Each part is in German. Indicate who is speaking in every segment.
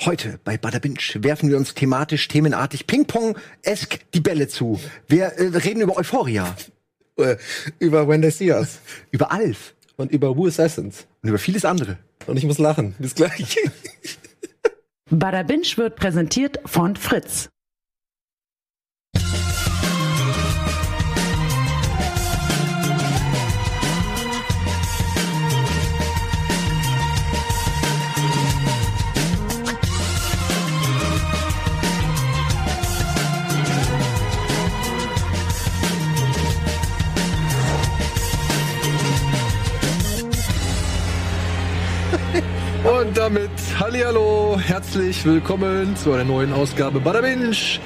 Speaker 1: Heute bei Badabinch werfen wir uns thematisch, themenartig, Ping-Pong-esk die Bälle zu. Wir äh, reden über Euphoria,
Speaker 2: Äh, über When They See Us
Speaker 1: über Alf
Speaker 2: und über Who Assassins.
Speaker 1: und über vieles andere.
Speaker 2: Und ich muss lachen. Bis gleich.
Speaker 3: Badabinch wird präsentiert von Fritz.
Speaker 4: Und damit Hallihallo, herzlich willkommen zu einer neuen Ausgabe Badabinch.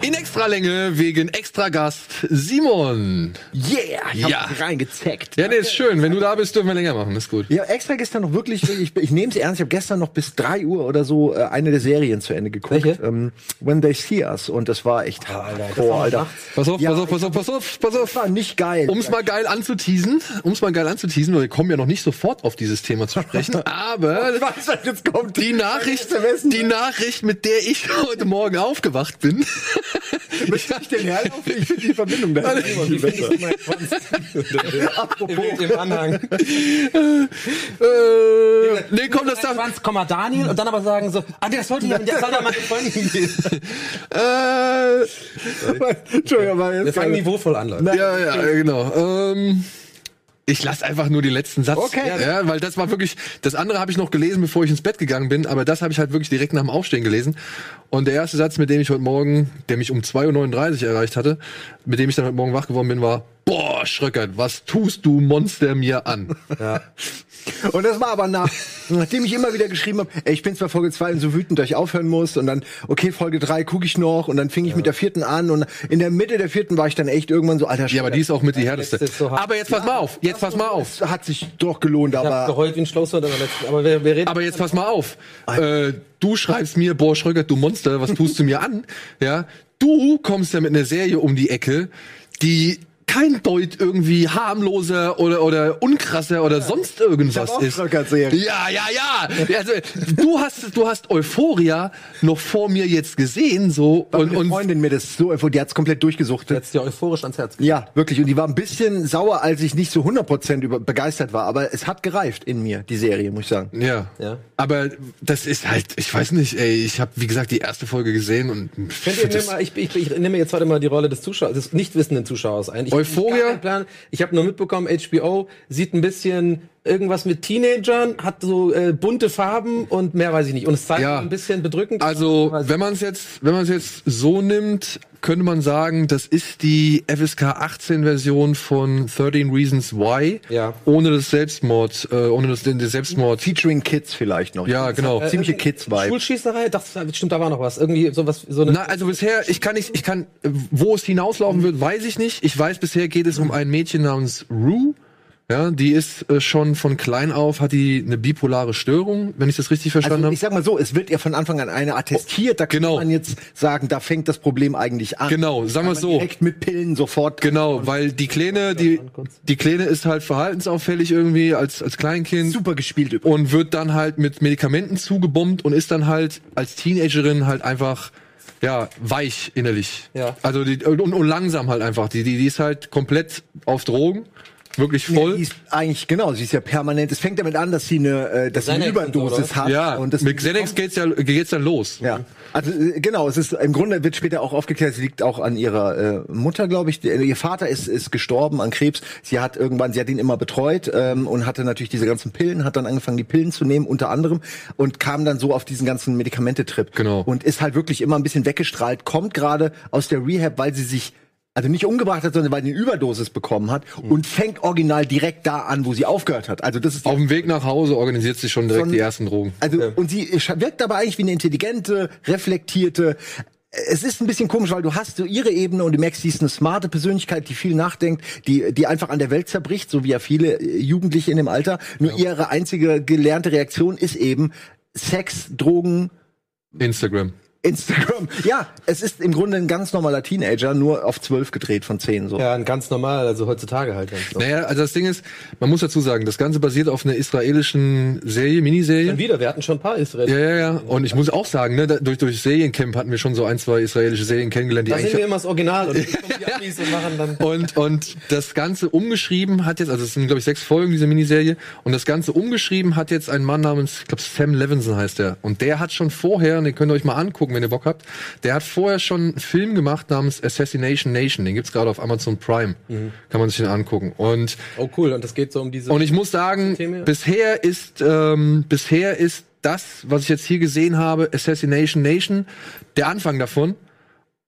Speaker 4: In Extralänge wegen Extragast Simon.
Speaker 1: Yeah, ich hab
Speaker 4: Ja.
Speaker 1: reingezeckt.
Speaker 4: Ja, nee, ist schön. Wenn du da bist, dürfen wir länger machen. Ist gut.
Speaker 1: Ja, extra gestern noch wirklich, ich, ich nehme es ernst, ich habe gestern noch bis 3 Uhr oder so äh, eine der Serien zu Ende geguckt.
Speaker 2: Welche?
Speaker 1: Ähm, When They See Us. Und das war echt hardcore, Alter.
Speaker 4: Pass auf,
Speaker 1: Ja,
Speaker 4: pass auf, pass auf, pass auf, pass
Speaker 1: Das
Speaker 4: auf.
Speaker 1: war nicht geil.
Speaker 4: Um es mal geil anzuteasen, um es mal geil anzuteasen, weil wir kommen ja noch nicht sofort auf dieses Thema zu sprechen, aber
Speaker 1: Ich weiß, was jetzt kommt.
Speaker 4: die Nachricht,
Speaker 1: Am besten.
Speaker 4: die Nachricht, mit der ich heute Morgen aufgewacht bin,
Speaker 1: Möchte ich den herlaufen? Ich finde die Verbindung da immer viel besser.
Speaker 2: Im, im Anhang.
Speaker 4: äh, nee, komm, das darf,
Speaker 2: Franz, Komma Daniel und dann aber sagen so, ah, der sollte ja mit der soll ja mal mit Freunden gehen.
Speaker 4: äh,
Speaker 1: Entschuldigung, aber
Speaker 2: Wir
Speaker 1: jetzt
Speaker 2: fangen niveauvoll an, Leute.
Speaker 4: Ja, ja, ja, genau. Ähm, ich lasse einfach nur den letzten Satz.
Speaker 1: Okay.
Speaker 4: Ja, weil das war wirklich, das andere habe ich noch gelesen, bevor ich ins Bett gegangen bin, aber das habe ich halt wirklich direkt nach dem Aufstehen gelesen. Und der erste Satz, mit dem ich heute Morgen, der mich um 2.39 Uhr erreicht hatte, mit dem ich dann heute Morgen wach geworden bin, war, boah, Schröckert, was tust du Monster mir an?
Speaker 1: Und das war aber nach, nachdem ich immer wieder geschrieben habe, ey, ich bin zwar Folge 2 und so wütend, dass ich aufhören muss und dann, okay, Folge 3 gucke ich noch und dann fing ich mit der vierten an und in der Mitte der vierten war ich dann echt irgendwann so, alter
Speaker 4: Ja, aber die ist auch mit die härteste.
Speaker 2: letzte ist so hart.
Speaker 4: aber jetzt pass mal auf, jetzt pass mal auf.
Speaker 1: es hat sich doch gelohnt,
Speaker 2: Ich hab
Speaker 1: aber
Speaker 2: geheult wie ein Schlosshund in der letzten, aber wir, wir reden.
Speaker 4: Aber jetzt pass mal auf. Äh, du schreibst mir, boah, Schröckert, du Monster, was tust du mir an? Ja, du kommst ja mit einer Serie um die Ecke, die kein Deut irgendwie harmloser oder oder unkrasser oder sonst irgendwas
Speaker 1: Ich hab auch
Speaker 4: ist.
Speaker 1: Schröckert-Serien.
Speaker 4: Ja, ja, ja. Also du hast du hast Euphoria noch vor mir jetzt gesehen so und
Speaker 1: meine
Speaker 4: und
Speaker 1: Freundin mir das so, einfach- die hat's komplett durchgesuchtet.
Speaker 2: Jetzt dir euphorisch ans Herz.
Speaker 1: Ja, wirklich. Und die war ein bisschen sauer, als ich nicht so 100% über begeistert war. Aber es hat gereift in mir, die Serie, muss ich sagen.
Speaker 4: ja.
Speaker 2: Ja.
Speaker 4: Aber das ist halt, ich weiß nicht, ey, ich habe wie gesagt die erste Folge gesehen und
Speaker 2: Könnt ihr mir
Speaker 4: das-
Speaker 2: mal, ich, ich, ich nehme jetzt heute mal die Rolle des Zuschauers, des nicht wissenden Zuschauers ein. Ich hab
Speaker 4: Euphoria?
Speaker 2: gar keinen Plan. Ich habe nur mitbekommen, HBO sieht ein bisschen irgendwas mit Teenagern, hat so äh, bunte Farben und mehr weiß ich nicht. Und es zeigt
Speaker 4: Ja.
Speaker 2: ein bisschen bedrückend.
Speaker 4: Also,
Speaker 2: Weiß ich
Speaker 4: wenn man es jetzt, wenn man es jetzt so nimmt, könnte man sagen, das ist die FSK 18 Version von 13 Reasons Why.
Speaker 2: Ja.
Speaker 4: Ohne das Selbstmord, äh, ohne das, den den Selbstmord.
Speaker 1: Featuring Kids vielleicht noch.
Speaker 4: Ja, genau.
Speaker 1: Äh, Ziemliche Kids-Vibe.
Speaker 2: Schulschießerei? Das stimmt, da war noch was. Irgendwie sowas, so eine.
Speaker 4: Na, also bisher, ich kann nicht, ich kann, äh, wo es hinauslaufen wird, weiß ich nicht. Ich weiß, bisher geht es um ein Mädchen namens Rue. Ja, die ist äh, schon von klein auf, hat die eine bipolare Störung, wenn ich das richtig verstanden
Speaker 1: Also
Speaker 4: habe.
Speaker 1: ich sag mal so, es wird ja von Anfang an eine attestiert, da kann
Speaker 4: Genau.
Speaker 1: man jetzt sagen, da fängt das Problem eigentlich an.
Speaker 4: Genau, sagen
Speaker 1: Kann
Speaker 4: wir
Speaker 1: man
Speaker 4: so.
Speaker 1: Direkt mit Pillen sofort.
Speaker 4: Genau, weil die Kleine, die, die Kleine ist halt verhaltensauffällig irgendwie als, als Kleinkind.
Speaker 1: Super gespielt übrigens.
Speaker 4: und wird dann halt mit Medikamenten zugebombt und ist dann halt als Teenagerin halt einfach ja weich innerlich.
Speaker 2: Ja.
Speaker 4: Also die, und, und langsam halt einfach. Die, die, die ist halt komplett auf Drogen, wirklich
Speaker 1: Ja, die
Speaker 4: voll.
Speaker 1: ist eigentlich genau, sie ist ja permanent. Es fängt damit an, dass sie eine, äh, dass sie eine
Speaker 2: Xanax und so,
Speaker 1: Überdosis hat.
Speaker 4: Ja,
Speaker 1: und das
Speaker 4: mit Xanax geht's ja geht's dann los.
Speaker 1: Ja, also äh, genau, es ist im Grunde wird später auch aufgeklärt, sie liegt auch an ihrer äh, Mutter, glaube ich. Die, ihr Vater ist ist gestorben an Krebs. Sie hat irgendwann, sie hat ihn immer betreut ähm, und hatte natürlich diese ganzen Pillen, hat dann angefangen die Pillen zu nehmen unter anderem und kam dann so auf diesen ganzen Medikamentetrip.
Speaker 4: Genau.
Speaker 1: Und ist halt wirklich immer ein bisschen weggestrahlt, kommt gerade aus der Rehab, weil sie sich also nicht umgebracht hat, sondern weil sie eine Überdosis bekommen hat und fängt original direkt da an, wo sie aufgehört hat. Also das ist die
Speaker 4: Auf dem Weg nach Hause organisiert sie schon direkt
Speaker 1: Von-
Speaker 4: die ersten Drogen.
Speaker 1: also, und sie scha- wirkt aber eigentlich wie eine intelligente, reflektierte. Es ist ein bisschen komisch, weil du hast so ihre Ebene und du merkst, sie ist eine smarte Persönlichkeit, die viel nachdenkt, die, die einfach an der Welt zerbricht, so wie ja viele äh, Jugendliche in dem Alter. Nur ihre einzige gelernte Reaktion ist eben Sex, Drogen,
Speaker 4: Instagram.
Speaker 1: Instagram. Ja, es ist im Grunde ein ganz normaler Teenager, nur auf zwölf gedreht von zehn so.
Speaker 2: Ja, ein ganz normal, also heutzutage halt. Ganz normal.
Speaker 4: Naja, also das Ding ist, man muss dazu sagen, das Ganze basiert auf einer israelischen Serie, Miniserie.
Speaker 2: Und wieder, wir hatten schon ein paar Israelis.
Speaker 4: Ja, ja, ja. Und ich muss auch sagen, ne, da, durch, durch Seriencamp hatten wir schon so ein, zwei israelische Serien kennengelernt, die
Speaker 2: Da sind wir
Speaker 4: eigentlich.
Speaker 2: immer das Original und dann kommen die Amis und machen dann.
Speaker 4: Und, und das Ganze umgeschrieben hat jetzt, also es sind, glaube ich, sechs Folgen, diese Miniserie. Und das Ganze umgeschrieben hat jetzt ein Mann namens, ich glaube, Sam Levinson heißt der. Und der hat schon vorher, und den könnt ihr euch mal angucken, wenn ihr Bock habt, der hat vorher schon einen Film gemacht namens Assassination Nation. Den gibt's gerade auf Amazon Prime.
Speaker 2: Mhm.
Speaker 4: Kann man sich den angucken. Und
Speaker 2: Oh cool, und das geht so um diese.
Speaker 4: und ich muss sagen,
Speaker 2: Systeme.
Speaker 4: bisher ist ähm, bisher ist das, was ich jetzt hier gesehen habe, Assassination Nation, der Anfang davon,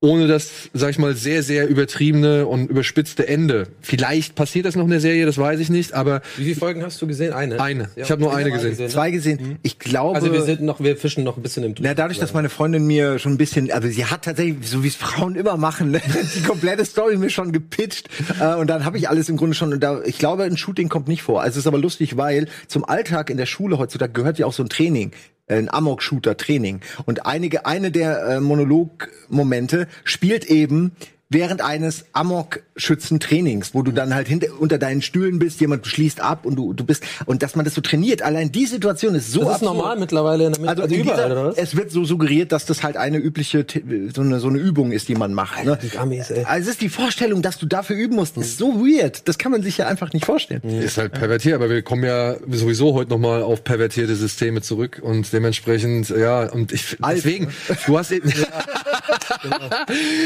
Speaker 4: ohne das, sag ich mal, sehr, sehr übertriebene und überspitzte Ende. Vielleicht passiert das noch in der Serie, das weiß ich nicht, aber
Speaker 2: Wie viele Folgen hast du gesehen? Eine.
Speaker 4: Eine. Ich hab nur eine gesehen.
Speaker 2: ne?
Speaker 1: Zwei gesehen. Ich glaube.
Speaker 2: Also wir sind noch, wir fischen noch ein bisschen im
Speaker 1: Na, dadurch, dass meine Freundin mir schon ein bisschen, also sie hat tatsächlich, so wie es Frauen immer machen, ne, die komplette Story mir schon gepitcht. Äh, und dann habe ich alles im Grunde schon. Und da, ich glaube, ein Shooting kommt nicht vor. Also es ist aber lustig, weil zum Alltag in der Schule heutzutage gehört ja auch so ein Training. äh, Ein Amok-Shooter-Training. Und einige, eine der äh, Monolog-Momente spielt eben während eines Amok-Schützen-Trainings, wo du dann halt hinter, unter deinen Stühlen bist, jemand schließt ab und du, du bist, und dass man das so trainiert, allein die Situation ist so
Speaker 2: Das ist
Speaker 1: absurd.
Speaker 2: normal mittlerweile in der
Speaker 1: Also,
Speaker 2: also
Speaker 1: in
Speaker 2: überall,
Speaker 1: dieser,
Speaker 2: oder was?
Speaker 1: es wird so suggeriert, dass das halt eine übliche, T- so eine, so eine Übung ist, die man macht. Ne?
Speaker 2: die Amis, ey.
Speaker 1: Also es ist die Vorstellung, dass du dafür üben musst, ist so weird. Das kann man sich ja einfach nicht vorstellen.
Speaker 4: ist halt pervertiert. Aber wir kommen ja sowieso heute nochmal auf pervertierte Systeme zurück und dementsprechend, ja, und ich,
Speaker 1: Alf,
Speaker 4: deswegen, du hast eben,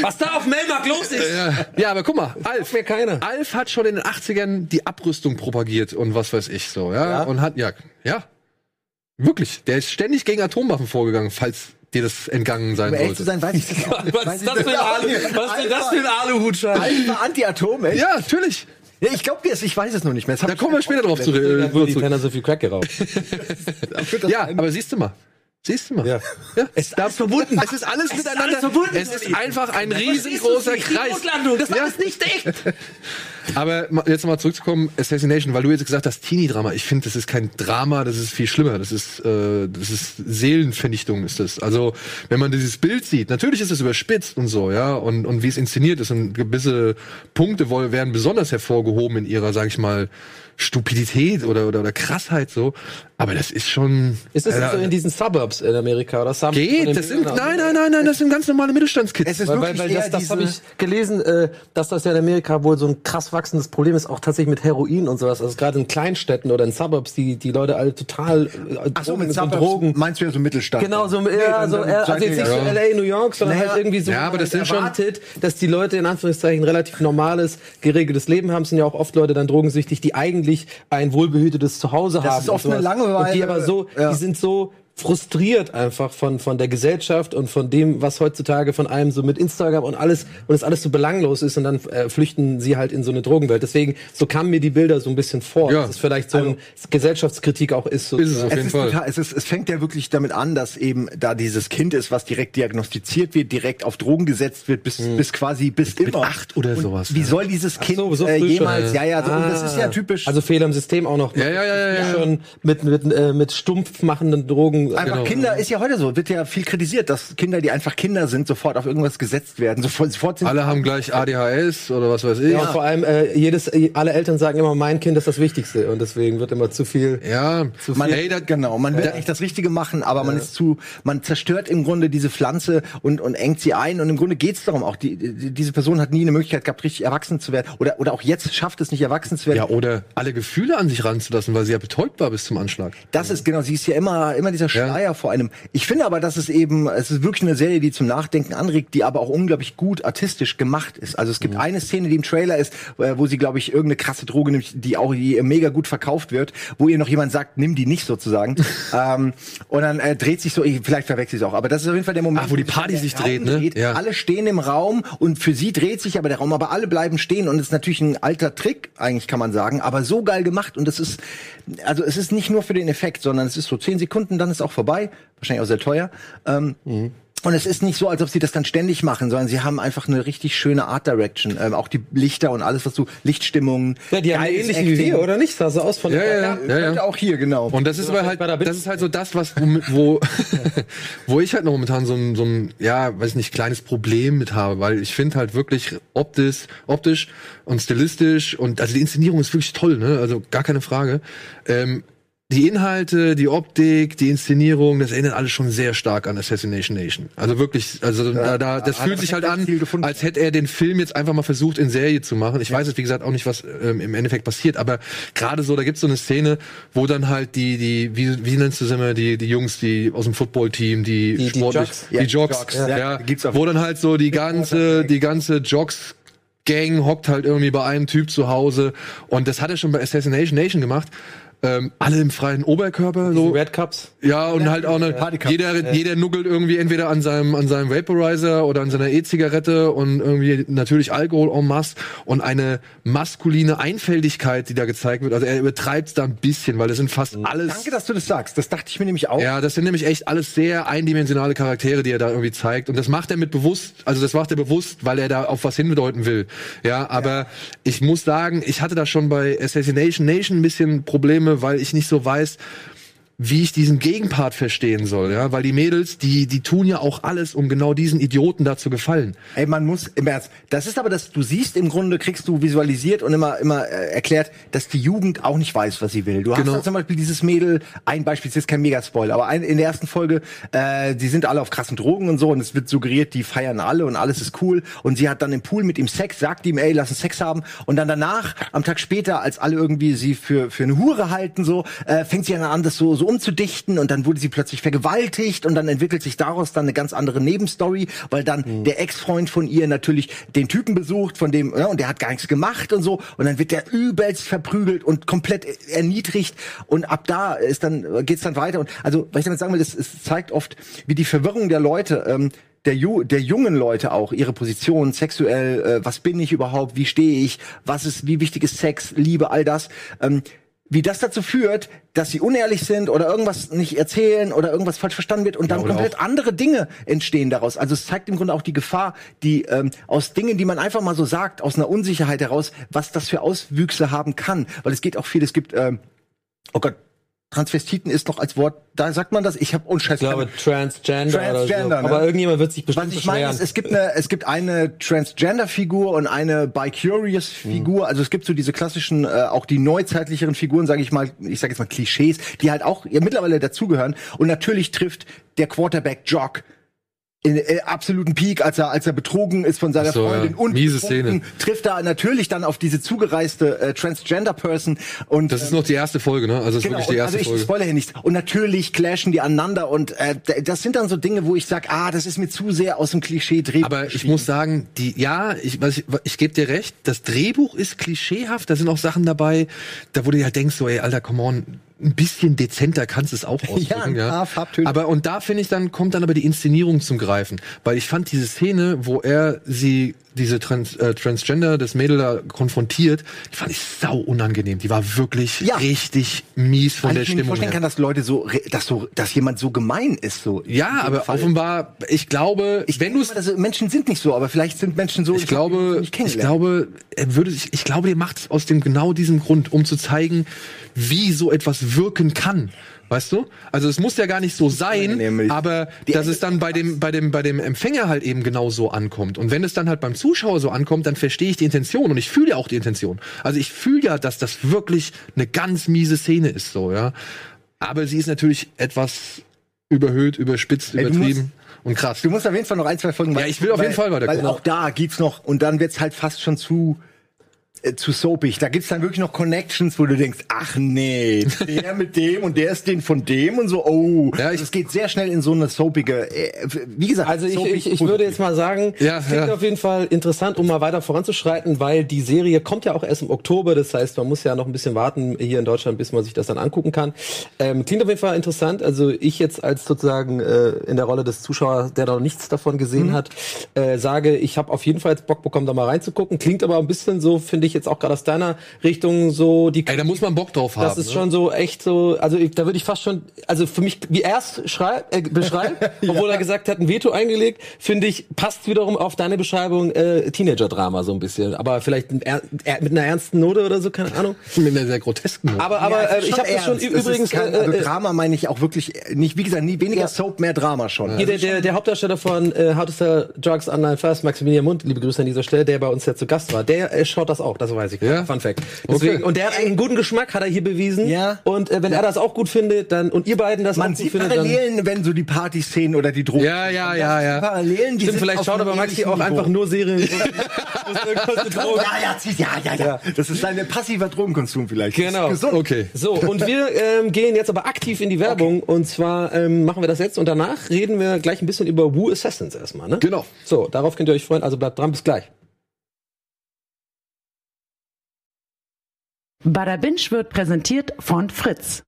Speaker 2: Was da auf Melmark los ist!
Speaker 4: ja, ja, aber guck mal, Alf,
Speaker 2: mir keiner.
Speaker 4: Alf hat schon in den 80ern die Abrüstung propagiert und was weiß ich so, ja.
Speaker 2: Ja?
Speaker 4: Und hat, ja, ja. Wirklich. Der ist ständig gegen Atomwaffen vorgegangen, falls dir das entgangen sein
Speaker 1: Um ehrlich zu
Speaker 4: sollte.
Speaker 1: sein, weiß ich das auch nicht.
Speaker 2: Was
Speaker 1: Weiß
Speaker 2: ist
Speaker 1: ich
Speaker 2: das für ein
Speaker 1: auch
Speaker 2: Alu?
Speaker 1: nicht.
Speaker 2: Was ist denn das für ein Aluhutschein?
Speaker 1: Alpha Anti-Atom, ey.
Speaker 4: Ja, natürlich.
Speaker 1: Ja, ich glaube dir es, ich weiß es noch nicht mehr. Das hab
Speaker 4: Da
Speaker 1: ich
Speaker 4: kommen wir später drauf zu.
Speaker 2: Da
Speaker 4: Äh,
Speaker 2: haben die
Speaker 4: zurück.
Speaker 2: Penner so viel Crack geraucht.
Speaker 4: ja, aber siehst du mal. Siehst du mal.
Speaker 2: Ja.
Speaker 4: Es ist alles verbunden. Es ist alles miteinander.
Speaker 2: alles verbunden,
Speaker 4: es ist
Speaker 2: Olli.
Speaker 4: einfach ein riesengroßer Kreis.
Speaker 2: Das war alles nicht echt.
Speaker 4: Aber ma- jetzt nochmal zurückzukommen, Assassination, weil du jetzt gesagt hast, Teenie-Drama. Ich finde, das ist kein Drama, das ist viel schlimmer. Das ist, äh, das ist Seelenvernichtung ist das. Also, wenn man dieses Bild sieht, natürlich ist es überspitzt und so, ja, und, und wie es inszeniert ist und gewisse Punkte woll- werden besonders hervorgehoben in ihrer, sag ich mal, Stupidität oder, oder, oder Krassheit so. Aber das ist schon.
Speaker 2: Ist das
Speaker 4: Alter,
Speaker 2: so in diesen Suburbs in Amerika oder Sam? von den
Speaker 4: geht, das sind,
Speaker 2: Bildern?
Speaker 4: nein, nein, nein, nein, das sind ganz normale Mittelstandskids.
Speaker 1: Es ist
Speaker 2: Weil, weil,
Speaker 1: wirklich
Speaker 2: weil
Speaker 1: eher
Speaker 2: das, das
Speaker 1: diese-
Speaker 2: habe ich gelesen, äh, dass das ja in Amerika wohl so ein krass wachsendes Problem ist, auch tatsächlich mit Heroin und sowas. Also gerade in Kleinstädten oder in Suburbs, die, die Leute alle total äh,
Speaker 1: Ach so,
Speaker 2: Drogen-
Speaker 1: mit Suburbs
Speaker 2: Drogen.
Speaker 1: meinst du ja so Mittelstand.
Speaker 2: Genau, so, ja,
Speaker 1: dann-
Speaker 2: so,
Speaker 1: dann
Speaker 2: äh,
Speaker 1: seid
Speaker 2: also
Speaker 1: ihr
Speaker 2: jetzt nicht
Speaker 1: ja-
Speaker 2: so LA, New York, sondern
Speaker 1: Naja,
Speaker 2: halt irgendwie so
Speaker 4: ja, aber
Speaker 2: man
Speaker 4: das
Speaker 2: halt
Speaker 4: sind schon-
Speaker 2: erwartet, dass die Leute in Anführungszeichen relativ normales, geregeltes Leben haben. Es sind ja auch oft Leute dann drogensüchtig, die eigentlich ein wohlbehütetes Zuhause haben.
Speaker 1: ist
Speaker 2: und
Speaker 1: oft eine
Speaker 2: sowas.
Speaker 1: Langeweile,
Speaker 2: Und die aber so,
Speaker 1: ja.
Speaker 2: die sind so frustriert einfach von, von der Gesellschaft und von dem, was heutzutage von allem so mit Instagram und alles, und es alles so belanglos ist und dann äh, flüchten sie halt in so eine Drogenwelt. Deswegen, so kamen mir die Bilder so ein bisschen vor,
Speaker 4: Ja.
Speaker 2: dass es vielleicht so eine Gesellschaftskritik auch ist. So
Speaker 4: Ist es auf jeden
Speaker 1: es
Speaker 4: Fall.
Speaker 1: Also Ist total, es, ist, es fängt ja wirklich damit an, dass eben da dieses Kind ist, was direkt diagnostiziert wird, direkt auf Drogen gesetzt wird, bis,
Speaker 4: Hm.
Speaker 1: bis quasi bis immer.
Speaker 4: acht oder
Speaker 1: und
Speaker 4: sowas,
Speaker 1: Wie
Speaker 4: ja.
Speaker 1: soll dieses Kind
Speaker 2: so, so
Speaker 1: äh,
Speaker 2: früh schon,
Speaker 1: jemals? Ja, ja, so, und das
Speaker 2: Ah.
Speaker 1: ist ja typisch.
Speaker 2: Also Fehler im System auch noch.
Speaker 4: Ja, ja, ja, ja, ja.
Speaker 2: Schon mit, mit, äh, mit stumpf machenden Drogen. Genau.
Speaker 1: Einfach
Speaker 4: genau.
Speaker 1: Kinder ist ja heute so, wird ja viel kritisiert, dass Kinder, die einfach Kinder sind, sofort auf irgendwas gesetzt werden, sofort, sofort sind.
Speaker 4: Alle haben gleich ADHS oder was weiß ich.
Speaker 2: Ja, und vor allem, äh, jedes, äh, alle Eltern sagen immer, mein Kind ist das Wichtigste. Und deswegen wird immer zu viel.
Speaker 4: Ja,
Speaker 1: Man,
Speaker 4: Ey, da-
Speaker 1: genau, man will eigentlich das Richtige machen, aber man ist zu, man zerstört im Grunde diese Pflanze und, und engt sie ein. Und im Grunde geht's darum auch, die, die, diese Person hat nie eine Möglichkeit gehabt, richtig erwachsen zu werden. Oder, oder auch jetzt schafft es nicht, erwachsen zu werden.
Speaker 4: Ja, oder alle Gefühle an sich ranzulassen, weil sie ja betäubt war bis zum Anschlag.
Speaker 1: Das ist genau, sie ist ja immer, immer dieser Schleier vor einem. Ich finde aber, dass es eben, es ist wirklich eine Serie, die zum Nachdenken anregt, die aber auch unglaublich gut artistisch gemacht ist. Also es gibt eine Szene, die im Trailer ist, äh, wo sie, glaube ich, irgendeine krasse Droge nimmt, die auch die mega gut verkauft wird, wo ihr noch jemand sagt, nimm die nicht sozusagen. ähm, und dann äh, dreht sich so, ich, vielleicht verwechsel ich es auch, aber das ist auf jeden Fall der Moment,
Speaker 4: Ach, Ah, wo die Party
Speaker 1: der
Speaker 4: sich
Speaker 1: Raum
Speaker 4: dreht, ne?
Speaker 1: dreht.
Speaker 4: Ja.
Speaker 1: Alle stehen im Raum und für sie dreht sich aber der Raum, aber alle bleiben stehen und es ist natürlich ein alter Trick, eigentlich kann man sagen, aber so geil gemacht und das ist, also es
Speaker 4: Mhm.
Speaker 1: ist nicht nur für den Effekt, sondern es ist so zehn Sekunden, dann ist auch vorbei, wahrscheinlich auch sehr teuer. Ähm, Und es ist nicht so, als ob sie das dann ständig machen, sondern sie haben einfach eine richtig schöne Art Direction. Ähm, auch die Lichter und alles, was du, Lichtstimmungen.
Speaker 2: Ja, die haben
Speaker 1: geiles
Speaker 2: ähnlich wie
Speaker 1: Acting.
Speaker 2: wir, oder nicht? Sah so aus von
Speaker 4: Ja, ja, ja.
Speaker 1: Ja, könnte auch hier, genau.
Speaker 4: Und das ist aber halt,
Speaker 2: bei der Bild-
Speaker 4: das ist halt so das, was womit- wo, wo ich halt noch momentan so ein, so ein, ja, weiß nicht, kleines Problem mit habe, weil ich finde halt wirklich optisch, optisch und stilistisch und also die Inszenierung ist wirklich toll, ne? Also gar keine Frage. Ähm, die Inhalte, die Optik, die Inszenierung, das erinnert alles schon sehr stark an Assassination Nation. Also wirklich, also da, da, das
Speaker 1: hat-
Speaker 4: fühlt sich
Speaker 1: hat
Speaker 4: halt
Speaker 1: das
Speaker 4: an,
Speaker 1: Ziel gefunden.
Speaker 4: als hätte er den Film jetzt einfach mal versucht, in Serie zu machen. Ich weiß jetzt, wie gesagt, auch nicht, was ähm, im Endeffekt passiert, aber gerade so, da gibt's so eine Szene, wo dann halt die, die, wie, wie nennst du es immer, die, die Jungs, die aus dem Footballteam, die,
Speaker 2: die
Speaker 4: sportlich,
Speaker 2: Jocks.
Speaker 1: Ja,
Speaker 4: die Jocks,
Speaker 1: Jocks,
Speaker 4: ja,
Speaker 1: ja. Gibt's auf-
Speaker 4: wo dann halt so die ganze, die ganze Jocks Gang hockt halt irgendwie bei einem Typ zu Hause und das hat er schon bei Assassination Nation gemacht. Ähm, alle im freien Oberkörper, so
Speaker 2: Red Cups.
Speaker 4: ja, und halt auch eine,
Speaker 1: Partycup.
Speaker 4: jeder, jeder nuckelt irgendwie entweder an seinem, an seinem Vaporizer oder an seiner E-Zigarette und irgendwie natürlich Alkohol en masse und eine maskuline Einfältigkeit, die da gezeigt wird. Also er übertreibt's da ein bisschen, weil das sind fast alles.
Speaker 1: Danke, dass du das sagst. Das dachte ich mir nämlich auch.
Speaker 4: Ja, das sind nämlich echt alles sehr eindimensionale Charaktere, die er da irgendwie zeigt. Und das macht er mit bewusst, also das macht er bewusst, weil er da auf was hinbedeuten will. Ja, aber ich muss sagen, ich hatte da schon bei Assassination Nation ein bisschen Probleme, weil ich nicht so weiß, wie ich diesen Gegenpart verstehen soll, ja, weil die Mädels, die, die tun ja auch alles, um genau diesen Idioten da zu gefallen.
Speaker 1: Ey, man muss im Ernst. Das ist aber, dass du siehst, im Grunde kriegst du visualisiert und immer, immer äh, erklärt, dass die Jugend auch nicht weiß, was sie will. Du
Speaker 4: Genau.
Speaker 1: hast dann zum Beispiel dieses Mädel, ein Beispiel, ist jetzt kein Megaspoil, aber ein, in der ersten Folge, äh, die sind alle auf krassen Drogen und so und es wird suggeriert, die feiern alle und alles ist cool und sie hat dann im Pool mit ihm Sex, sagt ihm, ey, lass uns Sex haben und dann danach, am Tag später, als alle irgendwie sie für, für eine Hure halten, so, äh, fängt sie dann an, das so, so umzudichten und dann wurde sie plötzlich vergewaltigt und dann entwickelt sich daraus dann eine ganz andere Nebenstory, weil dann der Ex-Freund von ihr natürlich den Typen besucht, von dem, ja, und der hat gar nichts gemacht und so und dann wird der übelst verprügelt und komplett erniedrigt und ab da ist dann, geht's dann weiter und also, was ich damit sagen will, es, es zeigt oft, wie die Verwirrung der Leute, ähm, der, Ju der jungen Leute auch ihre Position sexuell, äh, was bin ich überhaupt, wie stehe ich, was ist, wie wichtig ist Sex, Liebe, all das, ähm, wie das dazu führt, dass sie unehrlich sind oder irgendwas nicht erzählen oder irgendwas falsch verstanden wird und dann
Speaker 4: oder
Speaker 1: komplett andere Dinge entstehen daraus. Also es zeigt im Grunde auch die Gefahr, die ähm, aus Dingen, die man einfach mal so sagt, aus einer Unsicherheit heraus, was das für Auswüchse haben kann. Weil es geht auch viel, es gibt, ähm, oh Gott, Transvestiten ist noch als Wort, da sagt man das, ich habe unscheiß.
Speaker 2: Ich glaube, Transgender,
Speaker 1: Transgender,
Speaker 2: oder so.
Speaker 1: ne?
Speaker 2: Aber irgendjemand wird sich bestimmt
Speaker 1: Was ich meine
Speaker 2: beschweren.
Speaker 1: ist, es gibt eine, es gibt eine Transgender-Figur und eine
Speaker 4: Mhm.
Speaker 1: Bicurious-Figur. Also es gibt so diese klassischen, äh, auch die neuzeitlicheren Figuren, sage ich mal, ich sage jetzt mal Klischees, die halt auch ja, mittlerweile dazugehören. Und natürlich trifft der Quarterback Jock in äh, absoluten Peak, als er als er betrogen ist von seiner
Speaker 4: Ach so,
Speaker 1: Freundin
Speaker 4: ja.
Speaker 1: und
Speaker 4: Miese
Speaker 1: betrunken,
Speaker 4: Szene.
Speaker 1: trifft da natürlich dann auf diese zugereiste äh, Transgender-Person und
Speaker 4: Das ist noch die erste Folge, ne? Also das ist wirklich die
Speaker 1: Ähm. und
Speaker 4: erste
Speaker 1: also ich
Speaker 4: Folge.
Speaker 1: spoilere hier nichts. Und natürlich clashen die aneinander und äh, d- das sind dann so Dinge, wo ich sage, ah, das ist mir zu sehr aus dem Klischee Drehbuch.
Speaker 4: Aber ich
Speaker 1: geschrieben.
Speaker 4: muss sagen, die, ja, ich, was ich, ich gebe dir recht, das Drehbuch ist klischeehaft, da sind auch Sachen dabei, da wo du ja denkst, so, ey, Alter, come on, ein bisschen dezenter kannst du es auch ausdrücken,
Speaker 1: ein
Speaker 4: ja.
Speaker 1: paar Farbtöne.
Speaker 4: Aber, und da finde ich dann, kommt dann aber die Inszenierung zum Greifen. Weil ich fand diese Szene, wo er sie, diese Trans, äh, Transgender, das Mädel da konfrontiert, die fand ich sau unangenehm. Die war wirklich
Speaker 1: Ja.
Speaker 4: richtig mies von
Speaker 1: Weil
Speaker 4: der
Speaker 1: ich mir nicht
Speaker 4: Stimmung
Speaker 1: vorstellen
Speaker 4: her.
Speaker 1: kann, dass Leute so, re- dass so, dass jemand so gemein ist. So
Speaker 4: Ja, aber offenbar, ich glaube, wenn du es
Speaker 1: also Menschen sind nicht so, aber vielleicht sind Menschen so.
Speaker 4: ich glaube,
Speaker 1: ich,
Speaker 4: ich glaube, er würde sich, ich glaube, der macht es aus dem genau diesem Grund, um zu zeigen, wie so etwas wirken kann. Weißt du? Also es muss ja gar nicht so sein,
Speaker 1: Nämlich.
Speaker 4: aber dass es dann bei dem, bei dem, bei dem Empfänger halt eben genau so ankommt. Und wenn es dann halt beim Zuschauer so ankommt, dann verstehe ich die Intention und ich fühle ja auch die Intention. Also ich fühle ja, dass das wirklich eine ganz miese Szene ist, so, ja. Aber sie ist natürlich etwas überhöht, überspitzt,
Speaker 1: Ey, du musst-
Speaker 4: übertrieben und krass.
Speaker 1: Du musst auf jeden Fall noch ein, zwei Folgen
Speaker 4: Ja, ich will auf jeden Fall weitergucken.
Speaker 1: Weil auch da geht's noch und dann wird's halt fast schon zu äh, zu soapig. Da gibt's dann wirklich noch Connections, wo du denkst, ach nee, der mit dem und der ist den von dem und so. Oh,
Speaker 4: Ja, ich-
Speaker 1: es geht sehr schnell in so eine soapige. äh, Wie gesagt,
Speaker 2: Also ich,
Speaker 1: soapig
Speaker 2: ich, ich würde
Speaker 1: positiv.
Speaker 2: jetzt mal sagen,
Speaker 4: Ja,
Speaker 2: es klingt
Speaker 4: ja.
Speaker 2: auf jeden Fall interessant, um mal weiter voranzuschreiten, weil die Serie kommt ja auch erst im Oktober, das heißt, man muss ja noch ein bisschen warten hier in Deutschland, bis man sich das dann angucken kann. Ähm, klingt auf jeden Fall interessant, also ich jetzt als sozusagen äh, in der Rolle des Zuschauers, der noch nichts davon gesehen hat, äh, sage, ich habe auf jeden Fall jetzt Bock bekommen, da mal reinzugucken. Klingt aber ein bisschen so, finde ich, jetzt auch gerade aus deiner Richtung so die
Speaker 4: Ey, da muss man Bock drauf haben.
Speaker 2: das ist
Speaker 4: ne?
Speaker 2: schon so echt so, also ich, da würde ich fast schon, also für mich, wie er es schreib- äh, beschreibt, obwohl er gesagt hat, ein Veto eingelegt, finde ich, passt wiederum auf deine Beschreibung äh, Teenager-Drama so ein bisschen. Aber vielleicht ein, er, er, mit einer ernsten Note oder so, keine Ahnung.
Speaker 4: mit einer sehr grotesken Note.
Speaker 2: Aber, aber
Speaker 1: Ja, es
Speaker 2: äh,
Speaker 1: ist
Speaker 2: ich habe das schon
Speaker 1: ernst.
Speaker 2: ü-
Speaker 1: Es ist
Speaker 2: übrigens...
Speaker 1: kein,
Speaker 2: äh,
Speaker 1: also
Speaker 2: äh,
Speaker 1: Drama meine ich auch wirklich äh, nicht, wie gesagt, nie weniger
Speaker 2: Ja.
Speaker 1: Soap, mehr Drama schon.
Speaker 2: Hier der, der, der Hauptdarsteller von äh, How to Sell Drugs Online First, Maximilian Mund, liebe Grüße an dieser Stelle, der bei uns ja zu Gast war, der äh, schaut das auch, das weiß ich.
Speaker 4: Ja?
Speaker 2: Fun Fact. Deswegen,
Speaker 4: Okay.
Speaker 2: Und der hat einen guten Geschmack, hat er hier bewiesen.
Speaker 1: Ja.
Speaker 2: Und äh, wenn er das auch gut findet, dann und ihr beiden das auch
Speaker 1: Man
Speaker 2: gut
Speaker 1: sieht
Speaker 2: findet, dann
Speaker 1: Parallelen, wenn so die Partyszenen oder die Drogen.
Speaker 4: Ja, ja, ja, ja.
Speaker 1: Parallelen, die
Speaker 2: Stimmt,
Speaker 1: sind
Speaker 2: vielleicht
Speaker 1: auf
Speaker 2: schaut
Speaker 1: einem
Speaker 2: aber Maxi
Speaker 1: ähnlichen
Speaker 2: auch einfach
Speaker 1: Niveau.
Speaker 2: nur Serien. wo es irgendwas mit Drogen-
Speaker 1: Ja, ja, zieh- ja, ja, ja. Das ist ein passiver Drogenkonsum vielleicht. Das ist
Speaker 2: Genau.
Speaker 1: Gesund.
Speaker 4: Okay.
Speaker 2: So, und wir ähm, gehen jetzt aber aktiv in die Werbung. Und zwar ähm, machen wir das jetzt und danach reden wir gleich ein bisschen über Woo Assassins erstmal. Ne?
Speaker 4: Genau.
Speaker 2: So, darauf könnt ihr euch freuen. Also bleibt dran, bis gleich.
Speaker 3: Badabinch wird präsentiert von Fritz.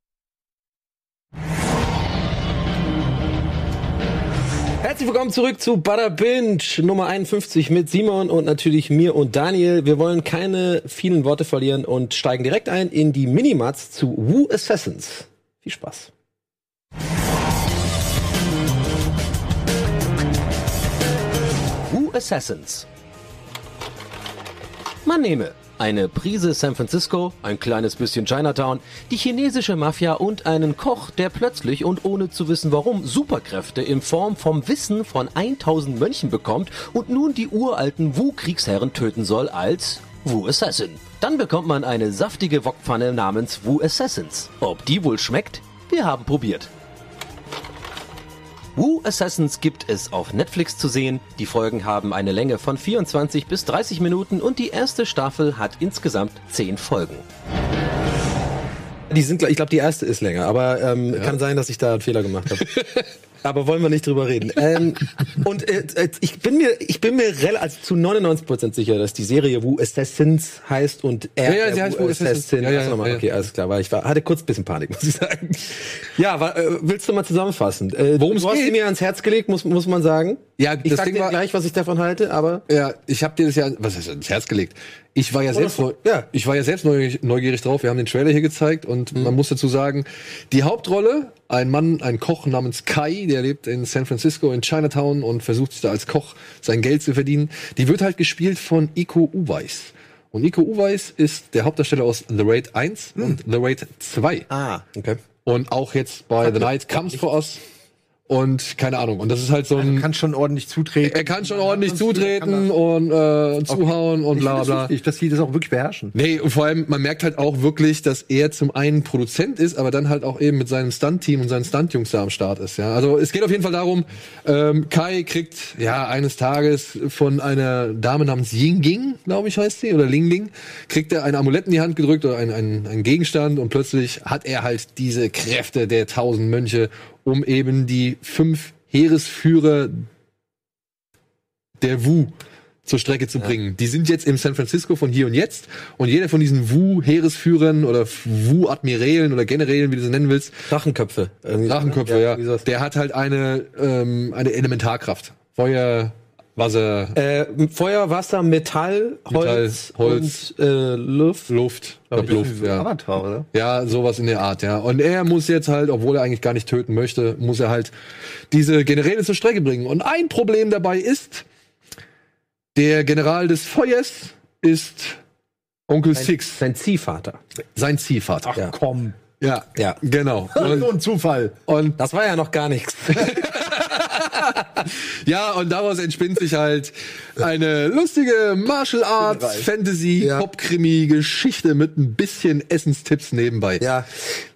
Speaker 2: Herzlich willkommen zurück zu Bada Binge Nummer 51 mit Simon und natürlich mir und Daniel. Wir wollen keine vielen Worte verlieren und steigen direkt ein in die Minimats zu Woo Assassins. Viel Spaß. Woo Assassins. Man nehme eine Prise San Francisco, ein kleines bisschen Chinatown, die chinesische Mafia und einen Koch, der plötzlich und ohne zu wissen warum Superkräfte in Form vom Wissen von 1000 Mönchen bekommt und nun die uralten Wu-Kriegsherren töten soll als Wu Assassin. Dann bekommt man eine saftige Wokpfanne namens Wu Assassins. Ob die wohl schmeckt? Wir haben probiert. Woo Assassins gibt es auf Netflix zu sehen. Die Folgen haben eine Länge von 24 bis 30 Minuten und die erste Staffel hat insgesamt 10 Folgen. Die sind, gl- ich glaube, die erste ist länger, aber ähm, kann sein, dass ich da einen Fehler gemacht habe. aber wollen wir nicht drüber reden. Ähm, und äh, äh, ich bin mir, ich bin mir rel also zu 99% sicher, dass die Serie Woo Assassins heißt und er
Speaker 4: Ja, ja,
Speaker 2: äh,
Speaker 4: sie heißt
Speaker 2: Wu
Speaker 4: Wu Assassins.
Speaker 2: Assassin.
Speaker 4: Ja, ja,
Speaker 2: Achso, nochmal,
Speaker 4: ja, ja.
Speaker 2: Okay, alles klar, weil ich war, hatte kurz ein bisschen Panik, muss ich sagen. Ja, wa- äh, willst du mal zusammenfassen? Äh,
Speaker 4: Worum es
Speaker 2: du hast
Speaker 4: geht?
Speaker 2: ihn mir ans Herz gelegt, muss, muss man sagen.
Speaker 4: Ja,
Speaker 2: ich
Speaker 4: das
Speaker 2: sag
Speaker 4: Ding
Speaker 2: dir
Speaker 4: war-
Speaker 2: gleich, was ich davon halte, aber
Speaker 4: Ja, ich habe dir das ja, was heißt ins Herz gelegt? Ich war ja selbst, neu,
Speaker 2: ja.
Speaker 4: ich war ja selbst neugierig, neugierig drauf. Wir haben den Trailer hier gezeigt und
Speaker 1: Mhm.
Speaker 4: man muss dazu sagen, die Hauptrolle, ein Mann, ein Koch namens Kai, der lebt in San Francisco in Chinatown und versucht sich da als Koch sein Geld zu verdienen. Die wird halt gespielt von Iko Uweis. Und Iko Uweis ist der Hauptdarsteller aus The Raid 1 und The Raid 2.
Speaker 1: Hm. Ah.
Speaker 2: okay.
Speaker 4: Und auch jetzt bei The Night Comes For Us. Und keine Ahnung. Und das ist halt so ein.
Speaker 1: Kann schon ordentlich zutreten.
Speaker 2: Äh,
Speaker 4: Er kann schon ordentlich
Speaker 1: Sonst- kann
Speaker 4: zutreten
Speaker 1: das-
Speaker 4: und äh, zuhauen und
Speaker 1: Ich
Speaker 4: bla
Speaker 1: finde das
Speaker 4: bla.
Speaker 1: wichtig, dass die das auch wirklich beherrschen.
Speaker 4: Nee, und vor allem, man merkt halt auch wirklich, dass er zum einen Produzent ist, aber dann halt auch eben mit seinem Stunt-Team und seinen Stunt-Jungs da am Start ist, ja. Also es geht auf jeden Fall darum, ähm, Kai kriegt ja eines Tages von einer Dame namens Ying Ging, glaube ich, heißt sie, oder Ling Ling, kriegt er ein Amulett in die Hand gedrückt oder ein, ein, ein Gegenstand und plötzlich hat er halt diese Kräfte der tausend Mönche, um eben die fünf Heeresführer der Wu zur Strecke zu bringen. Die sind jetzt im San Francisco von hier und jetzt und jeder von diesen Wu-Heeresführern oder Wu-Admirälen oder Generälen, wie du sie nennen willst,
Speaker 2: Drachenköpfe. irgendwie so, ne?
Speaker 4: Drachenköpfe, ja,
Speaker 2: irgendwie sowas.
Speaker 4: der hat halt eine, ähm, eine Elementarkraft. Feuer, Wasser,
Speaker 2: Äh, Feuer, Wasser, Metall, Holz,
Speaker 4: Metall, Holz.
Speaker 2: und äh, Luft.
Speaker 4: Luft, ich glaub, Luft, ja.
Speaker 1: Avatar, oder?
Speaker 4: Ja, sowas in der Art, ja. Und er muss jetzt halt, obwohl er eigentlich gar nicht töten möchte, muss er halt diese Generäle zur Strecke bringen. Und ein Problem dabei ist, der General des Feuers ist Onkel Six,
Speaker 2: Sein Ziehvater.
Speaker 4: sein Ziehvater.
Speaker 2: Ja.
Speaker 1: Komm.
Speaker 4: ja,
Speaker 2: Ja.
Speaker 4: genau.
Speaker 1: So
Speaker 4: Und,
Speaker 1: ein Zufall.
Speaker 4: und
Speaker 2: Das war ja noch gar nichts.
Speaker 4: ja, und daraus entspinnt sich halt eine lustige Martial Arts, Fantasy,
Speaker 2: Ja.
Speaker 4: Pop-Krimi-Geschichte mit ein bisschen Essenstipps nebenbei.
Speaker 2: Ja.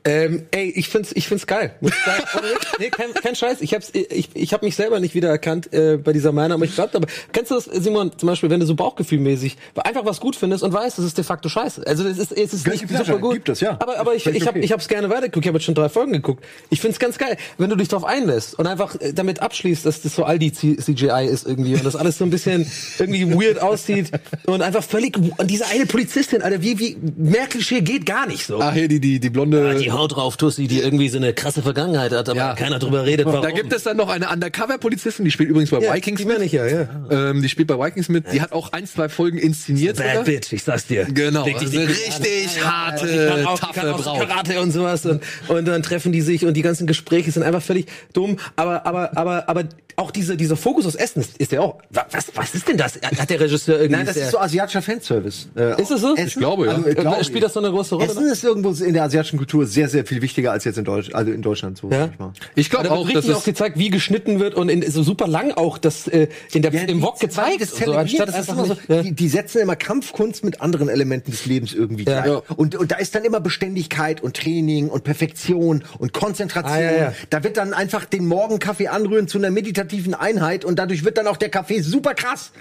Speaker 2: Ähm, ey, ich find's, ich find's geil. Muss ich sagen. Ohne Witz. nee, kein, kein Scheiß. Ich hab's, ich, ich hab mich selber nicht wiedererkannt äh, bei dieser Meinung, aber ich glaub, aber kennst du das, Simon, zum Beispiel, wenn du so bauchgefühlmäßig einfach was gut findest und weißt, das ist de facto scheiße. Also es ist, es ist
Speaker 1: Gleiche
Speaker 2: nicht
Speaker 1: Flasche,
Speaker 2: super gut.
Speaker 1: gibt es, ja.
Speaker 2: Aber, aber ich,
Speaker 1: Völlig
Speaker 2: ich, hab,
Speaker 1: okay.
Speaker 2: ich hab's gerne weitergeguckt, ich habe jetzt schon drei Folgen geguckt. Ich find's ganz geil. Wenn du dich drauf einlässt und einfach äh, damit abschließt, dass das so Aldi C- CGI ist irgendwie und das alles so ein bisschen irgendwie weird aussieht und einfach völlig. Und diese eine Polizistin, Alter, wie, wie Merkel geht gar nicht so.
Speaker 4: Ach, hier die, die, die blonde,
Speaker 2: Ah, die hau drauf, Tussi, die irgendwie so eine krasse Vergangenheit hat, aber
Speaker 4: Ja.
Speaker 2: keiner drüber redet, warum.
Speaker 4: Da gibt es dann noch eine Undercover-Polizistin, die spielt übrigens bei
Speaker 2: ja,
Speaker 4: Vikings
Speaker 2: die
Speaker 4: mit.
Speaker 2: meine ich ja, ja.
Speaker 4: Ähm, die spielt bei Vikings mit. Die hat auch ein, zwei Folgen inszeniert.
Speaker 2: Bad
Speaker 4: sogar.
Speaker 2: bitch, ich sag's dir.
Speaker 4: Genau,
Speaker 2: Leg dich
Speaker 4: also
Speaker 2: nicht mit
Speaker 4: richtig
Speaker 2: an.
Speaker 4: harte,
Speaker 2: Die kann auch, die
Speaker 4: taffe
Speaker 2: kann auch so
Speaker 4: Braut.
Speaker 2: Karate und sowas und, und dann treffen die sich und die ganzen Gespräche sind einfach völlig dumm, aber, aber, aber, aber auch diese, dieser Fokus aufs Essen ist, ist ja auch, wa- was, was ist denn das? Hat der Regisseur irgendwie...
Speaker 1: Nein, das ist so asiatischer Fanservice. Äh,
Speaker 2: Ist das so?
Speaker 1: Essen?
Speaker 2: Ich
Speaker 4: glaube, ja.
Speaker 1: ich glaube,
Speaker 2: Spielt das so eine große Rolle?
Speaker 1: Essen ist irgendwo in der asiatischen Kultur sehr, sehr viel wichtiger als jetzt in, Deutsch, also in Deutschland. So,
Speaker 2: Ja.
Speaker 1: sag ich mal.
Speaker 4: Ich
Speaker 2: Da
Speaker 4: glaube
Speaker 2: wird
Speaker 4: auch, dass
Speaker 2: richtig auch
Speaker 4: es
Speaker 2: gezeigt, wie geschnitten wird und in, so super lang auch das äh, in der,
Speaker 1: Ja,
Speaker 2: im
Speaker 1: die-
Speaker 2: Wok
Speaker 1: weil
Speaker 2: gezeigt.
Speaker 1: Das
Speaker 2: und
Speaker 1: zelebrieren,
Speaker 2: anstatt
Speaker 1: das ist
Speaker 2: einfach
Speaker 1: immer
Speaker 2: nur
Speaker 1: so,
Speaker 2: so- ja.
Speaker 1: die, die setzen immer Kampfkunst mit anderen Elementen des Lebens irgendwie
Speaker 2: Ja.
Speaker 1: gleich.
Speaker 2: Ja.
Speaker 1: Und, und da ist dann immer Beständigkeit und Training und Perfektion und Konzentration.
Speaker 2: Ah, ja, ja.
Speaker 1: Da wird dann einfach den Morgenkaffee anrühren zu einer meditativen Einheit und dadurch wird dann auch der Kaffee super krass.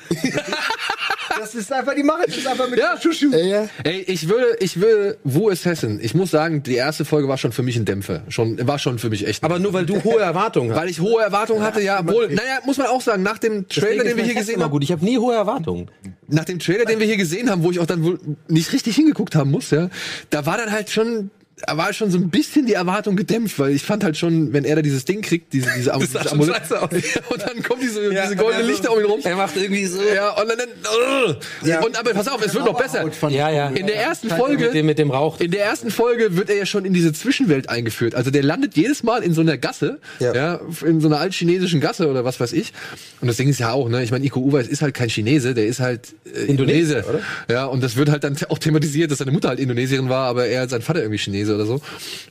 Speaker 1: das ist einfach, die machen das einfach mit
Speaker 4: Ja.
Speaker 1: Schuschu.
Speaker 4: Ey, ich würde, ich würde, wo ist Hessen? Ich muss sagen, die erste Folge war schon für mich ein Dämpfer. Schon, war schon für mich echt. ein
Speaker 2: Aber nur weil du hohe Erwartungen hast.
Speaker 4: weil ich hohe Erwartungen hatte, ja, obwohl, naja, muss man auch sagen, nach dem Trailer, den wir hier gesehen haben,
Speaker 2: gut. Ich habe nie hohe Erwartungen.
Speaker 4: nach dem Trailer, den wir hier gesehen haben, wo ich auch dann wohl nicht richtig hingeguckt haben muss, ja, da war dann halt schon, da war schon so ein bisschen die Erwartung gedämpft, weil ich fand halt schon, wenn er da dieses Ding kriegt, diese, diese Am-
Speaker 2: sah
Speaker 4: dieses
Speaker 2: schon scheiße aus.
Speaker 4: Ja, und dann kommen diese, diese goldenen Lichter um ihn rum.
Speaker 2: Er macht irgendwie so.
Speaker 4: Ja, und dann, dann
Speaker 1: Ja. Genau.
Speaker 4: und aber pass auf, es wird noch besser.
Speaker 1: Haut von-
Speaker 2: Ja, ja.
Speaker 4: In der ersten
Speaker 2: mit dem,
Speaker 4: Folge,
Speaker 2: mit dem Rauch.
Speaker 4: in der ersten Folge wird er ja schon in diese Zwischenwelt eingeführt. Also der landet jedes Mal in so einer Gasse, ja,
Speaker 2: Ja.
Speaker 4: in so einer altchinesischen Gasse oder was weiß ich. Und das Ding ist ja auch, ne, ich meine, Iko Uwais ist halt kein Chinese, der ist halt äh,
Speaker 2: Indonesier,
Speaker 4: Indonese, Ja, und das wird halt dann auch thematisiert, dass seine Mutter halt Indonesierin war, aber er sein Vater irgendwie Chinese oder so.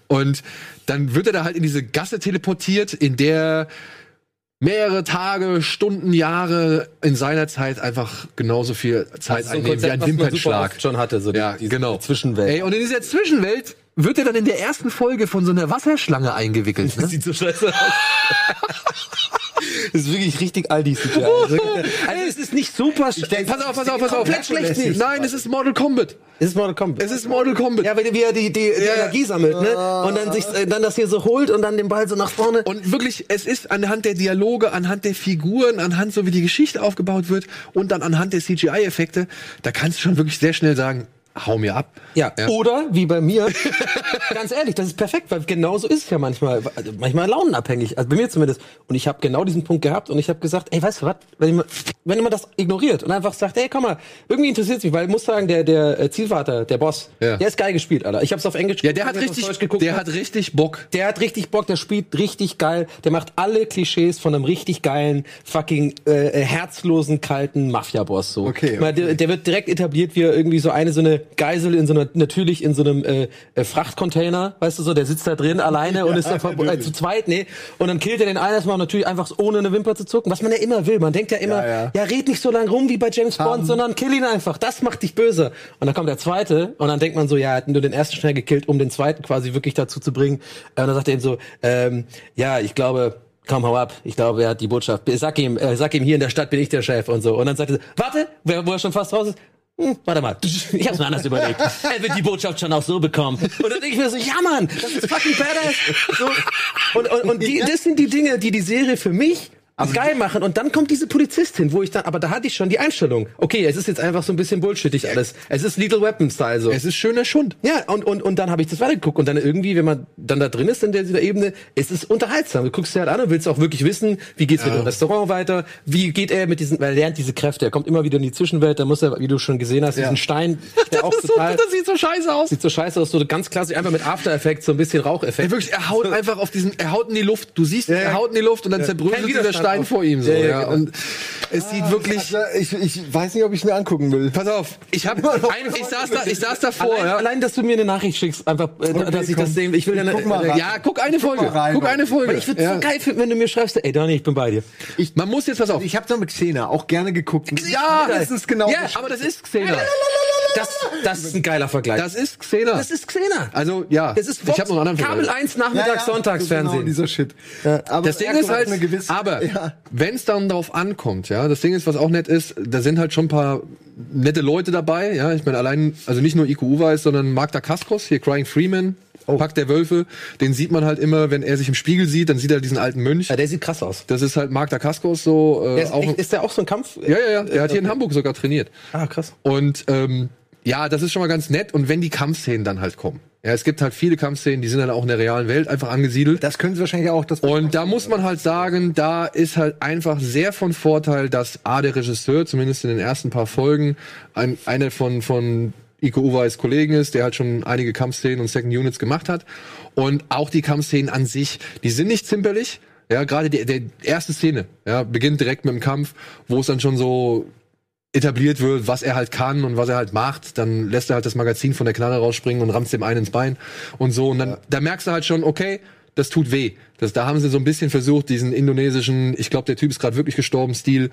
Speaker 4: Und dann wird er da halt in diese Gasse teleportiert, in der mehrere Tage, Stunden, Jahre in seiner Zeit einfach genauso viel Zeit
Speaker 2: so ein
Speaker 4: einnehmen wie ein
Speaker 2: Konzept, was man super
Speaker 4: Wimpernschlag.
Speaker 2: oft schon hatte, so die-
Speaker 4: ja,
Speaker 2: diese
Speaker 4: genau.
Speaker 2: Zwischenwelt.
Speaker 4: Ey, und in dieser Zwischenwelt wird er dann in der ersten Folge von so einer Wasserschlange eingewickelt. Ne?
Speaker 2: sieht so scheiße aus. Das ist wirklich richtig aldi CGI. Also es ist nicht super Ich
Speaker 1: denk,
Speaker 4: Pass auf, pass auf, pass auf.
Speaker 1: Komplett schlecht nicht.
Speaker 4: Nein, es ist Mortal Kombat.
Speaker 2: Es ist Mortal Kombat.
Speaker 4: Es ist Mortal Kombat.
Speaker 2: ja, weil wie er die, die, die
Speaker 4: Ja.
Speaker 2: Energie sammelt, ne? Und dann sich äh, dann das hier so holt und dann den Ball so nach vorne.
Speaker 4: Und wirklich, es ist anhand der Dialoge, anhand der Figuren, anhand so wie die Geschichte aufgebaut wird und dann anhand der CGI-Effekte, da kannst du schon wirklich sehr schnell sagen, hau mir ab.
Speaker 2: Ja. Oder wie bei mir, ganz ehrlich, das ist perfekt, weil genau so ist es ja manchmal, also manchmal launenabhängig, also bei mir zumindest. Und ich habe genau diesen Punkt gehabt und ich habe gesagt, ey, weißt du was, wenn man, wenn man das ignoriert und einfach sagt, ey, komm mal, irgendwie interessiert mich, weil ich muss sagen, der der äh, Zielvater, der Boss,
Speaker 4: Ja.
Speaker 2: der ist geil gespielt, Alter. Ich habe es auf Englisch
Speaker 4: Ja, der
Speaker 2: geguckt,
Speaker 4: hat
Speaker 2: ich hab's auf
Speaker 4: richtig,
Speaker 2: Deutsch geguckt.
Speaker 4: der hat richtig Bock.
Speaker 2: Der hat richtig Bock, der spielt richtig geil, der macht alle Klischees von einem richtig geilen, fucking äh, herzlosen, kalten Mafia-Boss so.
Speaker 1: Okay,
Speaker 2: Mal, Der, der wird direkt etabliert, wie er irgendwie so eine so eine Geisel in so einer, natürlich in so einem äh, äh, Frachtcontainer, weißt du so, der sitzt da drin alleine und ist da ver- äh, zu zweit, nee. Und dann killt er den einen erstmal natürlich einfach so ohne eine Wimper zu zucken, was man ja immer will. Man denkt ja immer,
Speaker 1: Ja,
Speaker 2: ja,
Speaker 1: ja.
Speaker 2: red nicht so lang rum wie bei James Bond, sondern kill ihn einfach, das macht dich böse. Und dann kommt der zweite und dann denkt man so, ja, er hat nur den ersten schnell gekillt, um den zweiten quasi wirklich dazu zu bringen. Äh, Und dann sagt er eben so, ähm, ja, ich glaube, komm, hau ab, ich glaube, er hat die Botschaft. Sag ihm, äh, sag ihm, hier in der Stadt bin ich der Chef und so. Und dann sagt er, so, warte, wer- wo er schon fast raus ist, hm, warte mal, ich hab's mir anders überlegt. Er wird die Botschaft schon auch so bekommen. Und dann denke ich mir so, ja Mann, das ist fucking badass. So. Und, und, und die, das sind die Dinge, die die Serie für mich geil machen. Und dann kommt diese Polizistin, wo ich dann, aber da hatte ich schon die Einstellung. Okay, es ist jetzt einfach so ein bisschen bullshittig alles. Es ist Little Weapon Style so.
Speaker 4: Es ist schöner Schund.
Speaker 2: Ja, und, und, und dann habe ich das weitergeguckt. Und dann irgendwie, wenn man dann da drin ist in der, dieser Ebene, es ist unterhaltsam. Du guckst dir halt an und willst auch wirklich wissen, wie geht's mit dem Restaurant weiter, wie geht er mit diesen, weil er lernt diese Kräfte, er kommt immer wieder in die Zwischenwelt, da muss er, wie du schon gesehen hast, diesen Stein, der auch
Speaker 4: Das, ist so,
Speaker 2: total,
Speaker 4: das sieht so scheiße aus.
Speaker 2: sieht so scheiße aus, so ganz klassisch, einfach mit After Effects, so ein bisschen
Speaker 4: Ey,
Speaker 2: Raucheffekt.
Speaker 4: wirklich, er haut einfach auf diesen, er haut in die Luft. Du siehst,
Speaker 2: ja.
Speaker 4: er haut in die Luft und dann
Speaker 2: Kein
Speaker 4: zerbröselt dieser
Speaker 2: Widerstand
Speaker 4: Stein
Speaker 2: auf.
Speaker 4: vor ihm so. Ja,
Speaker 2: Ja, ja, genau. Ah,
Speaker 4: Und es sieht wirklich.
Speaker 1: ich, ich weiß nicht, ob ich mir angucken will.
Speaker 4: Pass auf, ich hab, ein, ich saß da, ich saß davor,
Speaker 2: allein,
Speaker 4: ja.
Speaker 2: allein, dass du mir eine Nachricht schickst, einfach, äh, dass ich das sehe. Ich will äh,
Speaker 1: guck mal
Speaker 2: eine,
Speaker 1: rein.
Speaker 4: Ja, guck eine Folge,
Speaker 1: mal rein,
Speaker 4: guck eine
Speaker 1: Leute.
Speaker 4: Folge.
Speaker 2: ich würde
Speaker 4: ja.
Speaker 2: so geil finden, wenn du mir schreibst, ey Donny, ich bin bei dir.
Speaker 4: Man muss jetzt, pass auf.
Speaker 1: Ich habe noch mit Xena auch gerne geguckt.
Speaker 4: Ja,
Speaker 1: das ist genau.
Speaker 4: Ja, aber das ist Xena.
Speaker 2: Das, das ist ein geiler Vergleich.
Speaker 4: Das ist Xena.
Speaker 2: Das ist Xena.
Speaker 4: also ja,
Speaker 2: Das ist
Speaker 4: ich habe noch einen anderen
Speaker 2: Kabel
Speaker 4: Vergleich.
Speaker 2: 1 Nachmittags Sonntagsfernsehen.
Speaker 1: Genau dieser Shit. Aber
Speaker 4: Das Ding
Speaker 1: er
Speaker 4: ist
Speaker 1: hat
Speaker 4: halt,
Speaker 1: eine gewisse-
Speaker 4: aber
Speaker 1: Ja.
Speaker 4: wenn es dann drauf ankommt, ja, das Ding ist, was auch nett ist, da sind halt schon ein paar nette Leute dabei, ja, ich meine allein, also nicht nur IQ Uweis, sondern Mark Dacascos, hier Crying Freeman,
Speaker 2: Oh.
Speaker 4: Pack der Wölfe, den sieht man halt immer, wenn er sich im Spiegel sieht, dann sieht er diesen alten Mönch.
Speaker 2: Ja, Ah, der sieht krass aus.
Speaker 4: Das ist halt Mark Dacascos so, äh,
Speaker 2: Der ist,
Speaker 4: auch,
Speaker 2: echt, ist der auch so ein Kampf?
Speaker 4: ja, ja, ja, der hat hier in Hamburg sogar trainiert.
Speaker 2: Ah, krass.
Speaker 4: Und ähm, ja, das ist schon mal ganz nett. Und wenn die Kampfszenen dann halt kommen, Ja, es gibt halt viele Kampfszenen, die sind dann auch in der realen Welt einfach angesiedelt.
Speaker 1: Das können sie wahrscheinlich auch. Das
Speaker 4: Und da muss man halt sagen, da ist halt einfach sehr von Vorteil, dass A, der Regisseur, zumindest in den ersten paar Folgen, ein, einer von, von Iko Uweis Kollegen ist, der halt schon einige Kampfszenen und Second Units gemacht hat. Und auch die Kampfszenen an sich, die sind nicht zimperlich. Ja, gerade die, die erste Szene, ja, beginnt direkt mit dem Kampf, wo es dann schon so etabliert wird, was er halt kann und was er halt macht, dann lässt er halt das Magazin von der Knarre rausspringen und rammt dem einen ins Bein und so. Und dann da merkst du halt schon, okay, das tut weh. Das, da haben sie so ein bisschen versucht, diesen indonesischen, ich glaube, der Typ ist gerade wirklich gestorben, Stil,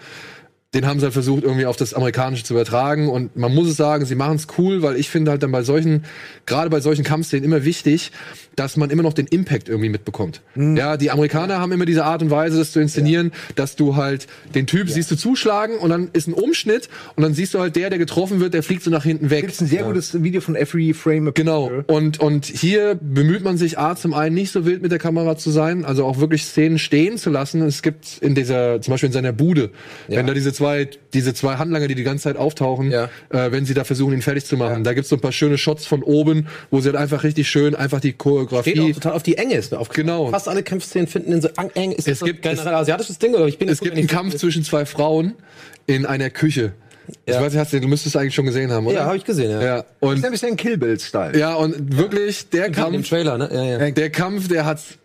Speaker 4: den haben sie halt versucht, irgendwie auf das Amerikanische zu übertragen. Und man muss es sagen, sie machen es cool, weil ich finde halt dann bei solchen, gerade bei solchen Kampfszenen immer wichtig, dass man immer noch den Impact irgendwie mitbekommt. Ja, die Amerikaner haben immer diese Art und Weise, das zu inszenieren, dass du halt den Typ siehst du zuschlagen und dann ist ein Umschnitt und dann siehst du halt der, der getroffen wird, der fliegt so nach hinten weg.
Speaker 1: gibt's ein sehr gutes Video von Every Frame. a
Speaker 4: Genau.
Speaker 1: Picture.
Speaker 4: Und, und hier bemüht man sich, A, zum einen nicht so wild mit der Kamera zu sein, also auch wirklich Szenen stehen zu lassen. Es gibt in dieser, zum Beispiel in seiner Bude, wenn da diese zwei, diese zwei Handlanger, die die ganze Zeit auftauchen,
Speaker 2: Ja.
Speaker 4: äh, wenn sie da versuchen, ihn fertig zu machen. Da gibt's so ein paar schöne Shots von oben, wo sie halt einfach richtig schön einfach die
Speaker 2: Geht auch
Speaker 4: Choreografie.
Speaker 2: total auf die Enge ist mir aufgefallen.
Speaker 4: Genau.
Speaker 2: Fast alle Kampfszenen finden in so ang- eng. Ist
Speaker 4: Es
Speaker 2: das
Speaker 4: gibt-
Speaker 2: generell
Speaker 4: es-
Speaker 2: asiatisches Ding oder ich bin
Speaker 4: Es gibt einen Kampf zwischen zwei Frauen in einer Küche. Ich
Speaker 2: Ja.
Speaker 4: weiß nicht, hast du, du müsstest es eigentlich schon gesehen haben, oder?
Speaker 2: Ja, habe ich gesehen, ja.
Speaker 4: Ja,
Speaker 1: Das ist
Speaker 4: und,
Speaker 1: ein bisschen Kill Bill Style.
Speaker 4: ja, und wirklich, der
Speaker 2: Im
Speaker 4: Kampf,
Speaker 2: Trailer, ne? Ja, ja.
Speaker 4: der Kampf, der hat's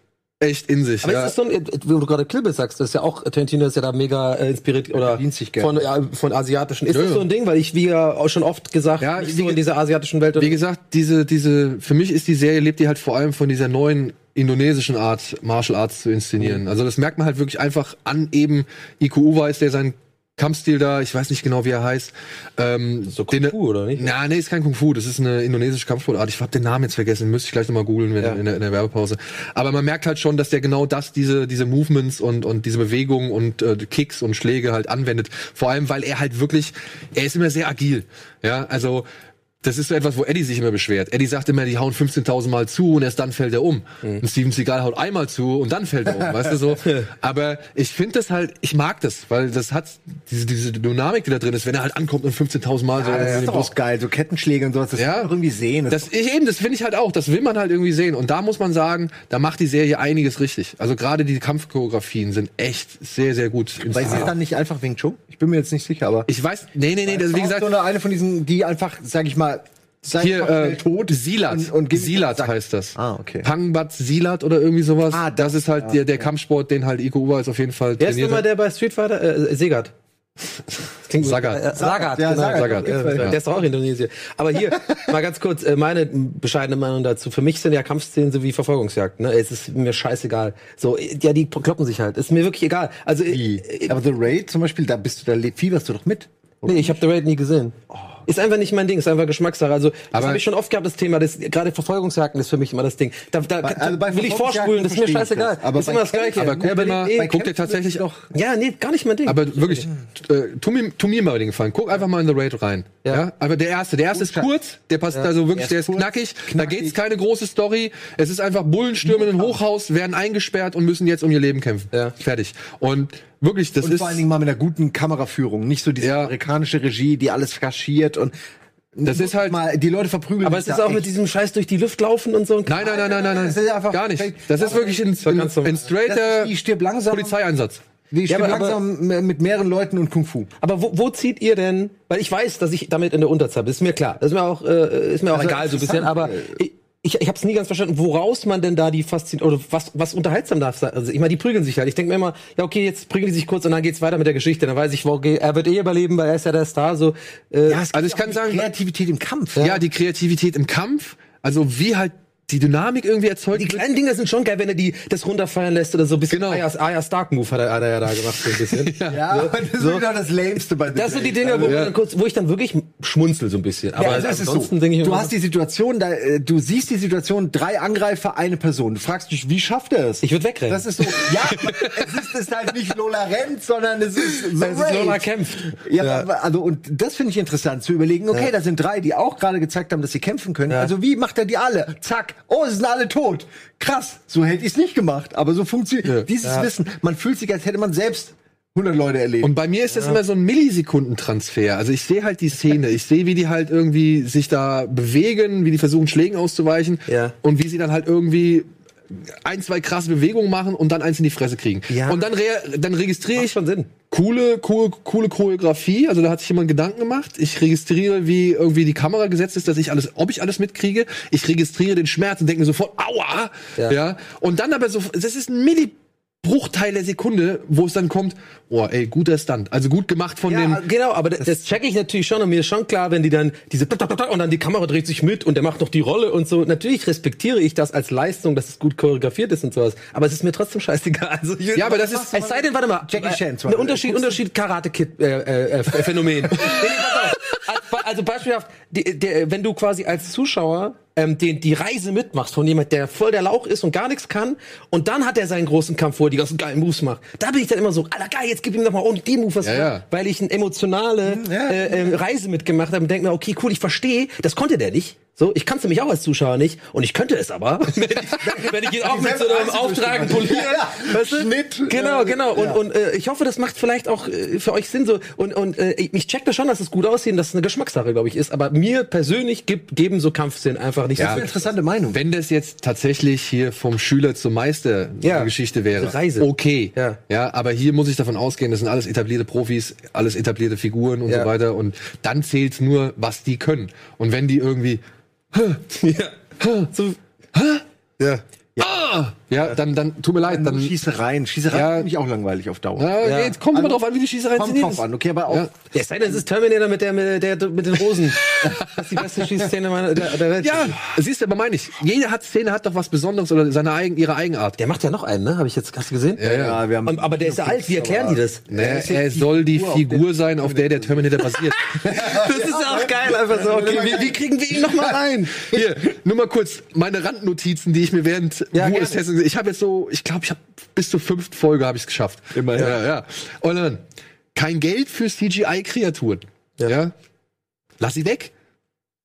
Speaker 4: echt in sich.
Speaker 2: Aber
Speaker 4: ja.
Speaker 2: ist das so ein, wo du gerade Kilbe sagst, das ist ja auch, äh, Tarantino ist ja da mega äh, inspiriert oder
Speaker 1: bedient sich gerne.
Speaker 2: von, ja, von asiatischen. Ist
Speaker 4: Ja,
Speaker 2: das
Speaker 4: ja.
Speaker 2: so ein Ding? Weil ich, wie ja auch schon oft gesagt,
Speaker 4: Ja,
Speaker 2: nicht
Speaker 4: wie
Speaker 2: so
Speaker 4: ge-
Speaker 2: in dieser asiatischen Welt.
Speaker 4: Wie gesagt, diese, diese, für mich ist die Serie, lebt die halt vor allem von dieser neuen indonesischen Art, Martial Arts zu
Speaker 2: Mhm.
Speaker 4: inszenieren. Also das merkt man halt wirklich einfach an eben Iko Uwais, der seinen Kampfstil da, ich weiß nicht genau, wie er heißt. Ähm,
Speaker 2: so Kung Fu, oder nicht?
Speaker 4: Na, nee, ist kein Kung Fu, das ist eine indonesische Kampfsportart. Ich habe den Namen jetzt vergessen, müsste ich gleich nochmal googeln wenn-
Speaker 2: Ja.
Speaker 4: in, der, in der Werbepause. Aber man merkt halt schon, dass der genau das, diese, diese Movements und, und diese Bewegungen und äh, Kicks und Schläge halt anwendet. Vor allem, weil er halt wirklich, er ist immer sehr agil. Ja, also das ist so etwas, wo Eddie sich immer beschwert. Eddie sagt immer, die hauen 15.000 Mal zu und erst dann fällt er um.
Speaker 1: Mhm.
Speaker 4: Und Steven Seagal haut einmal zu und dann fällt er um, weißt du so. Aber ich finde das halt, ich mag das, weil das hat diese, diese Dynamik, die da drin ist, wenn er halt ankommt und 15.000 Mal so
Speaker 1: Ah,
Speaker 4: in
Speaker 1: das
Speaker 4: den
Speaker 1: ist doch
Speaker 4: Brust
Speaker 1: auch geil. So Kettenschläge und sowas. Das
Speaker 4: Ja.
Speaker 1: kann man doch irgendwie sehen.
Speaker 4: das ich eben, das finde ich halt auch. Das will man halt irgendwie sehen. Und da muss man sagen, da macht die Serie einiges richtig. Also gerade die Kampfchoreografien sind echt sehr, sehr gut.
Speaker 1: weil es ist
Speaker 4: inszeniert.
Speaker 1: dann nicht einfach Wing Chun. Ich bin mir jetzt nicht sicher, aber.
Speaker 4: Ich weiß, nee, nee, nee, das, wie
Speaker 1: Auch
Speaker 4: gesagt,
Speaker 1: so eine, eine von diesen, die einfach, sag ich mal, sei
Speaker 4: hier
Speaker 1: einfach
Speaker 4: äh,
Speaker 1: schnell tot.
Speaker 4: Silat,
Speaker 1: und- und gib-
Speaker 4: Silat heißt das.
Speaker 1: Ah, okay.
Speaker 4: Pangbat Silat oder irgendwie sowas.
Speaker 1: Ah,
Speaker 4: das ist halt der, der Kampfsport, den halt Iko Uwe ist auf jeden Fall
Speaker 2: Wer ist
Speaker 4: trainiert.
Speaker 2: immer
Speaker 4: hat.
Speaker 2: der bei Street Fighter? Äh, Segard. Das Klingt so-
Speaker 4: Sagat.
Speaker 2: Äh, Sagat,
Speaker 1: Ja,
Speaker 2: genau.
Speaker 1: Sagat.
Speaker 2: Sagat. Äh,
Speaker 1: Ja.
Speaker 2: Der ist doch auch Indonesier. Aber hier, mal ganz kurz, äh, meine bescheidene Meinung dazu. Für mich sind ja Kampfszenen so wie Verfolgungsjagd. Ne? Es ist mir scheißegal. So, äh, ja, die kloppen sich halt. Ist mir wirklich egal. Also, äh, äh,
Speaker 1: Aber The Raid zum Beispiel, da bist du, da le- fieberst du doch mit.
Speaker 2: Nee, ich habe The Raid nie gesehen.
Speaker 1: Oh.
Speaker 2: Ist einfach nicht mein Ding, ist einfach Geschmackssache. Also, das
Speaker 4: Aber-
Speaker 2: habe ich schon oft gehabt, das Thema. Das, gerade Verfolgungsjagden ist für mich immer das Ding. Da, da
Speaker 1: Bei- also bei
Speaker 2: will
Speaker 1: Verfolgungsjagden
Speaker 2: ich vorspulen, das ist mir
Speaker 1: verstehe ich
Speaker 2: scheißegal.
Speaker 1: das. Aber
Speaker 2: ist
Speaker 1: bei
Speaker 2: immer das
Speaker 1: Kämpfen-
Speaker 2: Gleiche.
Speaker 4: aber guck dir
Speaker 2: nee,
Speaker 4: mal,
Speaker 2: nee,
Speaker 4: guck dir
Speaker 1: Kämpfen
Speaker 4: tatsächlich doch.
Speaker 2: ja, nee, gar nicht mein Ding.
Speaker 4: Aber wirklich, äh, tu, mir, tu mir mal den Gefallen. Guck einfach mal in The Raid rein.
Speaker 2: Ja.
Speaker 4: Ja. Aber der erste, der erste ist kurz, der passt also wirklich, der ist knackig, Da geht's keine große Story. Es ist einfach Bullen stürmen in ein Hochhaus, werden eingesperrt und müssen jetzt um ihr Leben kämpfen.
Speaker 2: Ja.
Speaker 4: Fertig. Und wirklich, das
Speaker 1: Und
Speaker 4: ist.
Speaker 1: vor allen Dingen mal mit einer guten Kameraführung. Nicht so diese
Speaker 4: Ja.
Speaker 1: amerikanische Regie, die alles kaschiert und
Speaker 4: Das ist halt-
Speaker 1: mal, die Leute verprügeln.
Speaker 2: Aber es
Speaker 1: sich
Speaker 2: ist
Speaker 1: da
Speaker 2: auch mit
Speaker 1: echt.
Speaker 2: diesem Scheiß durch die Luft laufen und so. und-
Speaker 4: Nein, nein, nein, nein, nein, nein.
Speaker 1: Das ist einfach-
Speaker 4: Gar nicht. Das ist wirklich ein, ein,
Speaker 2: ganz normal.
Speaker 4: ein straighter
Speaker 1: Das ist die stirb langsam.
Speaker 4: Polizeieinsatz.
Speaker 1: Die
Speaker 2: Ja,
Speaker 1: stehen
Speaker 2: aber-
Speaker 1: langsam m- mit mehreren Leuten und Kung Fu.
Speaker 2: Aber wo, wo zieht ihr denn? Weil ich weiß, dass ich damit in der Unterzahl bin. Ist mir klar. Ist mir auch, äh, ist mir auch
Speaker 1: Also
Speaker 2: egal so ein bisschen.
Speaker 1: interessant,
Speaker 2: Aber ich, ich, ich habe es nie ganz verstanden, woraus man denn da die Faszination oder was was unterhaltsam darf sein. Also ich meine, die prügeln sich halt. Ich denke mir immer, ja okay, jetzt prügeln die sich kurz und dann geht's weiter mit der Geschichte. Dann weiß ich, wo, er wird eh überleben, weil er ist ja der Star. So äh,
Speaker 1: es gibt
Speaker 4: Also ich
Speaker 1: auch
Speaker 4: kann
Speaker 1: die
Speaker 4: sagen-
Speaker 1: Kreativität im Kampf.
Speaker 4: Ja. die Kreativität im Kampf, also wie halt die Dynamik irgendwie erzeugt
Speaker 2: also, die
Speaker 4: wird.
Speaker 2: kleinen Dinger sind schon geil, wenn er die das runterfallen lässt oder so. Ein bisschen
Speaker 4: Genau.
Speaker 2: Arya, Arya Stark Move hat er, hat er ja da gemacht so ein bisschen.
Speaker 1: Ja, aber das ist wieder das Lämste bei The
Speaker 2: Das sind die
Speaker 1: Raid.
Speaker 2: Dinger, wo,
Speaker 4: Ja.
Speaker 2: man dann kurz, wo ich dann wirklich schmunzel so ein bisschen. Aber
Speaker 1: Ja, also es ist so.
Speaker 2: ansonsten denke ich
Speaker 1: du
Speaker 2: immer-
Speaker 1: hast die Situation, da, äh, du siehst die Situation, drei Angreifer, eine Person. Du fragst dich, wie schafft er es?
Speaker 2: Ich würd wegrennen.
Speaker 1: Das ist so, ja, es ist, ist halt nicht Lola rennt, sondern es ist so
Speaker 2: Es ist Lola kämpft.
Speaker 1: Ja, aber- also und das finde ich interessant zu überlegen. Okay, da sind drei, die auch gerade gezeigt haben, dass sie kämpfen können. Also wie macht er die alle? Zack. Oh, es sind alle tot. Krass. So hätte ich es nicht gemacht, aber so funktioniert dieses Wissen. Man fühlt sich, als hätte man selbst 100 Leute erlebt.
Speaker 4: Und bei mir ist das immer so ein Millisekundentransfer. Also ich sehe halt die Szene, ich sehe, wie die halt irgendwie sich da bewegen, wie die versuchen, Schlägen auszuweichen
Speaker 2: Ja.
Speaker 4: und wie sie dann halt irgendwie ein, zwei krasse Bewegungen machen und dann eins in die Fresse kriegen.
Speaker 2: Ja.
Speaker 4: Und dann, re dann registriere
Speaker 2: Macht
Speaker 4: ich
Speaker 2: schon Sinn.
Speaker 4: Coole, coole, coole Choreografie, also da hat sich jemand Gedanken gemacht. Ich registriere, wie irgendwie die Kamera gesetzt ist, dass ich alles, ob ich alles mitkriege. Ich registriere den Schmerz und denke mir sofort, aua!
Speaker 2: Ja.
Speaker 4: Ja. Und dann aber so, das ist ein Millibruchteil der Sekunde, wo es dann kommt, oh ey, guter Stunt. Also gut gemacht von
Speaker 2: Ja,
Speaker 4: dem.
Speaker 2: genau, aber das, das checke ich natürlich schon und mir ist schon klar, wenn die dann diese tap, tap, tap, tap und dann die Kamera dreht sich mit und der macht noch die Rolle und so. Natürlich respektiere ich das als Leistung, dass es gut choreografiert ist und sowas. Aber es ist mir trotzdem scheißegal. Also ich,
Speaker 4: Ja, aber das ist-
Speaker 2: Es sei denn, warte mal.
Speaker 1: Jackie Chan zum
Speaker 2: Ein
Speaker 1: Beispiel.
Speaker 2: Unterschied, Unterschied Karate-Kid-Phänomen. Äh, äh, Phänomen. Nee, nee, pass auf. also, also beispielhaft, die, der, wenn du quasi als Zuschauer ähm, den, die Reise mitmachst von jemand, der voll der Lauch ist und gar nichts kann, und dann hat er seinen großen Kampf, wo er die ganzen geilen Moves macht. Da bin ich dann immer so, Alter, geil, jetzt gib ihm nochmal und den Move, was
Speaker 4: Ja,
Speaker 2: du-
Speaker 4: ja.
Speaker 2: weil ich eine emotionale
Speaker 1: ja.
Speaker 2: äh, äh, Reise mitgemacht habe und denke mir, okay, cool, ich verstehe, das konnte der nicht. So, ich kann es nämlich auch als Zuschauer nicht und ich könnte es aber, wenn ich, wenn ich ihn auch mit so einem Auftrag poliere.
Speaker 1: Ja,
Speaker 2: Weißt du?
Speaker 1: Schnitt,
Speaker 2: Genau,
Speaker 1: äh,
Speaker 2: genau. Und,
Speaker 1: ja.
Speaker 2: und äh, ich hoffe, das macht vielleicht auch äh, für euch Sinn. So. Und, und äh, ich checke das schon, dass es gut aussieht und dass es eine Geschmackssache, glaube ich, ist. Aber mir persönlich gibt, geben so Kampfszenen einfach nicht
Speaker 4: Ja.
Speaker 2: so viel.
Speaker 1: interessante Meinung.
Speaker 4: Wenn das jetzt tatsächlich hier vom Schüler zum Meister
Speaker 2: Ja.
Speaker 4: eine Geschichte wäre,
Speaker 2: Diese Reise.
Speaker 4: okay.
Speaker 2: Ja.
Speaker 4: ja, aber hier muss ich davon ausgehen, das sind alles etablierte Profis, alles etablierte Figuren und
Speaker 2: Ja.
Speaker 4: so weiter. Und dann zählt nur, was die können. Und wenn die irgendwie
Speaker 2: Ja. So,
Speaker 1: Ja.
Speaker 4: Ah!" Ja, dann, dann tut mir leid,
Speaker 1: Dann
Speaker 4: dann.
Speaker 1: Schießereien. Schießereien
Speaker 4: Ja.
Speaker 1: finde ich auch langweilig auf Dauer.
Speaker 4: Ja,
Speaker 2: Ja.
Speaker 4: Jetzt kommt immer
Speaker 1: Also,
Speaker 4: drauf an, wie die Schießerei
Speaker 1: Kommt
Speaker 4: inszeniert
Speaker 1: drauf
Speaker 4: ist.
Speaker 1: an, okay, aber auch.
Speaker 4: Ja.
Speaker 2: ja, es sei denn, es ist Terminator mit, der, mit, der, mit den Rosen. das ist die beste Schießszene meiner, der, der Welt.
Speaker 4: Ja, siehst du, aber meine ich, jede hat Szene hat doch was Besonderes oder seine eigen, ihre Eigenart.
Speaker 2: Der macht ja noch einen, ne? Habe ich jetzt, hast du gesehen?
Speaker 1: Ja, wir haben
Speaker 2: Und, aber der ist ja alt, wie erklären die das?
Speaker 4: Nee, Ne, er soll die Figur sein, auf der der Terminator basiert.
Speaker 2: Das ist ja auch geil, einfach so, okay, wie, wie kriegen wir ihn nochmal rein?
Speaker 4: Hier, nur mal kurz meine Randnotizen, die ich mir während
Speaker 2: Ja, gerne.
Speaker 4: Ruhes testen. Ich habe jetzt so, ich glaube, ich habe bis zur fünften Folge habe ich es geschafft.
Speaker 1: Immerhin.
Speaker 4: Ja, ja. Und dann kein Geld für CGI-Kreaturen. Ja. Lass sie weg.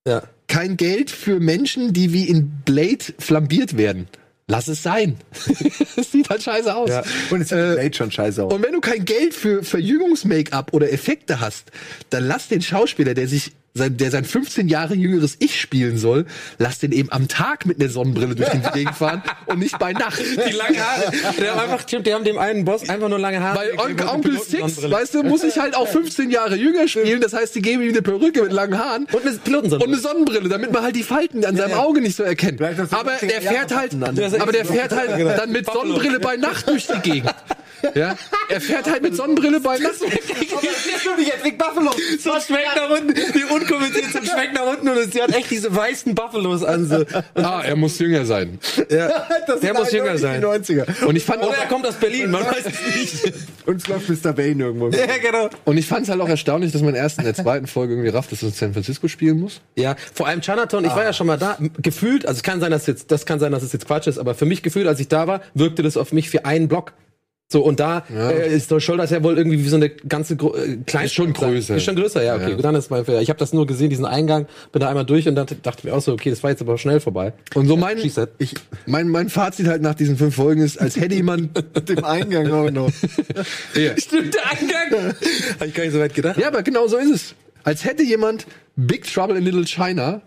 Speaker 2: Ja.
Speaker 4: Kein Geld für Menschen, die wie in Blade flambiert werden. Lass es sein. Es sieht halt scheiße aus.
Speaker 2: Ja.
Speaker 1: Und es sieht Blade schon scheiße aus.
Speaker 4: Und wenn du kein Geld für Verjüngungs-Make-up oder Effekte hast, dann lass den Schauspieler, der sich sein, der sein 15 Jahre jüngeres Ich spielen soll, lass den eben am Tag mit einer Sonnenbrille durch die Gegend fahren und nicht bei Nacht.
Speaker 2: Die langen Haare. Die haben einfach, stimmt, die haben dem einen Boss einfach nur lange Haare.
Speaker 4: Bei
Speaker 2: gegeben
Speaker 4: Onkel,
Speaker 2: und
Speaker 4: Onkel
Speaker 2: eine
Speaker 4: Six,
Speaker 2: Pilotensonnenbrille.
Speaker 4: weißt du, muss ich halt auch 15 Jahre jünger spielen. Das heißt, die geben ihm eine Perücke mit langen Haaren
Speaker 2: Und eine
Speaker 4: und eine
Speaker 2: Pilotensonnenbrille.
Speaker 4: Sonnenbrille, damit man halt die Falten an seinem
Speaker 1: ja.
Speaker 4: Auge nicht so erkennt.
Speaker 1: Vielleicht hast du
Speaker 4: Aber
Speaker 1: 15
Speaker 4: der
Speaker 1: Jahre
Speaker 4: fährt halt,
Speaker 1: Falten an.
Speaker 4: aber der fährt halt
Speaker 2: Genau.
Speaker 4: dann mit
Speaker 2: Buffalo.
Speaker 4: Sonnenbrille bei Nacht durch die Gegend. Ja, er fährt halt mit Sonnenbrille bei Nacht.
Speaker 2: Zum Schwenk nach unten, die unkommentiert zum Schwenk nach unten und sie hat echt diese weißen Buffalos an. So.
Speaker 4: Ah, er muss jünger sein.
Speaker 1: Das
Speaker 2: Der
Speaker 1: sind
Speaker 2: muss jünger
Speaker 1: eindeutig Die
Speaker 2: sein.
Speaker 1: 90er.
Speaker 4: Und ich fand auch,
Speaker 2: Oder er kommt aus Berlin, man weiß es nicht.
Speaker 1: Uns läuft Mr. Bane irgendwo.
Speaker 2: Ja, genau.
Speaker 4: und ich fand's halt auch erstaunlich, dass man erst in der zweiten Folge irgendwie rafft, dass man in San Francisco spielen muss.
Speaker 2: Ja, vor allem Chinatown, ich war ja schon mal da, m- gefühlt, also es kann sein, dass jetzt, das kann sein, dass es jetzt Quatsch ist, aber für mich gefühlt, als ich da war, wirkte das auf mich für einen Block. So, und da äh, ist der Shoulders ja wohl irgendwie wie so eine ganze Gro äh, kleine
Speaker 4: Ist schon größer.
Speaker 2: Ist schon größer, ja, okay,
Speaker 4: Ja.
Speaker 2: gut, dann ist mein Fehler. Ich habe das nur gesehen, diesen Eingang, bin da einmal durch und dann dachte mir auch so, okay, das war jetzt aber schnell vorbei.
Speaker 4: Und so mein,
Speaker 2: Schießt halt.
Speaker 4: ich, mein, mein Fazit halt nach diesen fünf Folgen ist, als hätte jemand.
Speaker 1: Im Eingang auch noch.
Speaker 4: Ja.
Speaker 2: Stimmt, der Eingang! Habe ich gar nicht so weit gedacht.
Speaker 4: ja, aber genau so ist es. Als hätte jemand Big Trouble in Little China,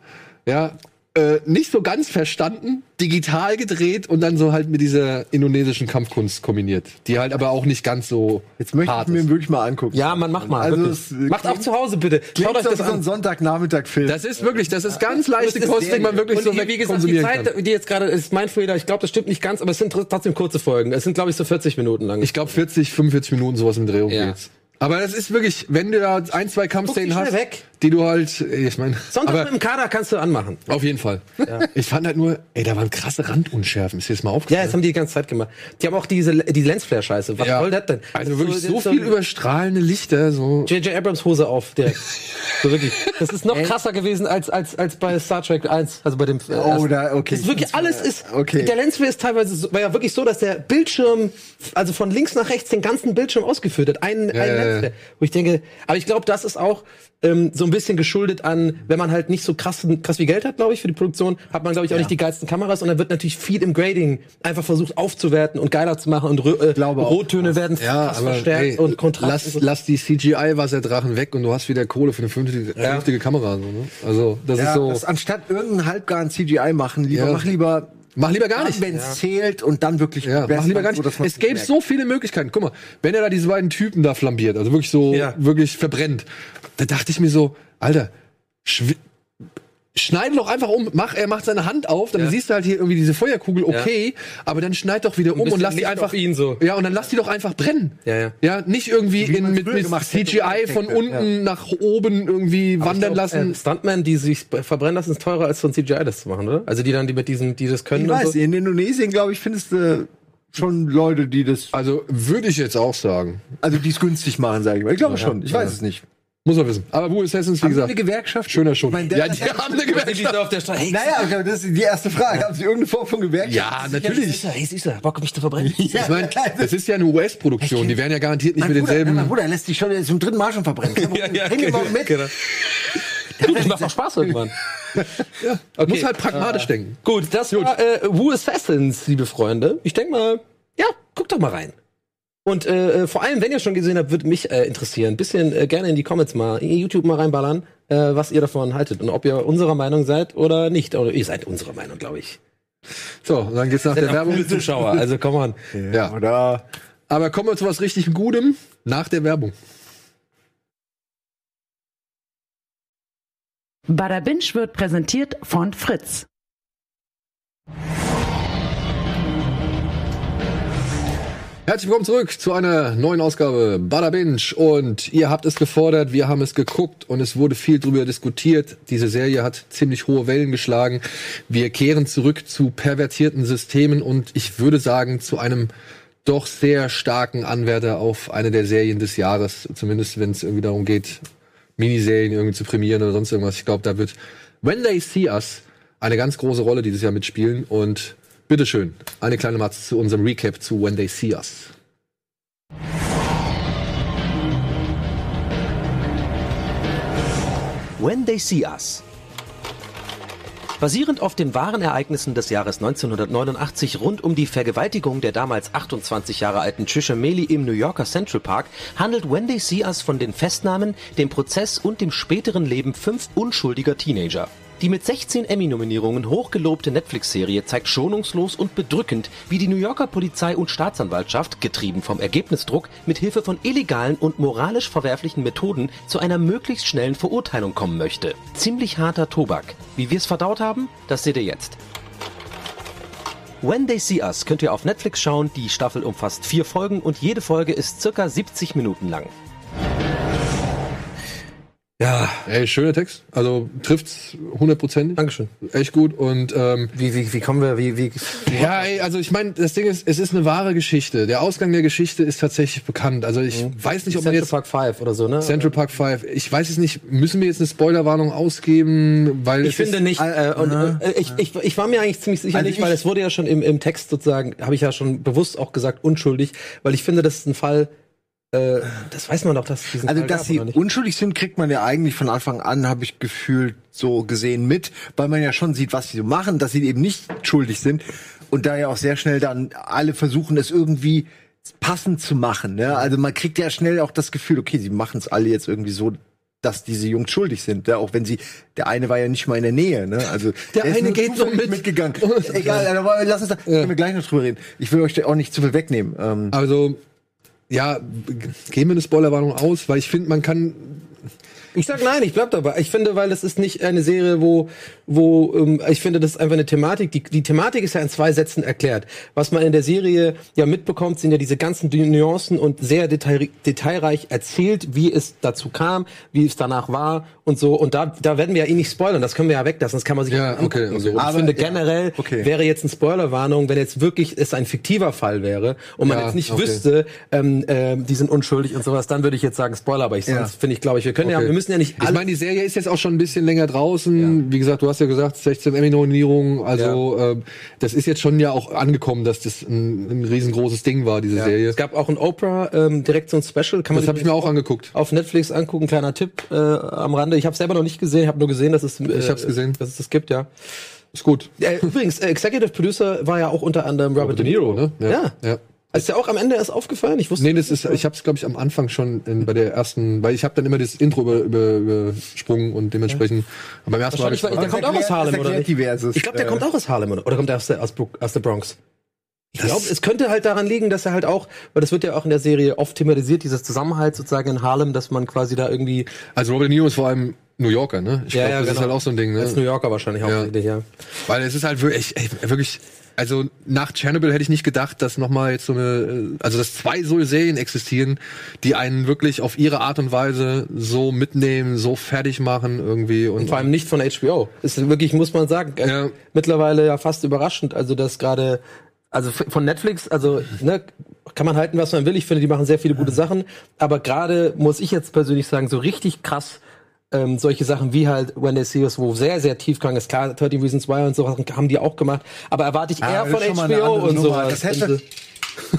Speaker 4: ja, äh, nicht so ganz verstanden, digital gedreht und dann so halt mit dieser indonesischen Kampfkunst kombiniert. Die halt aber auch nicht ganz so
Speaker 1: Jetzt möchte ich
Speaker 4: hart
Speaker 1: mir
Speaker 4: ist.
Speaker 1: wirklich mal angucken.
Speaker 2: Ja, man macht mal.
Speaker 1: Also
Speaker 2: wirklich.
Speaker 1: es, äh,
Speaker 2: macht auch zu Hause bitte.
Speaker 1: Klingt
Speaker 2: Schaut euch
Speaker 1: doch
Speaker 2: das
Speaker 1: so ein
Speaker 2: an.
Speaker 1: Sonntagnachmittag-Film.
Speaker 4: Das ist wirklich, das ist ganz leichte
Speaker 2: Das ist
Speaker 4: Kost, die man wirklich
Speaker 2: und
Speaker 4: so
Speaker 2: hier, wie gesagt, die
Speaker 4: wegkonsumieren kann.
Speaker 2: Zeit, die jetzt gerade ist mein Fehler. Ich glaube, das stimmt nicht ganz, aber es sind tr- trotzdem kurze Folgen. Es sind, glaube ich, so 40 Minuten lang.
Speaker 4: Ich glaube 40, 45 Minuten sowas im Dreh um
Speaker 2: Ja.
Speaker 4: geht's. Aber das ist wirklich, wenn du da ein, zwei Kampfszenen
Speaker 2: Guck die
Speaker 4: hast,
Speaker 2: schnell weg.
Speaker 4: die du halt, äh, ich meine,
Speaker 2: Sonntag mit
Speaker 4: aber
Speaker 2: dem Kader kannst du anmachen.
Speaker 4: auf jeden Fall. Ich fand halt nur, ey, da waren krasse Randunschärfen. Ist dir das mal
Speaker 2: Ja,
Speaker 4: aufgefallen?
Speaker 2: das haben die die ganze Zeit gemacht. Die haben auch diese die Lensflare-Scheiße. Was soll das denn?
Speaker 4: Also
Speaker 2: Das
Speaker 4: wirklich
Speaker 2: ist
Speaker 4: so,
Speaker 2: das ist
Speaker 4: viel
Speaker 2: ein
Speaker 4: überstrahlende Lichter, so.
Speaker 2: J.J. Abrams Hose auf, direkt. so wirklich. Das ist noch krasser gewesen als, als, als bei Star Trek 1, also bei dem. Äh, ersten.
Speaker 1: da- okay.
Speaker 2: Das ist wirklich alles ist.
Speaker 1: Okay.
Speaker 2: Der Lensflare ist teilweise so, war ja wirklich so, dass der Bildschirm, also von links nach rechts den ganzen Bildschirm ausgeführt hat. Ein, ein
Speaker 4: ja, ja.
Speaker 2: Lensflare. Wo ich denke, aber ich glaube, das ist auch ähm, so ein bisschen geschuldet an, wenn man halt nicht so krass, krass viel Geld hat, glaube ich, für die Produktion, hat man, glaube ich, auch nicht die geilsten Kameras und dann wird natürlich viel im Grading einfach versucht aufzuwerten und geiler zu machen und rö- äh,
Speaker 1: glaube auch.
Speaker 2: Rottöne werden
Speaker 4: Ja,
Speaker 2: krass
Speaker 4: aber
Speaker 2: verstärkt
Speaker 4: ey,
Speaker 2: und Kontrast. und
Speaker 4: lass,
Speaker 2: so.
Speaker 4: lass die CGI-Wasserdrachen weg und du hast wieder Kohle für eine vernünftige, vernünftige Kamera. So, ne? Also, das
Speaker 1: Ja,
Speaker 4: ist so.
Speaker 1: das anstatt irgendeinen halbgaren CGI machen, lieber
Speaker 4: Ja.
Speaker 1: mach lieber
Speaker 4: mach lieber gar nicht.
Speaker 1: wenn es zählt und dann wirklich
Speaker 4: Ja, mach lieber gar nicht. es gäbe so viele Möglichkeiten. Guck mal, wenn er da diese beiden Typen da flambiert, also wirklich so,
Speaker 2: Ja.
Speaker 4: wirklich verbrennt, da dachte ich mir so, Alter, schwi- schneide doch einfach um. Mach, er macht seine Hand auf, dann siehst du halt hier irgendwie diese Feuerkugel, okay, aber dann schneid doch wieder um und
Speaker 2: bisschen
Speaker 4: lass die
Speaker 2: Licht
Speaker 4: einfach,
Speaker 2: auf ihn so.
Speaker 4: ja, und dann lass die doch einfach brennen.
Speaker 2: Ja, ja.
Speaker 4: Ja, nicht irgendwie in,
Speaker 1: man's
Speaker 4: mit,
Speaker 1: früher
Speaker 4: mit
Speaker 1: gemacht hätte,
Speaker 4: CGI
Speaker 1: um
Speaker 4: von
Speaker 1: Effekte,
Speaker 4: unten nach oben irgendwie wandern
Speaker 2: Ich glaub,
Speaker 4: lassen.
Speaker 2: Äh, Stuntmen, die sich sp- verbrennen lassen, ist teurer als von CGI das zu machen, oder? Also die dann, die mit diesem, die das können
Speaker 1: Ich
Speaker 2: und
Speaker 1: weiß,
Speaker 2: so.
Speaker 1: in Indonesien, glaube ich, findest du schon Leute, die das,
Speaker 4: Also, würde ich jetzt auch sagen.
Speaker 1: also die es günstig machen, sage ich mal. Ich glaube schon, ich weiß es nicht.
Speaker 4: Muss man wissen. Aber Blue Assassins, wie
Speaker 1: Haben die
Speaker 4: gesagt,
Speaker 1: eine Gewerkschaft?
Speaker 4: schöner Schub.
Speaker 1: Ich meine, der-
Speaker 4: ja, die haben eine Gewerkschaft.
Speaker 2: so auf der Straße. Hey,
Speaker 1: Naja, aber das ist die erste Frage. Haben Sie irgendeine Form von Gewerkschaft?
Speaker 4: Ja, natürlich.
Speaker 2: hey, Süßer, Bock mich zu verbrennen.
Speaker 1: Ja,
Speaker 4: Ich meine,
Speaker 1: klar.
Speaker 4: es ist ja eine US-Produktion, die werden ja garantiert nicht
Speaker 1: Mein
Speaker 4: mit
Speaker 1: Bruder, Mein
Speaker 4: denselben.
Speaker 1: Bruder lässt sich schon zum dritten Mal schon verbrennen.
Speaker 2: ja, ja,
Speaker 1: Bring ihn mal mit.
Speaker 2: Genau. Du, das macht doch Spaß irgendwann. okay.
Speaker 4: Muss halt pragmatisch denken.
Speaker 2: Gut, das war äh, Who Assassins, liebe Freunde. Ich denke mal, ja, guckt doch mal rein. Und äh, äh, vor allem, wenn ihr schon gesehen habt, würde mich äh, interessieren. Ein bisschen äh, gerne in die Comments mal, in ihr YouTube mal reinballern, äh, was ihr davon haltet und ob ihr unserer Meinung seid oder nicht. Oder ihr seid unserer Meinung, glaube ich.
Speaker 4: So, und dann geht's nach der
Speaker 2: Ja,
Speaker 4: Werbung.
Speaker 2: coole Zuschauer, also komm on.
Speaker 4: Ja.
Speaker 1: Oder
Speaker 4: Aber kommen wir zu was richtig Gutem nach der Werbung.
Speaker 3: Bada Binge wird präsentiert von Fritz.
Speaker 4: Herzlich willkommen zurück zu einer neuen Ausgabe Bada Binge. Und ihr habt es gefordert, wir haben es geguckt und es wurde viel drüber diskutiert. Diese Serie hat ziemlich hohe Wellen geschlagen. Wir kehren zurück zu pervertierten Systemen und ich würde sagen zu einem doch sehr starken Anwärter auf eine der Serien des Jahres. Zumindest wenn es irgendwie darum geht, Miniserien irgendwie zu prämieren oder sonst irgendwas. Ich glaube, da wird When They See Us eine ganz große Rolle dieses Jahr mitspielen und bitteschön, eine kleine Matz zu unserem Recap zu When They See Us.
Speaker 5: When They See Us. Basierend auf den wahren Ereignissen des Jahres 1989 rund um die Vergewaltigung der damals 28 Jahre alten Trisha Mealy im New Yorker Central Park handelt When They See Us von den Festnahmen, dem Prozess und dem späteren Leben fünf unschuldiger Teenager. Die mit 16 Emmy-Nominierungen hochgelobte Netflix-Serie zeigt schonungslos und bedrückend, wie die New Yorker Polizei und Staatsanwaltschaft, getrieben vom Ergebnisdruck, mit Hilfe von illegalen und moralisch verwerflichen Methoden zu einer möglichst schnellen Verurteilung kommen möchte. Ziemlich harter Tobak. Wie wir es verdaut haben, das seht ihr jetzt. When They See Us könnt ihr auf Netflix schauen. Die Staffel umfasst vier Folgen und jede Folge ist circa 70 Minuten lang.
Speaker 4: Ja. Ey, schöner Text. Also trifft's hundertprozentig.
Speaker 2: Dankeschön.
Speaker 4: Echt gut. Und ähm,
Speaker 2: Wie, wie, wie kommen wir, wie, wie.
Speaker 4: ja, ey, also ich meine, das Ding ist, es ist eine wahre Geschichte. Der Ausgang der Geschichte ist tatsächlich bekannt. Also ich weiß nicht, ob man
Speaker 2: Mhm. Central
Speaker 4: jetzt
Speaker 2: Park 5 oder so, ne?
Speaker 4: Central Park 5. Ich weiß es nicht. Müssen wir jetzt eine Spoilerwarnung ausgeben? Weil
Speaker 2: Ich
Speaker 4: es ist-
Speaker 2: finde nicht. Äh, und, äh, ich, ich, ich war mir eigentlich ziemlich sicher
Speaker 1: Also
Speaker 2: nicht, weil
Speaker 1: ich-
Speaker 2: es wurde ja schon im, im Text sozusagen, habe ich ja schon bewusst auch gesagt, unschuldig, weil ich finde, das ist ein Fall, äh, das weiß man doch, dass es diesen
Speaker 1: Also,
Speaker 2: Fall
Speaker 1: dass
Speaker 2: gab,
Speaker 1: sie
Speaker 2: oder nicht?
Speaker 1: unschuldig sind, kriegt man ja eigentlich von Anfang an, habe ich gefühlt so gesehen mit, weil man ja schon sieht, was sie so machen, dass sie eben nicht schuldig sind und da ja auch sehr schnell dann alle versuchen, es irgendwie passend zu machen. Ne? Also man kriegt ja schnell auch das Gefühl, okay, sie machen es alle jetzt irgendwie so, dass diese Jungs schuldig sind. Ja? Auch wenn sie, der eine war ja nicht mal in der Nähe. Ne? Also
Speaker 4: Der eine
Speaker 1: nur
Speaker 4: geht noch
Speaker 1: zufällig
Speaker 4: mit. Oh,
Speaker 1: mitgegangen. Egal, aber lass uns da, können wir gleich noch drüber reden. Ich will euch da auch nicht zu viel wegnehmen. Ähm,
Speaker 4: Also, ja, geben wir eine Spoilerwarnung aus, weil ich finde, man kann.
Speaker 2: Ich sag nein, ich bleib dabei. Ich finde, weil das ist nicht eine Serie, wo, wo ähm, ich finde, das ist einfach eine Thematik. Die, die Thematik ist ja in zwei Sätzen erklärt. Was man in der Serie ja mitbekommt, sind ja diese ganzen Nü- Nuancen und sehr detail, detailreich erzählt, wie es dazu kam, wie es danach war und so. Und da, da werden wir ja eh nicht spoilern. Das können wir ja weglassen. Das kann man sich
Speaker 4: Ja,
Speaker 2: angucken
Speaker 4: okay,
Speaker 2: und
Speaker 4: okay.
Speaker 2: so. Und ich
Speaker 1: Aber-
Speaker 2: finde
Speaker 1: ja,
Speaker 2: generell
Speaker 1: okay.
Speaker 2: wäre jetzt eine Spoilerwarnung, wenn jetzt wirklich es ein fiktiver Fall wäre und man
Speaker 4: Ja,
Speaker 2: jetzt nicht
Speaker 4: okay.
Speaker 2: wüsste, ähm, ähm, die sind unschuldig und sowas, dann würde ich jetzt sagen Spoiler. Aber ich,
Speaker 1: Ja.
Speaker 2: sonst finde ich, glaube ich, wir können ja,
Speaker 4: Okay.
Speaker 2: wir müssen müssen ja nicht
Speaker 4: Ich
Speaker 2: alle.
Speaker 4: meine, die Serie ist jetzt auch schon ein bisschen länger draußen. Wie gesagt, du hast ja gesagt, 16 Emmy-Nominierungen. Also ähm, das ist jetzt schon ja auch angekommen, dass das ein, ein riesengroßes Ding war, diese Serie.
Speaker 2: Es gab auch ein Oprah ähm, direkt so ein Special. Kann man
Speaker 4: Das habe ich mir auch angeguckt.
Speaker 2: auf Netflix angucken. Kleiner Tipp äh, am Rande. Ich habe selber noch nicht gesehen. Ich habe nur gesehen, dass es äh,
Speaker 4: Ich hab's gesehen.
Speaker 2: dass es das gibt. Ja.
Speaker 4: Ist gut.
Speaker 2: Äh, übrigens, äh, Executive Producer war ja auch unter anderem Robert, De Niro.
Speaker 4: ne?
Speaker 2: Ja.
Speaker 4: Ja. ja.
Speaker 2: Ist ja auch am Ende erst aufgefallen. Ich wusste.
Speaker 4: Nee, das ist, ich habe es, glaube ich, am Anfang schon in, bei der ersten, weil ich habe dann immer das Intro über, über, übersprungen und dementsprechend aber beim ersten Mal hab
Speaker 2: Wahrscheinlich
Speaker 4: ich
Speaker 2: war, der
Speaker 1: Das
Speaker 2: kommt auch aus
Speaker 1: erklärt-
Speaker 2: Harlem,
Speaker 1: das
Speaker 2: oder
Speaker 1: erklärt
Speaker 2: nicht?
Speaker 1: diverses.
Speaker 2: Ich glaube, der
Speaker 1: Äh,
Speaker 2: kommt auch aus Harlem, oder, oder kommt er aus der, aus, Bro- aus der Bronx? Ich glaube, es könnte halt daran liegen, dass er halt auch, weil das wird ja auch in der Serie oft thematisiert, dieses Zusammenhalt sozusagen in Harlem, dass man quasi da irgendwie
Speaker 4: Also Robert De Niro ist vor allem New Yorker, ne? Ich glaube, das ist
Speaker 2: genau.
Speaker 4: halt auch so ein Ding,
Speaker 2: Als New
Speaker 4: ne?
Speaker 2: Yorker wahrscheinlich hauptsächlich, ja.
Speaker 4: Weil es ist halt wirklich, ey, wirklich, also nach Chernobyl hätte ich nicht gedacht, dass nochmal jetzt so eine, äh, also dass zwei so Serien existieren, die einen wirklich auf ihre Art und Weise so mitnehmen, so fertig machen irgendwie und,
Speaker 2: Vor allem nicht von HBO. Ist wirklich, muss man sagen, äh,
Speaker 4: Ja.
Speaker 2: mittlerweile ja fast überraschend. Also, dass gerade, also f- von Netflix, also, ne, kann man halten, was man will. Ich finde, die machen sehr viele gute Sachen. Aber gerade muss ich jetzt persönlich sagen, so richtig krass, ähm, solche Sachen wie halt When They See Us, wo sehr, sehr tief krank ist. Klar, 13 Reasons Why und so haben die auch gemacht. Aber erwarte ich eher
Speaker 1: Ah, das ist
Speaker 2: von
Speaker 1: schon mal eine
Speaker 2: HBO
Speaker 1: andere
Speaker 2: und
Speaker 1: Nummer.
Speaker 2: sowas.
Speaker 1: Das hätte-
Speaker 2: Und, äh,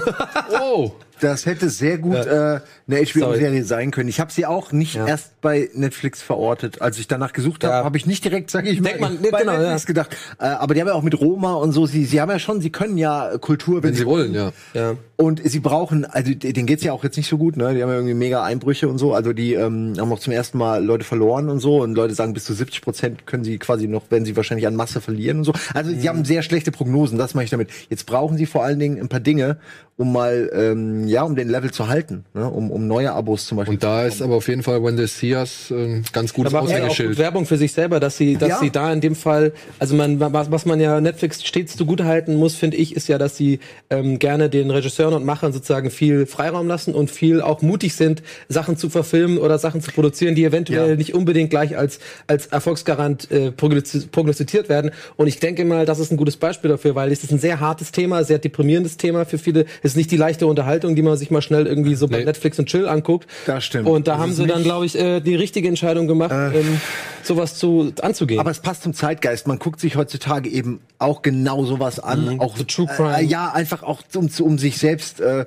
Speaker 4: oh,
Speaker 1: Das hätte sehr gut äh, eine HBO-Serie sein können. Ich habe sie auch nicht erst bei Netflix verortet. Als ich danach gesucht habe,
Speaker 2: Ja.
Speaker 1: habe ich nicht direkt, sage ich mal,
Speaker 2: Denkt man- nee,
Speaker 1: bei
Speaker 2: genau,
Speaker 1: Netflix
Speaker 2: ja.
Speaker 1: gedacht. Äh, aber die haben ja auch mit Roma und so, sie, sie haben ja schon, sie können ja äh, Kultur, wenn,
Speaker 4: wenn sie wollen, ja.
Speaker 2: ja.
Speaker 1: Und sie brauchen, also denen geht's ja auch jetzt nicht so gut, ne? Die haben ja irgendwie mega Einbrüche und so. Also die ähm, haben auch zum ersten Mal Leute verloren und so. Und Leute sagen, bis zu 70 Prozent können sie quasi noch, werden sie wahrscheinlich an Masse verlieren und so. Also
Speaker 2: Mhm.
Speaker 1: sie haben sehr schlechte Prognosen, das mache ich damit. Jetzt brauchen sie vor allen Dingen ein paar Dinge, um mal, ähm, ja, um den Level zu halten, ne? um, um neue Abos zum Beispiel.
Speaker 4: Und da ist aber auf jeden Fall When They See Us ein ganz
Speaker 2: Da
Speaker 4: gutes
Speaker 2: machen sie auch gut
Speaker 4: Aushängeschild.
Speaker 2: Werbung für sich selber, dass sie, dass
Speaker 1: Ja.
Speaker 2: sie da in dem Fall, also man, was, was man ja Netflix stets zugutehalten muss, finde ich, ist ja, dass sie ähm, gerne den Regisseuren und Machern sozusagen viel Freiraum lassen und viel auch mutig sind, Sachen zu verfilmen oder Sachen zu produzieren, die eventuell
Speaker 1: Ja.
Speaker 2: nicht unbedingt gleich als als Erfolgsgarant äh, prognostiz- prognostiziert werden. Und ich denke mal, das ist ein gutes Beispiel dafür, weil es ist ein sehr hartes Thema, sehr deprimierendes Thema für viele. Es ist nicht die leichte Unterhaltung, die man sich mal schnell irgendwie so bei
Speaker 4: Nee.
Speaker 2: Netflix und Chill anguckt.
Speaker 1: Das stimmt.
Speaker 2: Und da
Speaker 1: Das
Speaker 2: haben
Speaker 1: ist
Speaker 2: sie dann,
Speaker 1: nicht-
Speaker 2: glaube ich, äh, die richtige Entscheidung gemacht, ähm, sowas zu anzugehen.
Speaker 1: Äh. Aber es passt zum Zeitgeist. Man guckt sich heutzutage eben auch genau sowas an. auch
Speaker 2: so Mhm. True Crime.
Speaker 1: Äh, ja, einfach auch um, zu- um sich selbst äh,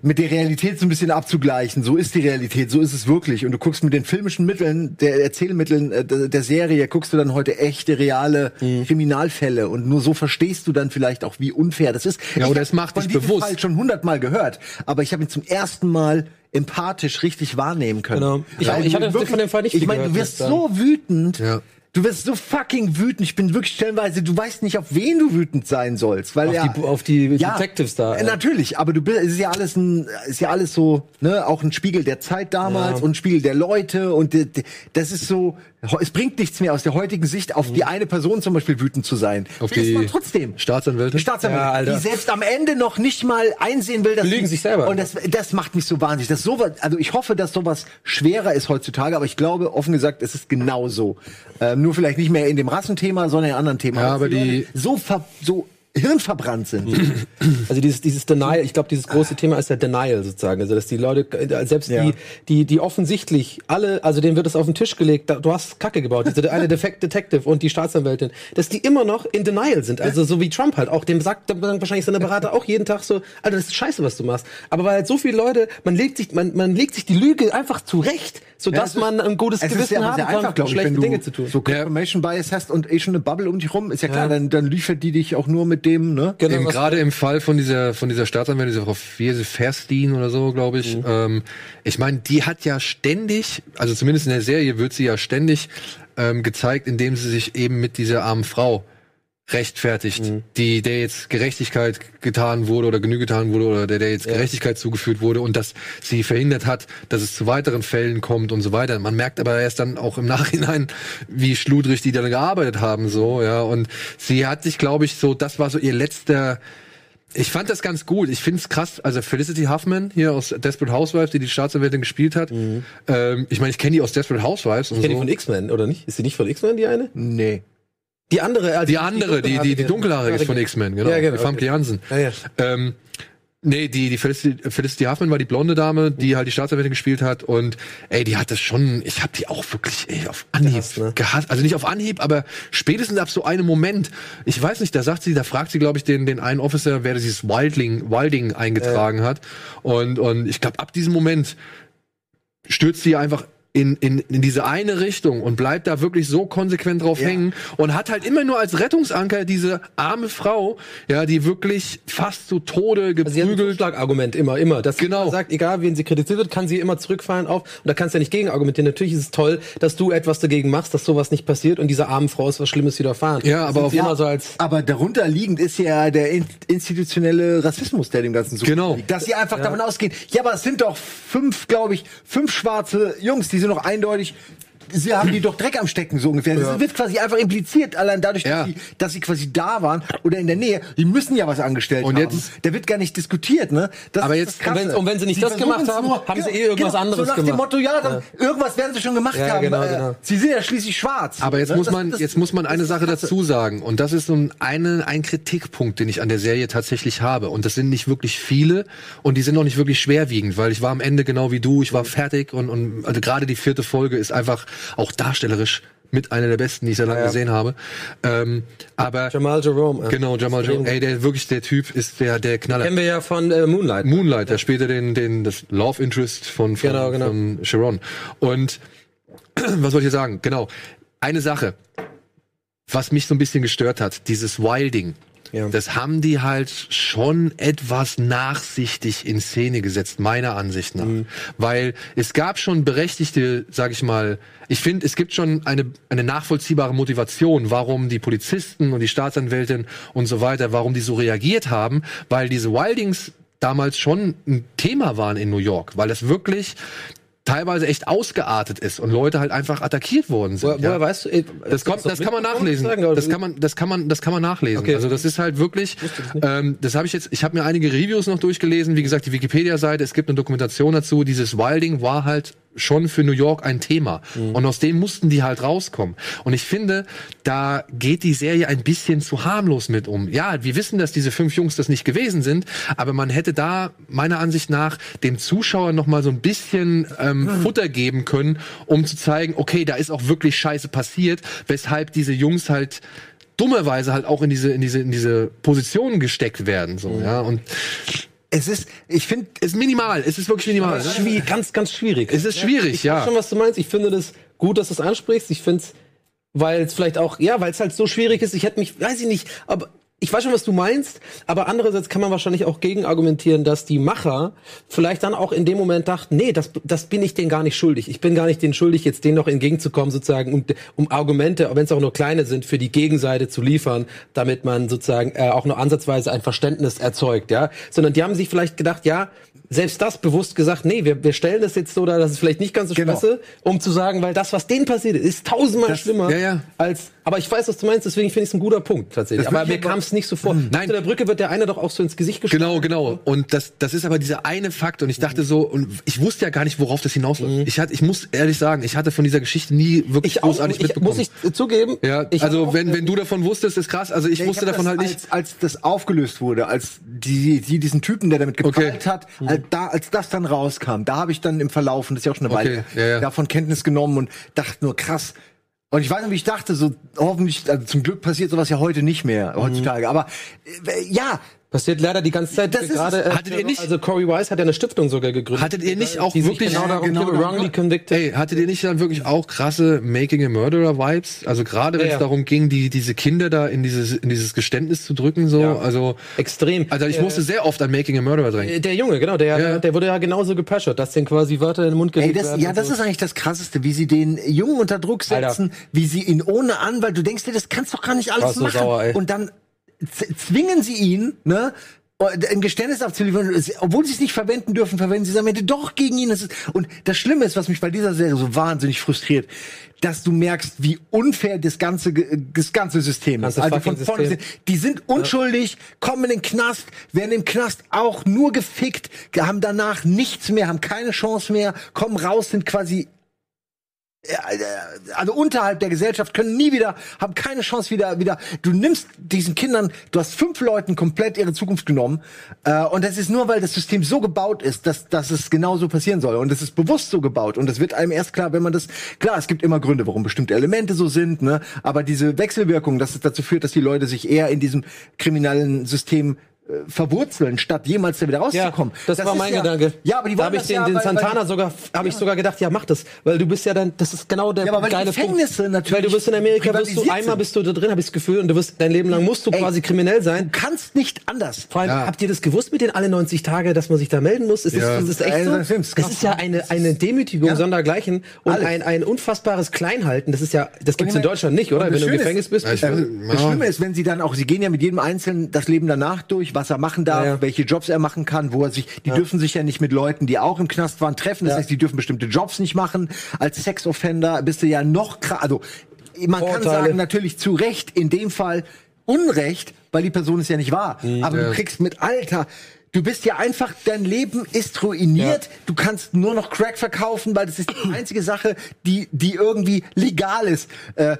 Speaker 1: mit der Realität so ein bisschen abzugleichen. So ist die Realität, so ist es wirklich. Und du guckst mit den filmischen Mitteln, der Erzählmitteln äh, der, der Serie, guckst du dann heute echte, reale
Speaker 2: Mhm.
Speaker 1: Kriminalfälle. Und nur so verstehst du dann vielleicht auch, wie unfair das ist.
Speaker 4: Ja,
Speaker 1: Ich
Speaker 4: oder
Speaker 1: hab
Speaker 4: es macht
Speaker 1: von
Speaker 4: dich
Speaker 1: diesem
Speaker 4: bewusst.
Speaker 1: Fall schon hundertmal gehört, aber ich habe ihn zum ersten Mal empathisch richtig wahrnehmen können.
Speaker 2: Genau. Ich-
Speaker 1: Weil
Speaker 2: ich
Speaker 1: du
Speaker 2: hatte das von dem Fall nicht
Speaker 1: Ich
Speaker 2: viel
Speaker 1: meine, du
Speaker 2: gehört,
Speaker 1: wirst
Speaker 2: muss ich sagen.
Speaker 1: so wütend.
Speaker 4: Ja.
Speaker 1: Du wirst so fucking wütend. Ich bin wirklich stellenweise, du weißt nicht, auf wen du wütend sein sollst. Weil
Speaker 2: Auf
Speaker 1: ja,
Speaker 2: die- auf die Detectives da,
Speaker 1: Äh,
Speaker 2: ja.
Speaker 1: natürlich, aber du bist, es ist ja alles ein, ist ja alles so, ne, auch ein Spiegel der Zeit damals
Speaker 2: Ja.
Speaker 1: und ein Spiegel der Leute und de- de- das ist so, es bringt nichts mehr aus der heutigen Sicht, auf
Speaker 2: Mhm.
Speaker 1: die eine Person zum Beispiel wütend zu sein.
Speaker 4: Auf
Speaker 1: Wie ist man
Speaker 4: die
Speaker 1: trotzdem.
Speaker 4: Staatsanwälte?
Speaker 1: Die Staatsanwälte,
Speaker 2: Ja, Alter.
Speaker 1: die selbst am Ende noch nicht mal einsehen will, dass
Speaker 2: Belügen
Speaker 1: sie-
Speaker 2: sich selber.
Speaker 1: Und das, das macht mich so wahnsinnig. Dass sowas, also ich hoffe, dass sowas schwerer ist heutzutage, aber ich glaube, offen gesagt, es ist genauso. Ähm, nur vielleicht nicht mehr in dem Rassenthema, sondern in anderen Themen.
Speaker 4: Ja,
Speaker 1: Dass
Speaker 4: aber die-
Speaker 1: Leute so, ver, so hirnverbrannt sind.
Speaker 2: Also dieses, dieses Denial, ich glaube, dieses große Thema ist der Denial sozusagen. Also dass die Leute, äh, selbst die, die, die offensichtlich alle, also denen wird es auf den Tisch gelegt, da, du hast Kacke gebaut, diese der eine Defekt Detective und die Staatsanwältin, dass die immer noch in Denial sind. Also so wie Trump halt auch, dem sagt dann wahrscheinlich seine Berater auch jeden Tag so, Alter, das ist scheiße, was du machst. Aber weil halt so viele Leute, man legt sich, man, man legt sich die Lüge einfach zurecht, sodass
Speaker 1: es ist-
Speaker 2: man ein gutes
Speaker 1: es ist
Speaker 2: Gewissen
Speaker 1: ja aber
Speaker 2: haben
Speaker 1: sehr einfach,
Speaker 2: kann,
Speaker 1: glaube ich,
Speaker 2: schlechte
Speaker 1: wenn du
Speaker 2: Dinge zu tun.
Speaker 1: so Confirmation Bias hast und eh schon eine Bubble um dich rum, ist ja klar, Dann, dann liefert die dich auch nur mit dem, ne?
Speaker 2: Genau,
Speaker 4: Eben
Speaker 2: was-
Speaker 4: Gerade im Fall von dieser von dieser Staatsanwältin, dieser Frau Fiese Ferstin oder so, glaube ich. Ähm, ich meine, die hat ja ständig, also zumindest in der Serie wird sie ja ständig ähm, gezeigt, indem sie sich eben mit dieser armen Frau rechtfertigt, die der jetzt Gerechtigkeit getan wurde oder Genüge getan wurde oder der der jetzt Gerechtigkeit zugeführt wurde und dass sie verhindert hat, dass es zu weiteren Fällen kommt und so weiter. Man merkt aber erst dann auch im Nachhinein, wie schludrig die dann gearbeitet haben so, ja und sie hat sich glaube ich so, das war so ihr letzter ich fand das ganz gut. Ich finde es krass. Also Felicity Huffman hier aus Desperate Housewives, die die Staatsanwältin gespielt hat. Ähm, ich meine, ich kenne die aus Desperate Housewives. Und
Speaker 2: Kennt Mhm. die
Speaker 4: so.
Speaker 2: von X-Men, oder nicht? Ist die nicht von X-Men, die eine?
Speaker 1: Nee.
Speaker 2: Die andere, also
Speaker 4: Die andere, die, die, die dunkelhaarige ist von X-Men, genau.
Speaker 2: Ja,
Speaker 4: Ja,
Speaker 2: genau,
Speaker 4: genau. Famke
Speaker 2: okay.
Speaker 4: Jansen.
Speaker 2: Ja, ja.
Speaker 4: Ähm, Nee, die, die Felicity, Felicity Huffman war die blonde Dame, die halt die Staatsanwältin gespielt hat. Und ey, die hat das schon, ich habe die auch wirklich ey, auf Anhieb
Speaker 2: Gehasst, ne?
Speaker 4: gehasst. Also nicht auf Anhieb, aber spätestens ab so einem Moment. Ich weiß nicht, da sagt sie, da fragt sie, glaube ich, den, den einen Officer, wer dieses Wildling, Wilding eingetragen hat. Und, und ich glaube, ab diesem Moment stürzt sie einfach in, in, in diese eine Richtung und bleibt da wirklich so konsequent drauf hängen und hat halt immer nur als Rettungsanker diese arme Frau, ja, die wirklich fast zu Tode
Speaker 2: Also Sie hat ein
Speaker 4: geprügelt
Speaker 2: Totschlagargument immer, immer. Dass
Speaker 4: Genau.
Speaker 2: sie sagt, egal wen sie kritisiert wird, kann sie immer zurückfallen auf. Und da kannst du ja nicht gegen argumentieren. Natürlich ist es toll, dass du etwas dagegen machst, dass sowas nicht passiert und dieser armen Frau ist was Schlimmes widerfahren.
Speaker 4: Ja, aber
Speaker 2: Sind
Speaker 4: auf-
Speaker 2: sie immer so als
Speaker 1: Aber darunter liegend ist ja der in institutionelle Rassismus, der dem Ganzen so
Speaker 4: Genau.
Speaker 1: liegt. Dass sie einfach davon ausgehen, ja, aber es sind doch fünf, glaube ich, fünf schwarze Jungs, die sind doch eindeutig, sie haben die doch Dreck am Stecken, so ungefähr. Das wird quasi einfach impliziert, allein dadurch,
Speaker 4: Ja.
Speaker 1: dass, sie, dass sie quasi da waren oder in der Nähe. Die müssen ja was angestellt
Speaker 4: Und
Speaker 1: haben.
Speaker 4: jetzt-
Speaker 1: da wird gar nicht diskutiert, ne? Das
Speaker 4: Aber
Speaker 1: ist das
Speaker 4: jetzt-
Speaker 1: Krasse.
Speaker 2: und wenn- und wenn sie nicht das
Speaker 1: versuchen's Genau,
Speaker 2: gemacht haben, haben sie eh irgendwas anderes
Speaker 1: so nach Dem
Speaker 2: gemacht.
Speaker 1: Motto, ja, dann, irgendwas werden sie schon gemacht
Speaker 2: Ja,
Speaker 1: haben.
Speaker 2: genau,
Speaker 1: Äh,
Speaker 2: genau.
Speaker 1: Sie sind ja schließlich schwarz.
Speaker 4: Aber jetzt
Speaker 1: Ne?
Speaker 4: muss
Speaker 1: Das-
Speaker 4: man,
Speaker 1: das-
Speaker 4: jetzt muss man eine Sache dazu sagen. Und das ist so ein, eine, ein Kritikpunkt, den ich an der Serie tatsächlich habe. Und das sind nicht wirklich viele. Und die sind auch nicht wirklich schwerwiegend, weil ich war am Ende genau wie du. Ich war fertig. Und, und also gerade die vierte Folge ist einfach auch darstellerisch mit einer der besten, die ich seit langem gesehen habe. Ähm, aber
Speaker 2: Jamal Jerome. äh.
Speaker 4: genau, Jamal Jones, ey, der wirklich, der Typ ist der, der Knaller.
Speaker 2: Kennen wir ja von äh, Moonlight.
Speaker 4: Moonlight, der später den, den, das Love Interest von, von,
Speaker 2: Genau, genau.
Speaker 4: von Sharon. Und was wollte ich sagen? Genau. Eine Sache, was mich so ein bisschen gestört hat, dieses Wilding.
Speaker 2: Ja.
Speaker 4: Das haben die halt schon etwas nachsichtig in Szene gesetzt, meiner Ansicht nach.
Speaker 2: Mhm.
Speaker 4: Weil es gab schon berechtigte, sag ich mal, ich finde, es gibt schon eine, eine nachvollziehbare Motivation, warum die Polizisten und die Staatsanwältin und so weiter, warum die so reagiert haben, weil diese Wildings damals schon ein Thema waren in New York, weil das wirklich teilweise echt ausgeartet ist und Leute halt einfach attackiert worden sind.
Speaker 2: Wo, woher
Speaker 4: ja.
Speaker 2: weißt du? äh,
Speaker 4: Das, kommt,
Speaker 2: hast du
Speaker 4: das kann man
Speaker 2: mitbekommen,
Speaker 4: nachlesen.
Speaker 2: sagen, oder
Speaker 4: Das
Speaker 2: du-
Speaker 4: kann man, das kann man, das kann man nachlesen.
Speaker 2: Okay.
Speaker 4: Also das ist halt wirklich. Ähm, das habe ich jetzt. Ich habe mir einige Reviews noch durchgelesen. Wie gesagt, die Wikipedia-Seite. Es gibt eine Dokumentation dazu. Dieses Wilding war halt schon für New York ein Thema. Und aus dem mussten die halt rauskommen. Und ich finde, da geht die Serie ein bisschen zu harmlos mit um. Ja, wir wissen, dass diese fünf Jungs das nicht gewesen sind, aber man hätte da meiner Ansicht nach dem Zuschauer noch mal so ein bisschen ähm, Futter geben können, um zu zeigen, okay, da ist auch wirklich Scheiße passiert, weshalb diese Jungs halt dummerweise halt auch in diese in diese in diese Positionen gesteckt werden so
Speaker 2: Mhm.
Speaker 4: ja und
Speaker 1: es ist, ich finde,
Speaker 4: es ist minimal es ist wirklich minimal
Speaker 2: Das ist
Speaker 4: ne?
Speaker 2: schwierig, ganz, ganz schwierig.
Speaker 4: es ist schwierig
Speaker 2: Ich
Speaker 4: ja
Speaker 2: weiß schon, was du meinst. Ich finde das gut, dass du es ansprichst. Ich finde es, weil es vielleicht auch, ja, weil es halt so schwierig ist. Ich hätte mich, weiß ich nicht, aber ich weiß schon, was du meinst, aber andererseits kann man wahrscheinlich auch gegen argumentieren, dass die Macher vielleicht dann auch in dem Moment dachten, nee, das, das bin ich denen gar nicht schuldig. Ich bin gar nicht denen schuldig, jetzt denen noch entgegenzukommen, sozusagen, um, um Argumente, wenn es auch nur kleine sind, für die Gegenseite zu liefern, damit man sozusagen äh, auch nur ansatzweise ein Verständnis erzeugt, ja. Sondern die haben sich vielleicht gedacht, ja, selbst das bewusst gesagt, nee, wir, wir stellen das jetzt so da, das ist vielleicht nicht ganz so
Speaker 1: Genau.
Speaker 2: scheiße, um zu sagen, weil das, was denen passiert ist, ist tausendmal schlimmer
Speaker 4: ja, ja.
Speaker 2: als. Aber ich weiß, was du meinst, deswegen finde ich es ein guter Punkt tatsächlich.
Speaker 1: Das
Speaker 2: Aber
Speaker 1: würde
Speaker 2: mir
Speaker 1: ich
Speaker 2: kam
Speaker 1: aber-
Speaker 2: es nicht so vor.
Speaker 4: Mhm.
Speaker 2: Nein. Unter der Brücke wird der eine doch auch so ins Gesicht geschlagen.
Speaker 4: Genau, genau. Und das, das ist aber dieser eine Fakt. Und ich
Speaker 2: Mhm.
Speaker 4: dachte so, und ich wusste ja gar nicht, worauf das hinausläuft. Ich hatte, ich muss ehrlich sagen, ich hatte von dieser Geschichte nie wirklich
Speaker 2: Ich auch,
Speaker 4: Genau. großartig
Speaker 2: ich, muss
Speaker 4: mitbekommen.
Speaker 2: ich äh, zugeben.
Speaker 4: ja,
Speaker 2: ich
Speaker 4: also
Speaker 2: hab auch,
Speaker 4: wenn,
Speaker 2: äh,
Speaker 4: wenn du davon wusstest, ist krass. Also ich
Speaker 1: Ja,
Speaker 4: wusste
Speaker 1: hab
Speaker 4: davon
Speaker 1: das
Speaker 4: halt nicht.
Speaker 1: Als, als das aufgelöst wurde, als die, die diesen Typen, der damit gepackt
Speaker 4: Okay. Mhm.
Speaker 1: hat, als, da, als das dann rauskam, da habe ich dann im Verlauf, und das ist ja auch schon eine Weile,
Speaker 4: Okay, ja, ja.
Speaker 1: davon Kenntnis genommen und dachte nur krass. Und ich weiß nicht, wie ich dachte, so hoffentlich, also zum Glück passiert sowas ja heute nicht mehr,
Speaker 4: Mhm.
Speaker 1: heutzutage. Aber äh, ja,
Speaker 2: Passiert leider die ganze Zeit
Speaker 1: Das ist es.
Speaker 2: äh,
Speaker 4: Hattet ihr nicht-
Speaker 2: Also Corey Wise hat ja eine Stiftung sogar gegründet.
Speaker 4: Hattet ihr nicht auch
Speaker 2: die sich
Speaker 4: wirklich-
Speaker 2: genau darum
Speaker 1: Genau
Speaker 2: kümmert,
Speaker 1: darum-
Speaker 2: wrongly convicted?
Speaker 4: Ey, hattet ihr nicht dann wirklich auch krasse Making a Murderer Vibes? Also gerade wenn es
Speaker 2: Ja, ja.
Speaker 4: darum ging, die, diese Kinder da in dieses, in dieses Geständnis zu drücken, so.
Speaker 2: Ja.
Speaker 4: Also,
Speaker 2: Extrem.
Speaker 4: also ich musste sehr oft an Making a Murderer denken.
Speaker 2: Äh, Der Junge, genau, der,
Speaker 4: Ja.
Speaker 2: der wurde ja genauso gepressured, dass den quasi Wörter in den Mund
Speaker 1: Ey,
Speaker 2: gelegt
Speaker 1: das,
Speaker 2: werden.
Speaker 1: ja,
Speaker 2: und
Speaker 1: das
Speaker 2: so.
Speaker 1: ist eigentlich das Krasseste, wie sie den Jungen unter Druck setzen,
Speaker 2: Alter.
Speaker 1: wie sie ihn ohne Anwalt, du denkst dir, das kannst doch gar nicht
Speaker 2: War
Speaker 1: alles
Speaker 2: so
Speaker 1: machen.
Speaker 2: sauer, ey.
Speaker 1: und dann z- zwingen sie ihn, ne? ein Geständnis abzuliefern, Es- obwohl sie es nicht verwenden dürfen, verwenden sie es am Ende doch gegen ihn. Das ist, und das Schlimme ist, was mich bei dieser Serie so wahnsinnig frustriert, dass du merkst, wie unfair das ganze, ge- das ganze System ist.
Speaker 2: Ganze
Speaker 1: Also
Speaker 2: fucking
Speaker 1: von vorne
Speaker 2: System.
Speaker 1: gesehen, die sind unschuldig, kommen in den Knast, werden im Knast auch nur gefickt, haben danach nichts mehr, haben keine Chance mehr, kommen raus, sind quasi äh, äh, also unterhalb der Gesellschaft können nie wieder, haben keine Chance wieder, wieder. Du nimmst diesen Kindern, du hast fünf Leuten komplett ihre Zukunft genommen. Äh, und das ist nur, weil das System so gebaut ist, dass, dass es genauso passieren soll. Und es ist bewusst so gebaut. Und das wird einem erst klar, wenn man das, klar, es gibt immer Gründe, warum bestimmte Elemente so sind, ne? Aber diese Wechselwirkung, dass es dazu führt, dass die Leute sich eher in diesem kriminellen System äh, verwurzeln, statt jemals da wieder rauszukommen.
Speaker 2: das, war
Speaker 1: ist
Speaker 2: mein
Speaker 1: ja,
Speaker 2: Gedanke.
Speaker 1: Ja, aber die wollen
Speaker 2: da habe ich
Speaker 1: das
Speaker 2: den,
Speaker 1: ja,
Speaker 2: den
Speaker 1: weil- weil-
Speaker 2: Santana sogar, habe ich sogar gedacht, ja mach das, weil du bist ja dann, das ist genau der
Speaker 1: Ja, aber weil die
Speaker 2: geile
Speaker 1: Gefängnisse
Speaker 2: Punkt.
Speaker 1: natürlich
Speaker 2: weil du bist in Amerika, wirst du
Speaker 1: privatisiert
Speaker 2: einmal
Speaker 1: sind.
Speaker 2: bist du da drin, habe ich das Gefühl, und du wirst dein Leben lang musst du
Speaker 1: Ey.
Speaker 2: quasi kriminell sein.
Speaker 1: Du kannst nicht anders.
Speaker 2: Vor allem,
Speaker 4: Ja.
Speaker 2: habt ihr das gewusst mit den alle 90 Tage, dass man sich da melden muss? Ist
Speaker 4: Ja.
Speaker 2: das, ist das echt
Speaker 1: Ey,
Speaker 2: so?
Speaker 1: das stimmt, ist
Speaker 2: Das
Speaker 1: krass.
Speaker 2: ist ja eine, eine Demütigung
Speaker 1: Ja.
Speaker 2: sondergleichen und
Speaker 1: Alles.
Speaker 2: ein, ein unfassbares Kleinhalten. Das ist ja, das gibt's in
Speaker 1: meine-
Speaker 2: Deutschland nicht,
Speaker 1: Und
Speaker 2: oder? Wenn
Speaker 1: das
Speaker 2: du im
Speaker 1: Schöne
Speaker 2: Gefängnis
Speaker 1: ist-
Speaker 2: bist.
Speaker 4: Ja, ich-
Speaker 2: bist-
Speaker 1: Ähm, das
Speaker 4: Ja.
Speaker 1: Schlimme ist, wenn sie dann auch, sie gehen ja mit jedem Einzelnen das Leben danach durch, was er machen darf,
Speaker 2: Ja, ja.
Speaker 1: welche Jobs er machen kann, wo er sich, die dürfen sich ja nicht mit Leuten, die auch im Knast waren, treffen. Das
Speaker 2: Ja.
Speaker 1: heißt, die dürfen bestimmte Jobs nicht machen. Als Sexoffender bist du ja noch kra- also man kann
Speaker 2: Vorurteile.
Speaker 1: sagen, natürlich zu Recht, in dem Fall Unrecht, weil die Person ist ja nicht wahr.
Speaker 2: Hm,
Speaker 1: Aber du kriegst mit Alter, du bist ja einfach, dein Leben ist ruiniert, du kannst nur noch Crack verkaufen, weil das ist die einzige Sache, die, die irgendwie legal ist. Äh,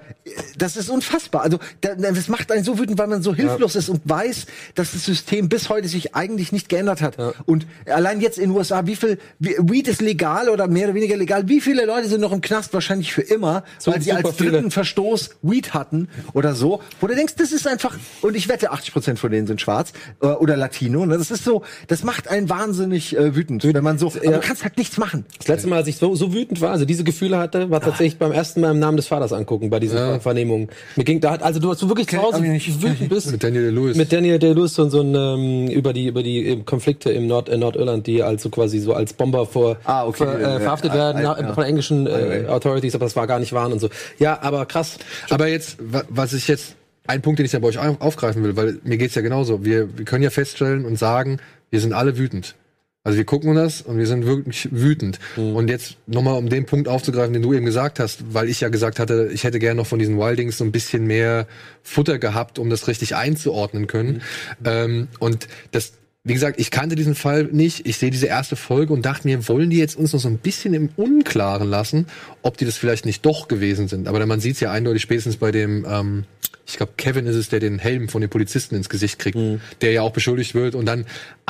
Speaker 1: das ist unfassbar. Also da- das macht einen so wütend, weil man so hilflos ist und weiß, dass das System bis heute sich eigentlich nicht geändert hat. Und allein jetzt in den USA, wie viel wie, Weed ist legal oder mehr oder weniger legal, wie viele Leute sind noch im Knast wahrscheinlich für immer,
Speaker 2: So
Speaker 1: weil sie
Speaker 2: super
Speaker 1: als
Speaker 2: viele.
Speaker 1: dritten Verstoß Weed hatten oder so, wo du denkst, das ist einfach, und ich wette, 80% von denen sind schwarz äh, oder Latino. Ne? Das ist so, das macht einen wahnsinnig äh, wütend, wenn man so, aber du kannst halt nichts machen.
Speaker 2: Das letzte Mal, als ich so, so wütend war, also diese Gefühle hatte, war tatsächlich beim ersten Mal im Namen des Vaters angucken bei diesen Vernehmungen. Mir ging da, also du hast so wirklich zu Hause
Speaker 1: hab ich nicht.
Speaker 2: wütend bist.
Speaker 4: Mit Daniel Lewis.
Speaker 2: Mit Daniel Day-Lewis und so ein, ähm, über die, über die ähm, Konflikte im Nord, äh, Nordirland, die also quasi so als Bomber vor,
Speaker 1: Ah, okay.
Speaker 2: ver,
Speaker 1: Ja,
Speaker 2: äh, verhaftet
Speaker 1: ja,
Speaker 2: werden
Speaker 1: ja,
Speaker 2: na-
Speaker 1: ja.
Speaker 2: von englischen äh, Authorities, aber das war gar nicht wahr und so. Ja, aber krass.
Speaker 4: Aber jetzt, wa- was ich jetzt, ein Punkt, den ich ja bei euch au- aufgreifen will, weil mir geht's ja genauso. Wir, wir können ja feststellen und sagen, wir sind alle wütend. Also wir gucken das und wir sind wirklich wütend. Und jetzt nochmal, um den Punkt aufzugreifen, den du eben gesagt hast, weil ich ja gesagt hatte, ich hätte gerne noch von diesen Wildings so ein bisschen mehr Futter gehabt, um das richtig einzuordnen können. Ähm, und das, wie gesagt, ich kannte diesen Fall nicht. Ich sehe diese erste Folge und dachte mir, wollen die jetzt uns noch so ein bisschen im Unklaren lassen, ob die das vielleicht nicht doch gewesen sind. Aber dann- man sieht es ja eindeutig spätestens bei dem, ähm, ich glaube, Kevin ist es, der den Helm von den Polizisten ins Gesicht kriegt, der ja auch beschuldigt wird. Und dann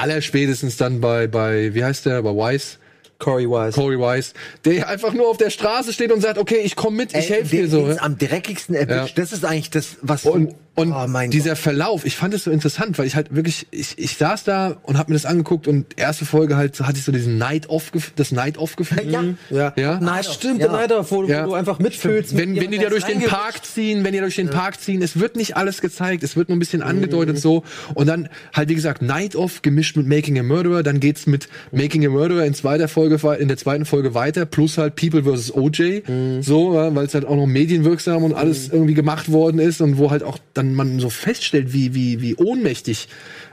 Speaker 4: allerspätestens dann bei, bei wie heißt der, bei Weiss,
Speaker 2: Corey Wise.
Speaker 4: Corey Weiss, der ja einfach nur auf der Straße steht und sagt, okay, ich komme mit, ich helfe dir so.
Speaker 1: Den, den's Äh, am dreckigsten erwischt, das ist eigentlich das, was
Speaker 4: Und, und
Speaker 1: oh mein
Speaker 4: dieser Verlauf, ich fand es so interessant, weil ich halt wirklich, ich, ich saß da und habe mir das angeguckt und erste Folge halt so hatte ich so diesen Night Off, gef- das Night Off Gefühl.
Speaker 1: Ja.
Speaker 2: Ja,
Speaker 4: Ja.
Speaker 2: Ah, stimmt,
Speaker 1: Ja.
Speaker 2: leider, wo,
Speaker 4: Ja.
Speaker 2: wo du einfach mitfühlst.
Speaker 4: Wenn,
Speaker 2: mit
Speaker 4: wenn die da
Speaker 2: jemandem,
Speaker 4: durch
Speaker 2: der
Speaker 4: den
Speaker 2: reingerutscht
Speaker 4: Park ziehen, wenn die durch den Park ziehen, es wird nicht alles gezeigt, es wird nur ein
Speaker 2: Mhm.
Speaker 4: bisschen angedeutet so. Und dann halt, wie gesagt, Night Off gemischt mit Making a Murderer, dann geht's mit Making a Murderer in zweiter Folge, wei- in der zweiten Folge weiter, plus halt People vs. OJ,
Speaker 2: Mhm.
Speaker 4: so, ja, weil es halt auch noch medienwirksam und alles irgendwie gemacht worden ist und wo halt auch dann man so feststellt, wie, wie, wie ohnmächtig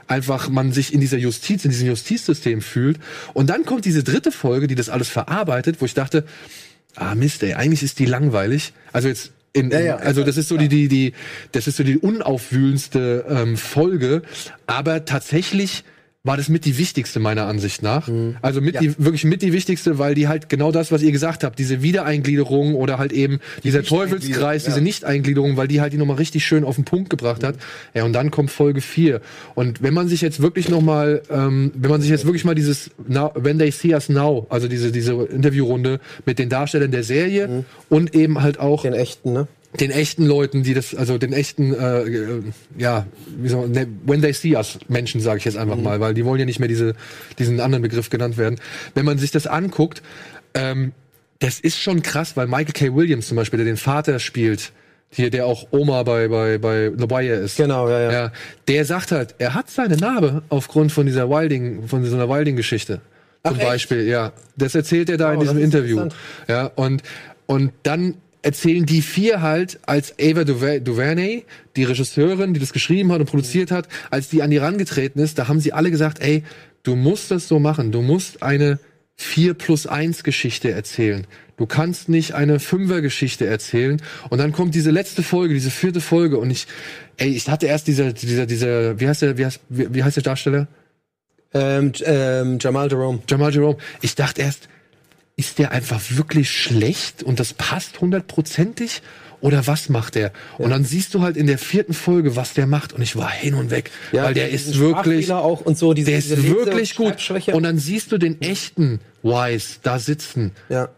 Speaker 4: einfach man sich in dieser Justiz, in diesem Justizsystem fühlt. Und dann kommt diese dritte Folge, die das alles verarbeitet, wo ich dachte, ah Mist, ey, eigentlich ist die langweilig. Also jetzt in,
Speaker 1: Ja, ja.
Speaker 4: also das ist so die die die das ist so die unaufwühlendste ähm, Folge, aber tatsächlich war das mit die wichtigste meiner Ansicht nach.
Speaker 1: Mhm.
Speaker 4: Also mit die wirklich mit die wichtigste, weil die halt genau das, was ihr gesagt habt, diese Wiedereingliederung oder halt eben dieser Teufelskreis, diese Nichteingliederung, weil die halt die nochmal richtig schön auf den Punkt gebracht hat. Ja, und dann kommt Folge 4. Und wenn man sich jetzt wirklich nochmal, ähm, wenn man sich jetzt wirklich mal dieses Now, When They See Us Now, also diese, diese Interviewrunde mit den Darstellern der Serie und eben halt auch
Speaker 2: Den echten, ne?
Speaker 4: den echten Leuten, die das, also den echten, äh, äh, ja, wie soll man, ne, when they see us Menschen, sage ich jetzt
Speaker 2: Mhm.
Speaker 4: einfach mal, weil die wollen ja nicht mehr diese, diesen anderen Begriff genannt werden. Wenn man sich das anguckt, ähm, das ist schon krass, weil Michael K. Williams zum Beispiel, der den Vater spielt, hier, der auch Oma bei, bei, bei The Wire ist.
Speaker 2: Genau, ja, ja.
Speaker 4: ja. Der sagt halt, er hat seine Narbe aufgrund von dieser Wilding, von so einer Wilding-Geschichte. Zum
Speaker 2: echt?
Speaker 4: Beispiel, ja. Das erzählt er da in
Speaker 2: Wow, Genau, das
Speaker 4: diesem
Speaker 2: ist
Speaker 4: Interview.
Speaker 2: interessant.
Speaker 4: Ja, und, und dann erzählen die vier halt, als Ava Duver- DuVernay, die Regisseurin, die das geschrieben hat und produziert hat, als die an die rangetreten ist, da haben sie alle gesagt, ey, du musst das so machen, du musst eine 4 plus 1 Geschichte erzählen. Du kannst nicht eine Fünfer Geschichte erzählen. Und dann kommt diese letzte Folge, diese vierte Folge und ich, ey, ich hatte erst dieser, dieser, dieser, wie heißt der, wie heißt, wie, wie heißt der Darsteller?
Speaker 2: Ähm, J- ähm, Jamal Jerome.
Speaker 4: Jamal Jerome. Ich dachte erst, ist der einfach wirklich schlecht und das passt hundertprozentig? Oder was macht er? Und dann siehst du halt in der vierten Folge, was der macht. Und ich war hin und weg. weil der
Speaker 2: diesen
Speaker 4: ist wirklich,
Speaker 2: Sprachfehler auch und so, diese-
Speaker 4: der
Speaker 2: diese
Speaker 4: ist
Speaker 2: Lese-
Speaker 4: wirklich gut.
Speaker 2: Schreibschwäche.
Speaker 4: Und dann siehst du den echten Wise da sitzen.
Speaker 2: Ja.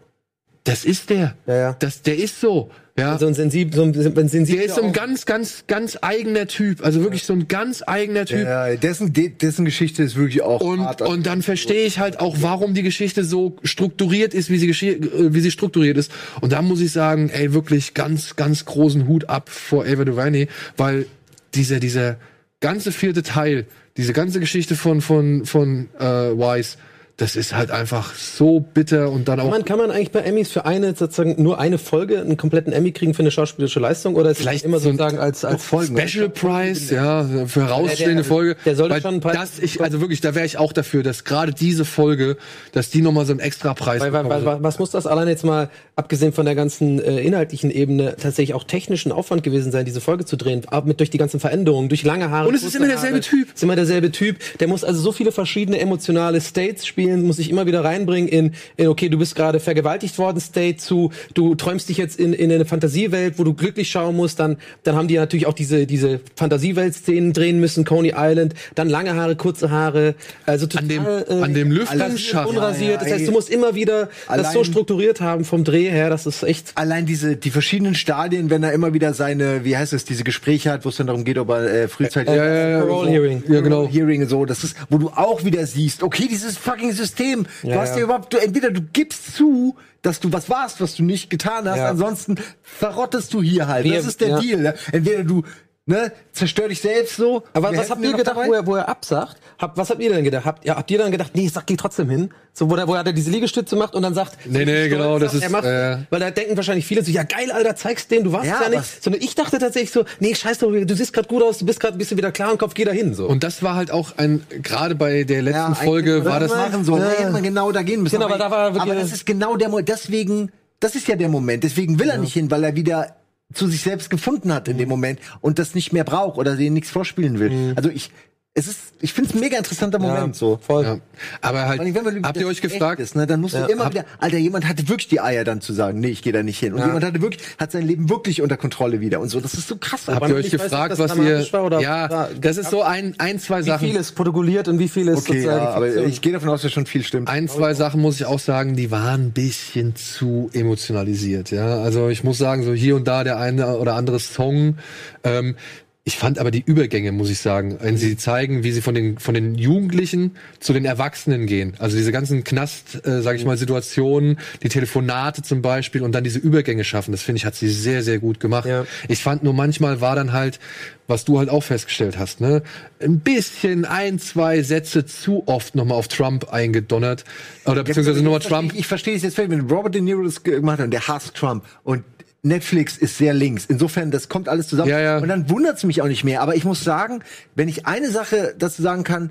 Speaker 4: Das ist der.
Speaker 2: Ja, ja. Also,
Speaker 4: Das, der ist so. Ja.
Speaker 2: So ein sensibel, so ein, ein sensibel.
Speaker 4: der ist so ein ganz, ganz, ganz eigener Typ. Also wirklich so ein ganz eigener Typ.
Speaker 1: Ja, dessen, de- dessen Geschichte ist wirklich auch
Speaker 4: Und,
Speaker 1: hart.
Speaker 4: und dann verstehe ich halt auch, warum die Geschichte so strukturiert ist, wie sie, geschi- äh, wie sie strukturiert ist. Und da muss ich sagen, ey, wirklich ganz, ganz großen Hut ab vor Ava DuVernay, weil dieser, dieser ganze vierte Teil, diese ganze Geschichte von, von, von äh, Wise, das ist halt einfach so bitter und dann auch
Speaker 2: Kann man, kann man eigentlich bei Emmys für eine sozusagen nur eine Folge einen kompletten Emmy kriegen für eine schauspielerische Leistung oder ist es
Speaker 4: Vielleicht
Speaker 2: immer
Speaker 4: so ein
Speaker 2: sozusagen als als Folgen? ne?
Speaker 4: Special Prize, ja, für
Speaker 2: Der-
Speaker 4: herausstehende
Speaker 2: der-
Speaker 4: Folge.
Speaker 2: der sollte
Speaker 4: Weil
Speaker 2: schon ein paar-
Speaker 4: das ich, also wirklich, da wäre ich auch dafür, dass gerade diese Folge, dass die nochmal so einen extra Preis
Speaker 2: Weil, weil, weil, weil, was muss das allein jetzt mal, abgesehen von der ganzen äh, inhaltlichen Ebene, tatsächlich auch technischen Aufwand gewesen sein, diese Folge zu drehen, ab mit durch die ganzen Veränderungen, durch lange Haare.
Speaker 4: Und es ist
Speaker 2: kurze
Speaker 4: immer derselbe
Speaker 2: Haare,
Speaker 4: Typ.
Speaker 2: Ist immer derselbe Typ. Der muss also so viele verschiedene emotionale States spielen, muss sich immer wieder reinbringen in, in okay, du bist gerade vergewaltigt worden, State zu, du träumst dich jetzt in, in eine Fantasiewelt, wo du glücklich schauen musst, dann, dann haben die natürlich auch diese, diese Fantasiewelt-Szenen drehen müssen, Coney Island, dann lange Haare, kurze Haare, also total,
Speaker 4: an dem,
Speaker 2: äh,
Speaker 4: an dem Lüftungsschacht.
Speaker 2: unrasiert. Das heißt, du musst immer wieder das
Speaker 1: Allein-
Speaker 2: so strukturiert haben vom Dreh her, dass es echt.
Speaker 1: allein diese die verschiedenen Stadien, wenn er immer wieder seine, wie heißt es, diese Gespräche hat, wo es dann darum geht, ob er äh, frühzeitig
Speaker 2: Ja, ja, ja, äh, Parole
Speaker 1: so,
Speaker 2: Hearing.
Speaker 1: ja genau, Hearing und so, das ist, wo du auch wieder siehst, okay, dieses fucking System, du hast
Speaker 2: ja.
Speaker 1: dir überhaupt, du entweder du gibst zu, dass du was warst, was du nicht getan hast,
Speaker 2: Ja.
Speaker 1: ansonsten verrottest du hier halt.
Speaker 2: Wir-
Speaker 1: das ist der
Speaker 2: ja.
Speaker 1: Deal. Ne? Entweder du ne, zerstör dich selbst so.
Speaker 2: Aber
Speaker 1: wir
Speaker 2: was
Speaker 1: helfen
Speaker 2: habt
Speaker 1: dir
Speaker 2: ihr
Speaker 1: noch
Speaker 2: gedacht,
Speaker 1: dabei.
Speaker 2: wo er, wo er absagt? Hab, was habt ihr denn gedacht? Habt, ja, habt ihr dann gedacht, nee, sag, geh trotzdem hin? So, wo er, wo er dann diese Liegestütze macht und dann sagt,
Speaker 4: Nee, nee,
Speaker 2: stolz
Speaker 4: genau, das
Speaker 2: sagt,
Speaker 4: ist,
Speaker 2: er macht,
Speaker 4: äh,
Speaker 2: weil da denken wahrscheinlich viele so, ja geil, Alter, zeigst den, du warst
Speaker 1: Ja,
Speaker 2: ja,
Speaker 1: aber-
Speaker 2: nicht. Sondern ich dachte tatsächlich so, nee, scheiß drauf, du siehst gerade gut aus, du bist gerade ein bisschen wieder klar im Kopf, geh da hin, so.
Speaker 4: Und das war halt auch ein, gerade bei der letzten
Speaker 1: eigentlich
Speaker 4: Folge
Speaker 1: hätte man
Speaker 4: war das,
Speaker 1: machen sollen. Da hätte man genau da gehen müssen.
Speaker 2: Genau, aber da war wirklich-
Speaker 1: aber das ist genau der Moment. Deswegen, das ist ja der Moment. Deswegen will er nicht hin, weil er wieder zu sich selbst gefunden hat in dem Moment und das nicht mehr braucht oder denen nichts vorspielen will. Also ich, es ist, ich finde es ein mega interessanter Moment so.
Speaker 2: voll.
Speaker 4: ja. aber halt,
Speaker 1: Vor allem, wenn man
Speaker 4: habt ihr euch
Speaker 1: echt
Speaker 4: gefragt,
Speaker 1: Ist, ne, dann musst du immer wieder, Alter, jemand hatte wirklich die Eier dann zu sagen, nee, ich gehe da nicht hin. Und jemand hatte wirklich, hat sein Leben wirklich unter Kontrolle wieder und so. Das ist so krass.
Speaker 4: habt ihr euch
Speaker 2: ich weiß nicht,
Speaker 4: gefragt,
Speaker 2: ob das
Speaker 4: was
Speaker 2: dramatisch
Speaker 4: ihr,
Speaker 2: war oder-
Speaker 4: ja,
Speaker 2: Ja,
Speaker 4: das ist so ein, ein, zwei
Speaker 2: Wie
Speaker 4: Sachen.
Speaker 2: viel ist protokolliert und wie viel ist
Speaker 1: okay,
Speaker 2: sozusagen.
Speaker 1: ja, aber
Speaker 2: Fiktion?
Speaker 1: ich gehe davon aus, dass schon viel stimmt.
Speaker 4: Ein, zwei Sachen muss ich auch sagen, die waren ein bisschen zu emotionalisiert. Ja, also ich muss sagen, so hier und da der eine oder andere Song. Ähm, ich fand aber die Übergänge, muss ich sagen, wenn sie zeigen, wie sie von den von den Jugendlichen zu den Erwachsenen gehen. Also diese ganzen Knast, äh, sage ich mal, Situationen, die Telefonate zum Beispiel und dann diese Übergänge schaffen. Das finde ich, hat sie sehr sehr gut gemacht.
Speaker 2: Ja.
Speaker 4: Ich fand nur manchmal war dann halt, was du halt auch festgestellt hast, ne, ein bisschen ein, zwei Sätze zu oft nochmal auf Trump eingedonnert. Oder beziehungsweise nochmal
Speaker 1: ich verstehe-
Speaker 4: Trump.
Speaker 1: Ich verstehe es jetzt völlig, wenn Robert De Niro das gemacht hat und der hasst Trump und Netflix ist sehr links. Insofern, das kommt alles zusammen.
Speaker 4: Ja, ja.
Speaker 1: Und dann wundert es mich auch nicht mehr. Aber ich muss sagen, wenn ich eine Sache dazu sagen kann,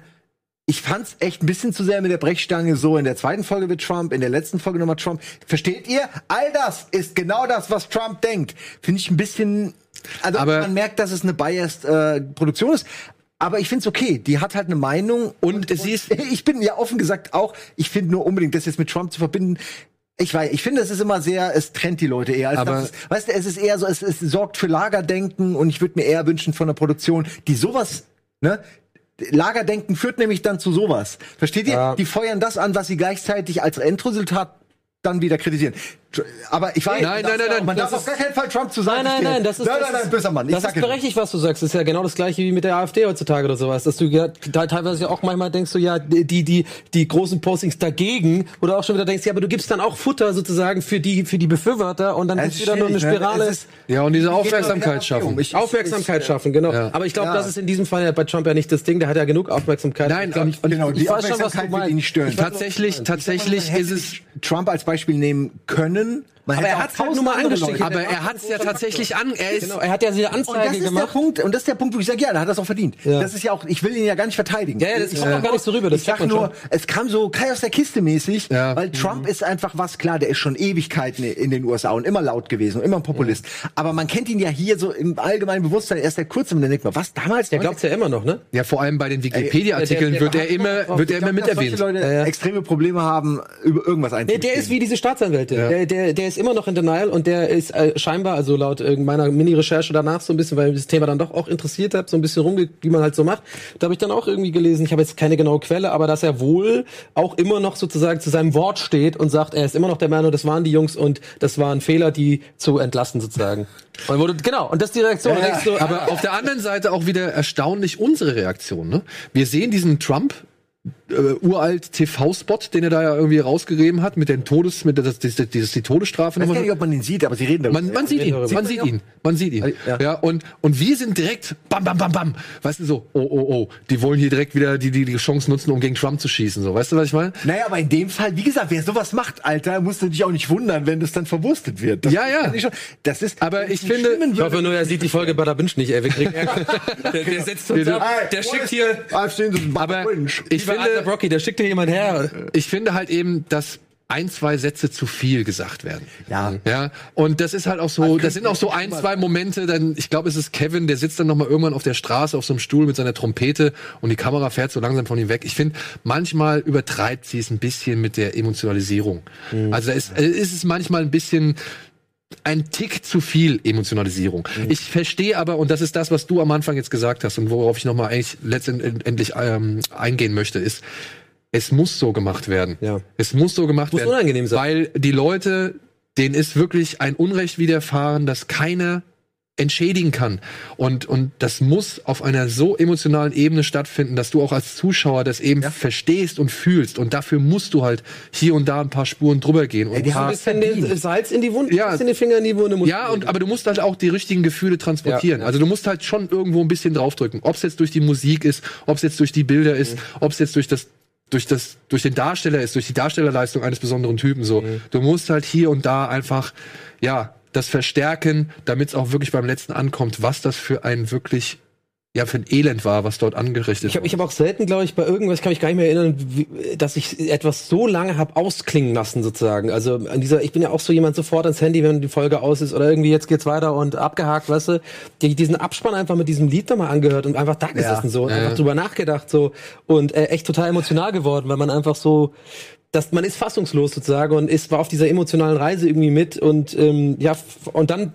Speaker 1: ich fand's echt ein bisschen zu sehr mit der Brechstange so. In der zweiten Folge wird Trump, in der letzten Folge nochmal Trump. Versteht ihr? All das ist genau das, was Trump denkt. Finde ich ein bisschen. Also
Speaker 4: Aber-
Speaker 1: man merkt, dass es eine biased äh, Produktion ist. Aber ich find's okay. Die hat halt eine Meinung
Speaker 4: Und sie ist
Speaker 1: ich bin ja offen gesagt auch, ich finde nur unbedingt, das jetzt mit Trump zu verbinden. Ich weiß, ich finde, es ist immer sehr, es trennt die Leute eher. Als
Speaker 4: Aber-
Speaker 1: dass es, weißt du, es ist eher so, es, es sorgt für Lagerdenken und ich würde mir eher wünschen von einer Produktion, die sowas, ne? Lagerdenken führt nämlich dann zu sowas. Versteht ihr? Die feuern das an, was sie gleichzeitig als Endresultat dann wieder kritisieren. Tr- Aber ich weiß, man
Speaker 4: Nein, nein,
Speaker 1: darf-
Speaker 4: nein, nein,
Speaker 1: man
Speaker 4: das
Speaker 1: darf auf
Speaker 4: ist-
Speaker 1: gar keinen Fall Trump zu
Speaker 2: Nein,
Speaker 1: sagen.
Speaker 2: nein, nein, das ist,
Speaker 1: nein,
Speaker 2: das
Speaker 1: nein, nein,
Speaker 2: ist-
Speaker 1: böser Mann. Ich
Speaker 2: das
Speaker 1: sag
Speaker 2: ist
Speaker 1: ja nur.
Speaker 2: berechtigt, was du sagst. Das ist ja genau das gleiche wie mit der AfD heutzutage oder sowas. Dass du ja te- teilweise auch manchmal denkst, so, ja, die, die, die großen Postings dagegen oder auch schon wieder denkst, ja, aber du gibst dann auch Futter sozusagen für die, für die Befürworter und dann
Speaker 1: Ja, es
Speaker 2: ist
Speaker 1: ist
Speaker 2: wieder nur eine
Speaker 1: schwierig, ne?
Speaker 2: Spirale.
Speaker 1: Es ist-
Speaker 4: Ja, und diese Aufmerksamkeit
Speaker 1: Ich-
Speaker 4: schaffen.
Speaker 1: Ich-
Speaker 2: Aufmerksamkeit schaffen, genau.
Speaker 4: Ja.
Speaker 2: Aber ich glaube,
Speaker 1: Ja.
Speaker 2: das ist in diesem Fall ja bei Trump ja nicht das Ding. Der hat ja genug Aufmerksamkeit.
Speaker 4: Nein,
Speaker 2: ich glaub,
Speaker 4: und-
Speaker 2: ich,
Speaker 1: Genau, die
Speaker 2: ich weiß schon, was du
Speaker 1: Aufmerksamkeit wird
Speaker 2: meinst.
Speaker 1: ihn nicht stören.
Speaker 4: Tatsächlich,
Speaker 1: Ich sag mal, man
Speaker 4: tatsächlich
Speaker 1: hätte
Speaker 4: ist es
Speaker 1: Trump als Beispiel nehmen können. Man
Speaker 2: Aber
Speaker 1: hätte
Speaker 2: er
Speaker 1: auch
Speaker 2: hat's halt
Speaker 1: tausend
Speaker 2: nur mal
Speaker 1: andere
Speaker 2: angesteckt.
Speaker 1: Leute.
Speaker 4: Aber er hat es ja tatsächlich an. Er ist.
Speaker 2: Genau, er hat ja diese
Speaker 1: Und das
Speaker 2: Anzeige
Speaker 1: ist der
Speaker 2: gemacht.
Speaker 1: Punkt, und das ist der Punkt, wo ich sage, ja, da hat er es auch verdient.
Speaker 2: Ja.
Speaker 1: Das ist ja auch, ich will ihn ja gar nicht verteidigen.
Speaker 2: Ja, ja, das
Speaker 1: ich,
Speaker 2: kommt auch gar nicht so rüber, das
Speaker 1: ich sag
Speaker 2: merkt man Mhm.
Speaker 1: nur, es kam so Kai aus der Kiste mäßig,
Speaker 4: Ja.
Speaker 1: weil Trump ist einfach was, klar, der ist schon Ewigkeiten in den USA und immer laut gewesen und immer ein Populist. Aber man kennt ihn ja hier so im allgemeinen Bewusstsein erst seit kurzem, dann denkt man, was damals?
Speaker 2: Der glaubt ja immer noch, ne?
Speaker 4: Ja, vor allem bei den Wikipedia-Artikeln
Speaker 2: Ey, der-
Speaker 4: wird er
Speaker 2: der-
Speaker 4: immer, wird er immer mit
Speaker 1: dass solche
Speaker 4: erwähnt.
Speaker 1: Leute extreme Probleme haben, über irgendwas
Speaker 2: Nee,
Speaker 1: einzugehen.
Speaker 2: Äh, der ist wie diese Staatsanwälte. Der, der, der ist immer noch in Denial und der ist äh, scheinbar, also laut äh, meiner Mini-Recherche danach so ein bisschen, weil mich das Thema dann doch auch interessiert hat, so ein bisschen rumge, wie man halt so macht. Da habe ich dann auch irgendwie gelesen, ich habe jetzt keine genaue Quelle, aber dass er wohl auch immer noch sozusagen zu seinem Wort steht und sagt, er ist immer noch der Meinung, das waren die Jungs und das waren Fehler, die zu entlasten sozusagen. Und wurde, genau, und das ist die Reaktion. Und denkst du, ah,
Speaker 4: Aber auf der anderen Seite auch wieder erstaunlich unsere Reaktion. Ne? Wir sehen diesen Trump. Äh, uralt TV-Spot, den er da ja irgendwie rausgegeben hat, mit den Todes, mit der, das, das, das, die Todesstrafe.
Speaker 1: ich weiß
Speaker 4: nochmal.
Speaker 1: gar nicht, ob man ihn sieht, aber sie reden darüber.
Speaker 4: Man, man sieht ihn, man sieht ihn, man sieht ihn.
Speaker 1: Ah, Ja.
Speaker 4: Ja, und, und wir sind direkt bam, bam, bam, bam. Weißt du, so, oh, oh, oh, die wollen hier direkt wieder die, die, die Chance nutzen, um gegen Trump zu schießen. So, weißt du, was ich meine?
Speaker 1: Naja, aber in dem Fall, wie gesagt, wer sowas macht, Alter, musst du dich auch nicht wundern, wenn das dann verwurstet wird. Das
Speaker 4: Ja, ja.
Speaker 1: kann ich schon- Das ist.
Speaker 4: Aber
Speaker 1: wenn es
Speaker 4: ich
Speaker 1: nicht
Speaker 4: finde-
Speaker 1: stimmen
Speaker 2: Ich
Speaker 1: würde-
Speaker 2: hoffe nur, er sieht die Folge Bada Binge nicht, ey. Wir kriegen der, der setzt uns ab,
Speaker 1: Ey,
Speaker 2: der
Speaker 1: wo
Speaker 2: schickt
Speaker 1: Ah, ist-
Speaker 2: hier,
Speaker 1: I've seen this
Speaker 4: Aber
Speaker 1: Bunch.
Speaker 4: ich
Speaker 2: lieber Arthur
Speaker 4: finde,
Speaker 2: Brocky, der schickt hier jemand her.
Speaker 4: ich finde halt eben, dass ein, zwei Sätze zu viel gesagt werden.
Speaker 1: Ja.
Speaker 4: Ja. Und das ist halt auch so, das sind auch so ein, zwei Momente, dann, ich glaube, es ist Kevin, der sitzt dann nochmal irgendwann auf der Straße auf so einem Stuhl mit seiner Trompete und die Kamera fährt so langsam von ihm weg. Ich finde, manchmal übertreibt sie es ein bisschen mit der Emotionalisierung. Also da ist, äh, ist es manchmal ein bisschen, ein Tick zu viel Emotionalisierung.
Speaker 2: Mhm.
Speaker 4: Ich verstehe aber, und das ist das, was du am Anfang jetzt gesagt hast und worauf ich nochmal eigentlich letztendlich ähm, eingehen möchte, ist, es muss so gemacht werden.
Speaker 2: Ja.
Speaker 4: Es muss so gemacht
Speaker 2: Muss
Speaker 4: werden.
Speaker 2: unangenehm sein.
Speaker 4: Weil die Leute, denen ist wirklich ein Unrecht widerfahren, das keiner entschädigen kann. Und, und das muss auf einer so emotionalen Ebene stattfinden, dass du auch als Zuschauer das eben verstehst und fühlst. Und dafür musst du halt hier und da ein paar Spuren drüber gehen. Und ein
Speaker 2: So ein
Speaker 4: paar,
Speaker 2: bisschen den Salz in die Wunde,
Speaker 4: Ja.
Speaker 2: ein bisschen den Finger in die Wunde. muss-
Speaker 4: ja, und, aber du musst halt auch die richtigen Gefühle transportieren.
Speaker 2: Ja, ja.
Speaker 4: Also du musst halt schon irgendwo ein bisschen draufdrücken. Ob es jetzt durch die Musik ist, ob es jetzt durch die Bilder ist,
Speaker 2: Mhm.
Speaker 4: ob es jetzt durch das durch das durch den Darsteller ist, durch die Darstellerleistung eines besonderen Typen so.
Speaker 2: Mhm.
Speaker 4: Du musst halt hier und da einfach ja, das verstärken, damit es auch wirklich beim letzten ankommt, was das für ein wirklich ja für ein Elend war, was dort angerichtet
Speaker 2: Ich habe
Speaker 4: wurde.
Speaker 2: ich hab auch selten, glaube ich, bei irgendwas, kann mich gar nicht mehr erinnern, wie, dass ich etwas so lange habe ausklingen lassen, sozusagen. Also an dieser, ich bin ja auch so jemand sofort ans Handy, wenn die Folge aus ist oder irgendwie jetzt geht's weiter und abgehakt, weißt du, die, diesen Abspann einfach mit diesem Lied nochmal angehört und einfach da gesessen so und einfach drüber nachgedacht so und äh, echt total emotional geworden, weil man einfach so dass man ist fassungslos sozusagen und ist war auf dieser emotionalen Reise irgendwie mit und ähm, ja f- und dann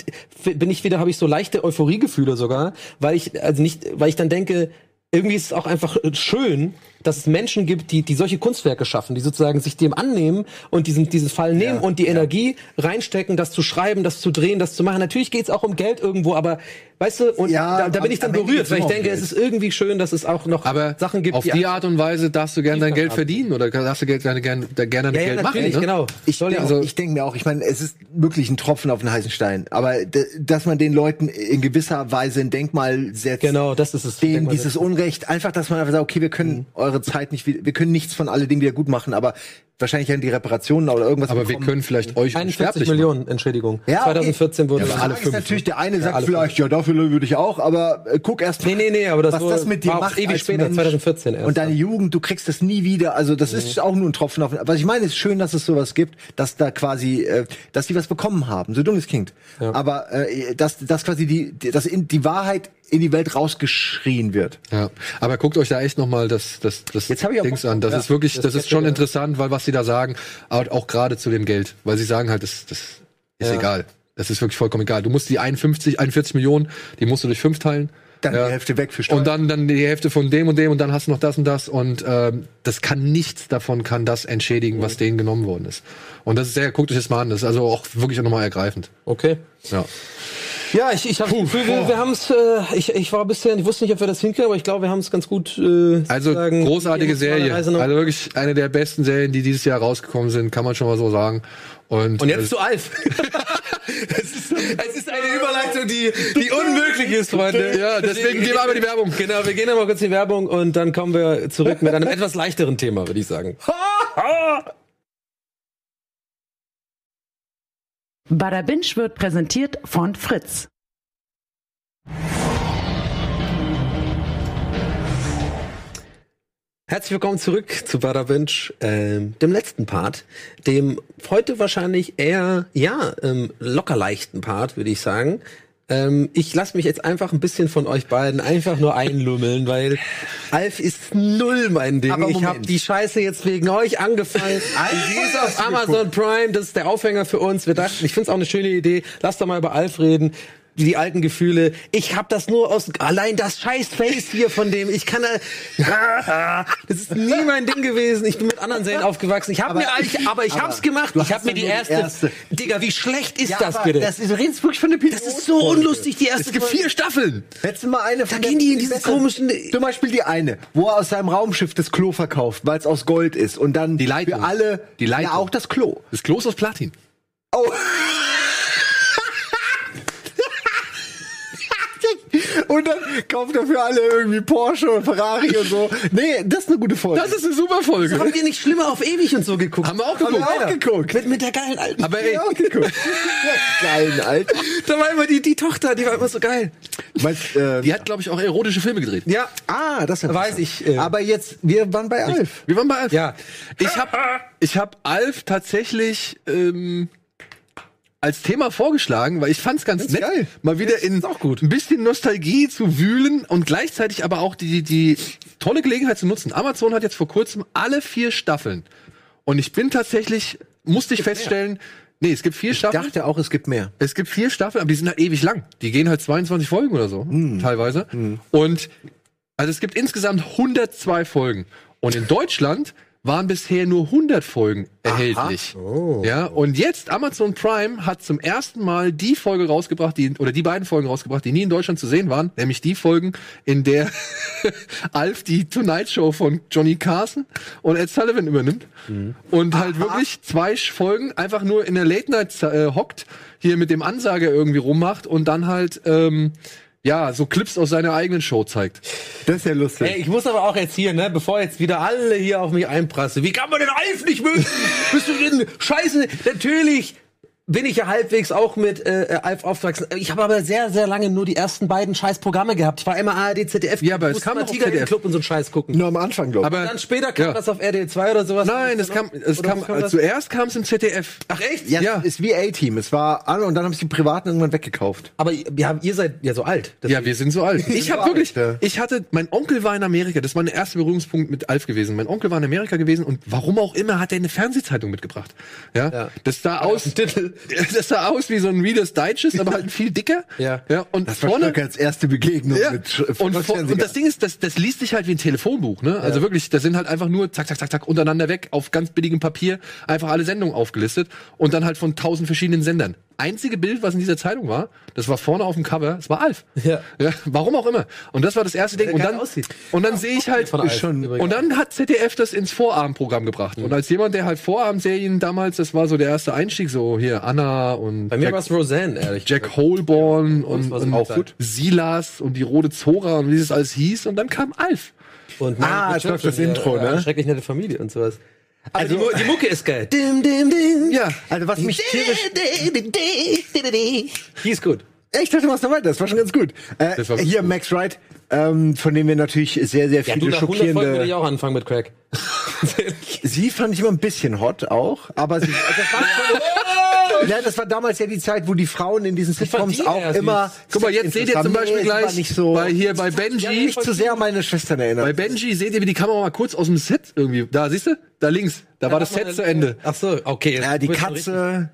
Speaker 2: f- bin ich wieder habe ich so leichte Euphoriegefühle sogar, weil ich also nicht weil ich dann denke irgendwie ist es auch einfach äh, schön, dass es Menschen gibt, die die solche Kunstwerke schaffen, die sozusagen sich dem annehmen und diesen diesen Fall nehmen und die Energie reinstecken, das zu schreiben, das zu drehen, das zu machen. Natürlich geht's auch um Geld irgendwo, aber weißt du und
Speaker 1: Ja,
Speaker 2: da, da bin ich dann
Speaker 1: am- am Ende
Speaker 2: berührt,
Speaker 1: geht's
Speaker 2: weil ich
Speaker 1: immer um
Speaker 2: denke,
Speaker 1: Geld.
Speaker 2: es ist irgendwie schön, dass es auch noch
Speaker 4: aber
Speaker 2: Sachen gibt,
Speaker 4: auf die, Art und Weise darfst du gerne dein Geld
Speaker 2: haben.
Speaker 4: verdienen oder darfst du Geld- gerne gerne gerne dein
Speaker 2: ja, ja,
Speaker 4: Geld machen.
Speaker 2: natürlich,
Speaker 4: ne?
Speaker 2: genau.
Speaker 1: Ich,
Speaker 2: Soll ja
Speaker 1: denk-
Speaker 2: auch-
Speaker 1: ich denke mir auch, ich meine, es ist wirklich ein Tropfen auf den heißen Stein. Aber d- dass man den Leuten in gewisser Weise ein Denkmal setzt,
Speaker 2: Genau, das ist es.
Speaker 1: denen
Speaker 2: Denkmal
Speaker 1: dieses Unrecht, einfach, dass man einfach sagt, okay, wir können
Speaker 4: Mhm.
Speaker 1: eure Zeit nicht, wieder- wir können nichts von alledem wieder gut machen, aber wahrscheinlich werden die Reparationen oder irgendwas.
Speaker 4: Aber wir
Speaker 1: bekommen.
Speaker 4: können vielleicht euch
Speaker 2: 41
Speaker 4: unsterblich
Speaker 2: Millionen Entschädigung.
Speaker 1: Ja, okay.
Speaker 2: 2014
Speaker 1: Die
Speaker 2: wurde
Speaker 1: Frage
Speaker 2: alle
Speaker 1: ist
Speaker 2: fünf.
Speaker 1: natürlich, der eine sagt
Speaker 2: alle
Speaker 1: vielleicht, ja, dafür würde ich auch, aber äh, guck erst
Speaker 2: Nee, nee, nee, aber das
Speaker 1: was
Speaker 2: wurde-
Speaker 1: das mit dir
Speaker 2: war auch
Speaker 1: macht.
Speaker 2: ewig
Speaker 1: als
Speaker 2: später, 2014 erst.
Speaker 1: Und deine Jugend, du kriegst das nie wieder. Also das ist auch nur ein Tropfen auf. Was ich meine, ist schön, dass es sowas gibt, dass da quasi, äh, dass die was bekommen haben. So dumm es klingt. Aber äh, dass, dass quasi die, die- dass in, die Wahrheit in die Welt rausgeschrien wird.
Speaker 4: Ja, aber guckt euch da echt nochmal das, das, das
Speaker 1: Jetzt hab ich auch
Speaker 4: Dings
Speaker 1: Bock
Speaker 4: an. Das
Speaker 1: drauf,
Speaker 4: ist wirklich, das, ist schon interessant, weil was sie da sagen, aber auch gerade zu dem Geld, weil sie sagen halt, das, das ist egal. Das ist wirklich vollkommen egal. Du musst die 51, 41 Millionen, die musst du durch fünf teilen.
Speaker 1: Dann die Hälfte weg für Steuern.
Speaker 4: Und dann, dann die Hälfte von dem und dem und dann hast du noch das und das und ähm, das kann nichts davon kann das entschädigen,
Speaker 1: Mhm.
Speaker 4: was denen genommen worden ist. Und das ist sehr, guckt euch das mal an, das ist also auch wirklich nochmal ergreifend.
Speaker 2: Okay.
Speaker 4: Ja.
Speaker 2: Ja, ich, ich habe Gefühl, wir, wir haben es. Äh, ich, ich war bisher, ich wusste nicht, ob wir das hinkriegen, aber ich glaube, wir haben es ganz gut. Äh,
Speaker 4: Also
Speaker 2: sozusagen die
Speaker 4: großartige
Speaker 2: emotionale
Speaker 4: Serie.
Speaker 2: Reise noch-
Speaker 4: Also wirklich eine der besten Serien, die dieses Jahr rausgekommen sind, kann man schon mal so sagen. Und, äh,
Speaker 2: Und jetzt zu Alf. es, ist, es ist eine Überleitung, die, die unmöglich ist, Freunde.
Speaker 4: Ja, deswegen gehen wir aber die Werbung.
Speaker 2: Genau, wir gehen einmal kurz in die Werbung und dann kommen wir zurück mit einem etwas leichteren Thema, würde ich sagen.
Speaker 3: Bada Binge wird präsentiert von Fritz.
Speaker 2: Herzlich willkommen zurück zu Badabinch, ähm, dem letzten Part, dem heute wahrscheinlich eher, ja, ähm, locker leichten Part, würde ich sagen. Ähm, ich lasse mich jetzt einfach ein bisschen von euch beiden einfach nur einlümmeln, weil Alf ist null mein Ding.
Speaker 1: Aber
Speaker 2: ich
Speaker 1: Moment.
Speaker 2: habe die Scheiße jetzt wegen euch angefangen. Alf ist auf Amazon Prime, das ist der Aufhänger für uns. Wir dachten, ich finde es auch eine schöne Idee. Lass doch mal über Alf reden. Die, die alten Gefühle. Ich habe das nur aus allein das scheiß Face hier von dem. Ich kann da, das ist nie mein Ding gewesen. Ich bin mit anderen Serien aufgewachsen. Ich habe mir eigentlich, aber ich
Speaker 1: aber
Speaker 2: hab's gemacht.
Speaker 1: du
Speaker 2: Ich
Speaker 1: hast
Speaker 2: habe mir
Speaker 1: ja
Speaker 2: die
Speaker 1: nur die
Speaker 2: erste,
Speaker 1: erste.
Speaker 2: Digga, wie schlecht ist
Speaker 1: Ja,
Speaker 2: das
Speaker 1: aber
Speaker 2: bitte?
Speaker 1: Das ist, du redest wirklich von der Pilot.
Speaker 2: Das ist so unlustig, die erste
Speaker 4: Es gibt
Speaker 2: Folge.
Speaker 4: vier Staffeln.
Speaker 1: Letztes Mal eine von
Speaker 2: Da gehen die in dieses
Speaker 1: besseren-
Speaker 2: komischen-
Speaker 1: Zum Beispiel die eine, wo er aus seinem Raumschiff das Klo verkauft, weil es aus Gold ist. Und dann
Speaker 4: Die Leitung.
Speaker 1: für alle
Speaker 4: Die Leitung.
Speaker 1: Ja, auch das Klo.
Speaker 4: Das Klo ist aus Platin.
Speaker 1: Und dann kauft er für alle irgendwie Porsche und Ferrari und so. Nee, das ist eine gute Folge.
Speaker 4: Das ist eine super Folge.
Speaker 2: Haben wir nicht schlimmer auf ewig und so geguckt?
Speaker 4: Haben wir auch
Speaker 1: Haben wir
Speaker 4: geguckt.
Speaker 1: auch geguckt.
Speaker 2: Mit, mit der geilen alten.
Speaker 4: Aber ey,
Speaker 1: Ja, auch geguckt. Geilen Alter.
Speaker 2: da war immer die, die Tochter, die war immer so geil.
Speaker 1: Meinst, äh,
Speaker 4: die hat, glaube ich, auch erotische Filme gedreht.
Speaker 2: Ja.
Speaker 1: Ah, das ist
Speaker 2: Weiß
Speaker 1: interessant.
Speaker 2: ich, äh,
Speaker 1: Aber jetzt, wir waren bei Alf.
Speaker 4: Wir waren bei Alf.
Speaker 2: Ja.
Speaker 4: Ich habe ich hab Alf tatsächlich ähm, als Thema vorgeschlagen, weil ich fand's ganz nett,
Speaker 1: geil.
Speaker 4: mal wieder in
Speaker 2: auch gut.
Speaker 4: ein bisschen Nostalgie zu wühlen und gleichzeitig aber auch die, die tolle Gelegenheit zu nutzen. Amazon hat jetzt vor kurzem alle vier Staffeln. Und ich bin tatsächlich, musste ich feststellen, nee, es gibt vier Staffeln.
Speaker 1: auch, es gibt mehr.
Speaker 4: Es gibt vier Staffeln, aber die sind halt ewig lang. Die gehen halt 22 Folgen oder so, teilweise. Und also es gibt insgesamt 102 Folgen. Und in Deutschland waren bisher nur 100 Folgen erhältlich. Ja, und jetzt Amazon Prime hat zum ersten Mal die Folge rausgebracht, die oder die beiden Folgen rausgebracht, die nie in Deutschland zu sehen waren, nämlich die Folgen, in der Alf die Tonight Show von Johnny Carson und Ed Sullivan übernimmt und halt wirklich zwei Sch- Folgen einfach nur in der Late Night äh, hockt, hier mit dem Ansager irgendwie rummacht und dann halt ähm, ja, so Clips aus seiner eigenen Show zeigt.
Speaker 1: Das ist ja lustig.
Speaker 2: Ey, ich muss aber auch jetzt hier, ne, bevor jetzt wieder alle hier auf mich einprassen. Wie kann man den Alf nicht mögen? Bist du denn Scheiße? Natürlich bin ich ja halbwegs auch mit äh, Alf aufgewachsen. Ich habe aber sehr, sehr lange nur die ersten beiden Scheißprogramme gehabt. Ich war immer ARD, ZDF.
Speaker 4: Ja, aber
Speaker 2: Ich
Speaker 4: es
Speaker 2: musste
Speaker 4: kam
Speaker 2: mal
Speaker 4: auch auf
Speaker 2: Tiger im
Speaker 4: ZDF.
Speaker 2: Club und so einen Scheiß gucken.
Speaker 1: Nur am Anfang, glaube ich.
Speaker 4: Aber
Speaker 2: Dann später kam
Speaker 4: ja.
Speaker 2: das auf RDL 2 oder sowas.
Speaker 4: Nein, es kam, es
Speaker 2: Oder
Speaker 4: kam,
Speaker 2: was kam das?
Speaker 4: zuerst kam es im ZDF.
Speaker 2: Ach echt?
Speaker 1: Ja,
Speaker 2: Ja.
Speaker 4: Ja.
Speaker 1: Es ist wie A-Team. Es war an und dann haben sie die Privaten irgendwann weggekauft.
Speaker 2: Aber ja, ihr seid ja so alt. Das
Speaker 4: Ja, wir sind so alt. Ich habe
Speaker 1: so
Speaker 4: wirklich,
Speaker 1: alt, ja.
Speaker 4: ich hatte, mein Onkel war in Amerika, das war mein erster Berührungspunkt mit Alf gewesen. Mein Onkel war in Amerika gewesen und warum auch immer hat er eine Fernsehzeitung mitgebracht. Ja,
Speaker 2: Ja.
Speaker 4: das sah aus, das sah aus wie so ein Reader's Digest, aber halt viel dicker.
Speaker 2: Ja.
Speaker 4: ja und
Speaker 1: Das war
Speaker 4: vorne,
Speaker 1: Schröck als erste Begegnung
Speaker 4: ja,
Speaker 1: mit Sch- äh,
Speaker 4: und, vor,
Speaker 1: Fernsehgarten.
Speaker 4: und das Ding ist, das, das liest sich halt wie ein Telefonbuch, ne? Also wirklich, das sind halt einfach nur zack, zack, zack, zack, untereinander weg, auf ganz billigem Papier, einfach alle Sendungen aufgelistet und dann halt von tausend verschiedenen Sendern. Einzige Bild, was in dieser Zeitung war, das war vorne auf dem Cover, es war Alf.
Speaker 2: Ja.
Speaker 4: Warum auch immer. Und das war das erste Ding.
Speaker 2: Der
Speaker 4: Und
Speaker 2: geil
Speaker 4: dann,
Speaker 2: aussieht.
Speaker 4: und dann sehe ich halt,
Speaker 2: von Alf
Speaker 1: schon-
Speaker 2: übrigens.
Speaker 4: und dann hat ZDF das ins Vorabendprogramm gebracht. Und als jemand, der halt Vorabendserien damals, das war so der erste Einstieg, so hier Anna und
Speaker 2: Bei mir
Speaker 4: Jack-
Speaker 2: war es Roseanne, ehrlich
Speaker 4: Jack Holborn und,
Speaker 2: was
Speaker 4: und
Speaker 2: auch gut.
Speaker 4: Silas und die Rode Zora und wie es alles hieß und dann kam Alf.
Speaker 2: Und
Speaker 1: Ah,
Speaker 2: Mann,
Speaker 1: jetzt läuft das
Speaker 2: ja,
Speaker 1: Intro,
Speaker 2: ja,
Speaker 1: ne?
Speaker 2: äh, Schrecklich nette Familie und sowas.
Speaker 1: Also-
Speaker 2: Also, die, Mu- die Mucke ist geil. Dim, dim, dim.
Speaker 4: Ja.
Speaker 1: Also was mich tierisch...
Speaker 2: Die ist gut.
Speaker 1: Ich dachte, du machst noch weiter. Das war schon ganz gut. Äh,
Speaker 4: Das war
Speaker 1: hier,
Speaker 4: gut.
Speaker 1: Max Wright, ähm, von dem wir natürlich sehr, sehr
Speaker 2: Ja, du,
Speaker 1: viele
Speaker 2: nach 100 Folgen würde ich
Speaker 1: schockierende...
Speaker 2: auch anfangen mit Crack.
Speaker 1: Sie fand ich immer ein bisschen hot auch, aber sie, das, war schon, ja, das war damals ja die Zeit, wo die Frauen in diesen Sitcoms
Speaker 2: die eher
Speaker 1: auch
Speaker 2: süß.
Speaker 1: immer...
Speaker 4: Guck mal, jetzt seht ihr zum
Speaker 1: Nee,
Speaker 4: Beispiel
Speaker 1: es war
Speaker 4: gleich
Speaker 1: Nicht so,
Speaker 4: bei hier bei
Speaker 1: ja,
Speaker 4: Benji.
Speaker 1: nicht zu sehr an meine Schwestern
Speaker 4: bei
Speaker 1: erinnert.
Speaker 4: Benji seht ihr, wie die Kamera mal kurz aus dem Set irgendwie. Da siehst du? Da links. Da war das Set zu Ende.
Speaker 2: Ach so, okay.
Speaker 1: Ja, die
Speaker 2: Jetzt-
Speaker 1: Katze...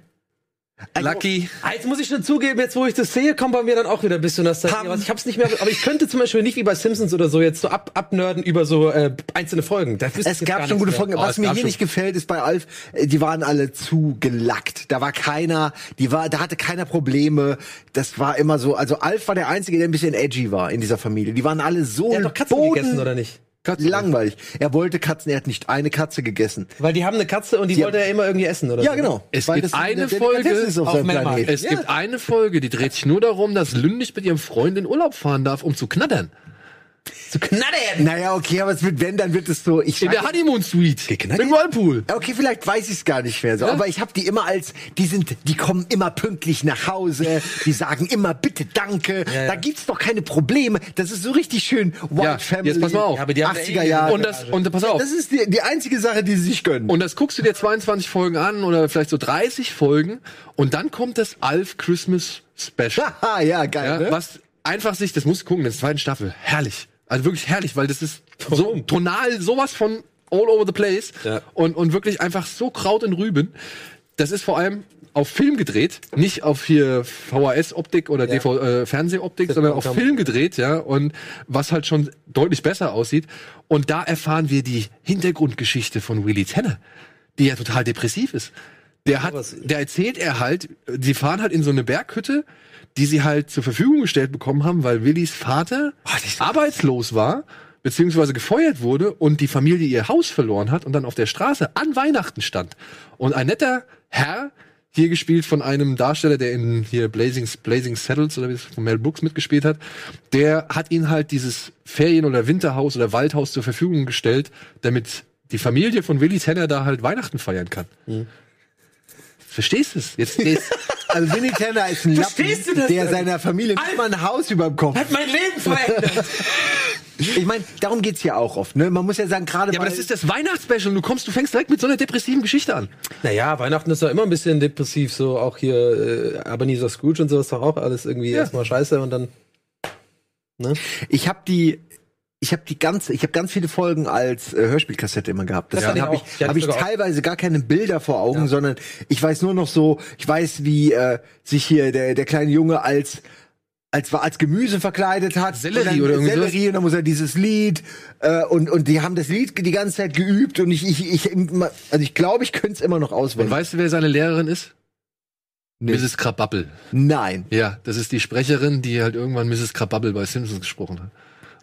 Speaker 4: Lucky.
Speaker 2: Ah, Jetzt muss ich schon zugeben, jetzt wo ich das sehe, kommt bei mir dann auch wieder ein bisschen Nostalgie.
Speaker 1: Pam.
Speaker 2: raus. Ich hab's nicht mehr, aber ich könnte zum Beispiel nicht wie bei Simpsons oder so jetzt so ab, abnörden über so äh, einzelne Folgen. Da wüsste ich
Speaker 1: Es
Speaker 2: jetzt gar
Speaker 1: gab schon gute
Speaker 2: nichts mehr.
Speaker 1: Folgen.
Speaker 4: Oh,
Speaker 1: Was
Speaker 4: es
Speaker 1: mir
Speaker 4: gab
Speaker 1: hier
Speaker 4: schon-
Speaker 1: nicht gefällt, ist bei Alf, äh, die waren alle zu gelackt. Da war keiner, die war, da hatte keiner Probleme. Das war immer so. Also Alf war der Einzige, der ein bisschen edgy war in dieser Familie. Die waren alle so
Speaker 2: Der hat doch Katzen
Speaker 1: boden-
Speaker 2: gegessen, oder nicht?
Speaker 4: Katzen.
Speaker 1: langweilig. Er wollte Katzen, er hat nicht eine Katze gegessen.
Speaker 2: Weil die haben eine Katze und die wollte er immer irgendwie essen, oder
Speaker 1: Ja,
Speaker 2: so. ne?
Speaker 1: genau.
Speaker 4: Es
Speaker 1: Weil
Speaker 4: gibt
Speaker 1: das
Speaker 4: eine
Speaker 1: der
Speaker 4: Folge
Speaker 1: Delikatesse ist auf,
Speaker 2: auf
Speaker 1: seinem
Speaker 2: Melmark.
Speaker 1: Planeten.
Speaker 4: Es gibt eine Folge, die dreht sich nur darum, dass Lündig mit ihrem Freund in Urlaub fahren darf, um zu knattern.
Speaker 2: So knallen!
Speaker 1: Naja, okay, aber es wird, wenn, dann wird es so. Ich
Speaker 4: In der
Speaker 1: sag-
Speaker 4: Honeymoon Suite.
Speaker 2: Geknackt?
Speaker 4: Im Whirlpool.
Speaker 1: Okay, vielleicht weiß ich es gar nicht mehr so, aber ich habe die immer als, die sind, die kommen immer pünktlich nach Hause, die sagen immer bitte danke,
Speaker 2: ja.
Speaker 1: da gibt's doch keine Probleme, das ist so richtig schön. White
Speaker 4: Ja, jetzt pass mal auf.
Speaker 2: Ja, aber die haben
Speaker 1: 80er
Speaker 2: eh-
Speaker 1: Jahre.
Speaker 4: Und das, und pass auf.
Speaker 1: das ist die, die einzige Sache, die sie sich gönnen.
Speaker 4: Und das guckst du dir 22 Folgen an oder vielleicht so 30 Folgen und dann kommt das Alf Christmas Special.
Speaker 1: Haha, ja, geil.
Speaker 4: Ja,
Speaker 1: ne?
Speaker 4: Was einfach sich, das musst du gucken, in der zweiten Staffel. Herrlich. Also wirklich herrlich, weil das ist so tonal sowas von all over the place
Speaker 2: Ja.
Speaker 4: und, und wirklich einfach so Kraut in Rüben. Das ist vor allem auf Film gedreht, nicht auf hier VHS-Optik oder DV, äh, Fernsehoptik, sondern auf
Speaker 2: kommt.
Speaker 4: Film gedreht, ja, und was halt schon deutlich besser aussieht. Und da erfahren wir die Hintergrundgeschichte von Willy Tanner, die ja total depressiv ist. Der hat,
Speaker 2: was-
Speaker 4: der erzählt er halt, sie fahren halt in so eine Berghütte, die sie halt zur Verfügung gestellt bekommen haben, weil Willys Vater arbeitslos war, beziehungsweise gefeuert wurde und die Familie ihr Haus verloren hat und dann auf der Straße an Weihnachten stand. Und ein netter Herr, hier gespielt von einem Darsteller, der in hier Blazing, Blazing Saddles oder wie es von Mel Brooks mitgespielt hat, der hat ihnen halt dieses Ferien- oder Winterhaus oder Waldhaus zur Verfügung gestellt, damit die Familie von Willy Tanner da halt Weihnachten feiern kann. Verstehst du es? Jetzt, jetzt
Speaker 1: Also Winnie Tanner ist ein Lappen,
Speaker 2: Verstehst du das
Speaker 1: der
Speaker 2: denn?
Speaker 1: seiner Familie nicht mal ein Haus über dem Kopf.
Speaker 2: Hat mein Leben verändert!
Speaker 1: Ich meine, darum geht's ja auch oft. Ne? Man muss ja sagen, gerade
Speaker 4: Ja, aber
Speaker 1: mal-
Speaker 4: das ist das Weihnachtsspecial und du kommst, du fängst direkt mit so einer depressiven Geschichte an.
Speaker 2: Naja, Weihnachten ist ja immer ein bisschen depressiv, so auch hier äh, Ebenezer Scrooge und sowas doch auch alles irgendwie erstmal scheiße und dann.
Speaker 1: ich habe die ich habe die ganze ich habe ganz viele Folgen als äh, Hörspielkassette immer gehabt.
Speaker 2: Das hatte
Speaker 1: Deswegen
Speaker 2: ich
Speaker 1: habe
Speaker 2: auch.
Speaker 1: ich
Speaker 2: Ich hatte
Speaker 1: habe ich
Speaker 2: sogar auch.
Speaker 1: teilweise gar keine Bilder vor Augen, sondern ich weiß nur noch so, ich weiß wie äh, sich hier der der kleine Junge als als war als Gemüse verkleidet hat
Speaker 4: Sellerie
Speaker 1: und dann,
Speaker 4: oder irgendwie
Speaker 1: Sellerie und dann muss er dieses Lied äh, und und die haben das Lied die ganze Zeit geübt und ich ich, ich also ich glaube ich könnte es immer noch
Speaker 4: Und
Speaker 1: auswendig.
Speaker 4: weißt du, wer seine Lehrerin ist?
Speaker 1: Nee.
Speaker 4: Mrs. Krabappel.
Speaker 1: Nein.
Speaker 4: Ja, das ist die Sprecherin, die halt irgendwann Mrs. Krabappel bei Simpsons gesprochen hat.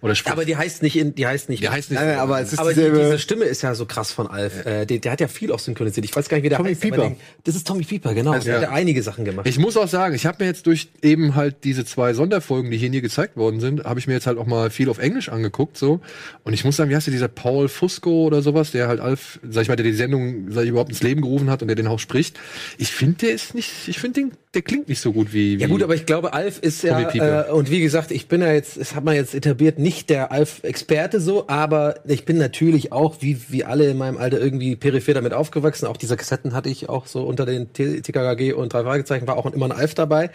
Speaker 4: Oder spricht.
Speaker 2: Aber die heißt nicht in, die heißt nicht.
Speaker 4: die heißt nicht.
Speaker 1: Nein, nein, aber es ist
Speaker 2: aber die,
Speaker 1: dieselbe
Speaker 2: diese Stimme ist ja so krass von Alf. Äh, der, der hat ja viel auch synchronisiert. Ich weiß gar nicht, wie der
Speaker 1: Tommy
Speaker 2: heißt. aber
Speaker 1: Pieper. Also
Speaker 2: den- Das ist Tommy Pieper, genau. Der hat ja einige Sachen gemacht.
Speaker 4: ich muss auch sagen, ich habe mir jetzt durch eben halt diese zwei Sonderfolgen, die hier nie gezeigt worden sind, habe ich mir jetzt halt auch mal viel auf Englisch angeguckt so. Und ich muss sagen, wie heißt der, dieser Paul Fusco oder sowas, der halt Alf, sag ich mal, der die Sendung sag ich, überhaupt ins Leben gerufen hat und der den auch spricht. Ich finde, der ist nicht, ich finde, den- der klingt nicht so gut wie.
Speaker 2: Ja
Speaker 4: wie
Speaker 2: gut, aber ich glaube, Alf ist
Speaker 4: Tommy
Speaker 2: ja,
Speaker 4: Pieper.
Speaker 2: äh, und wie gesagt, ich bin ja jetzt, das hat man jetzt etabliert, nicht der Alf-Experte so, aber ich bin natürlich auch, wie, wie alle in meinem Alter, irgendwie peripher damit aufgewachsen. Auch diese Kassetten hatte ich auch so unter den T- TKKG und drei Fragezeichen, war auch immer ein Alf dabei.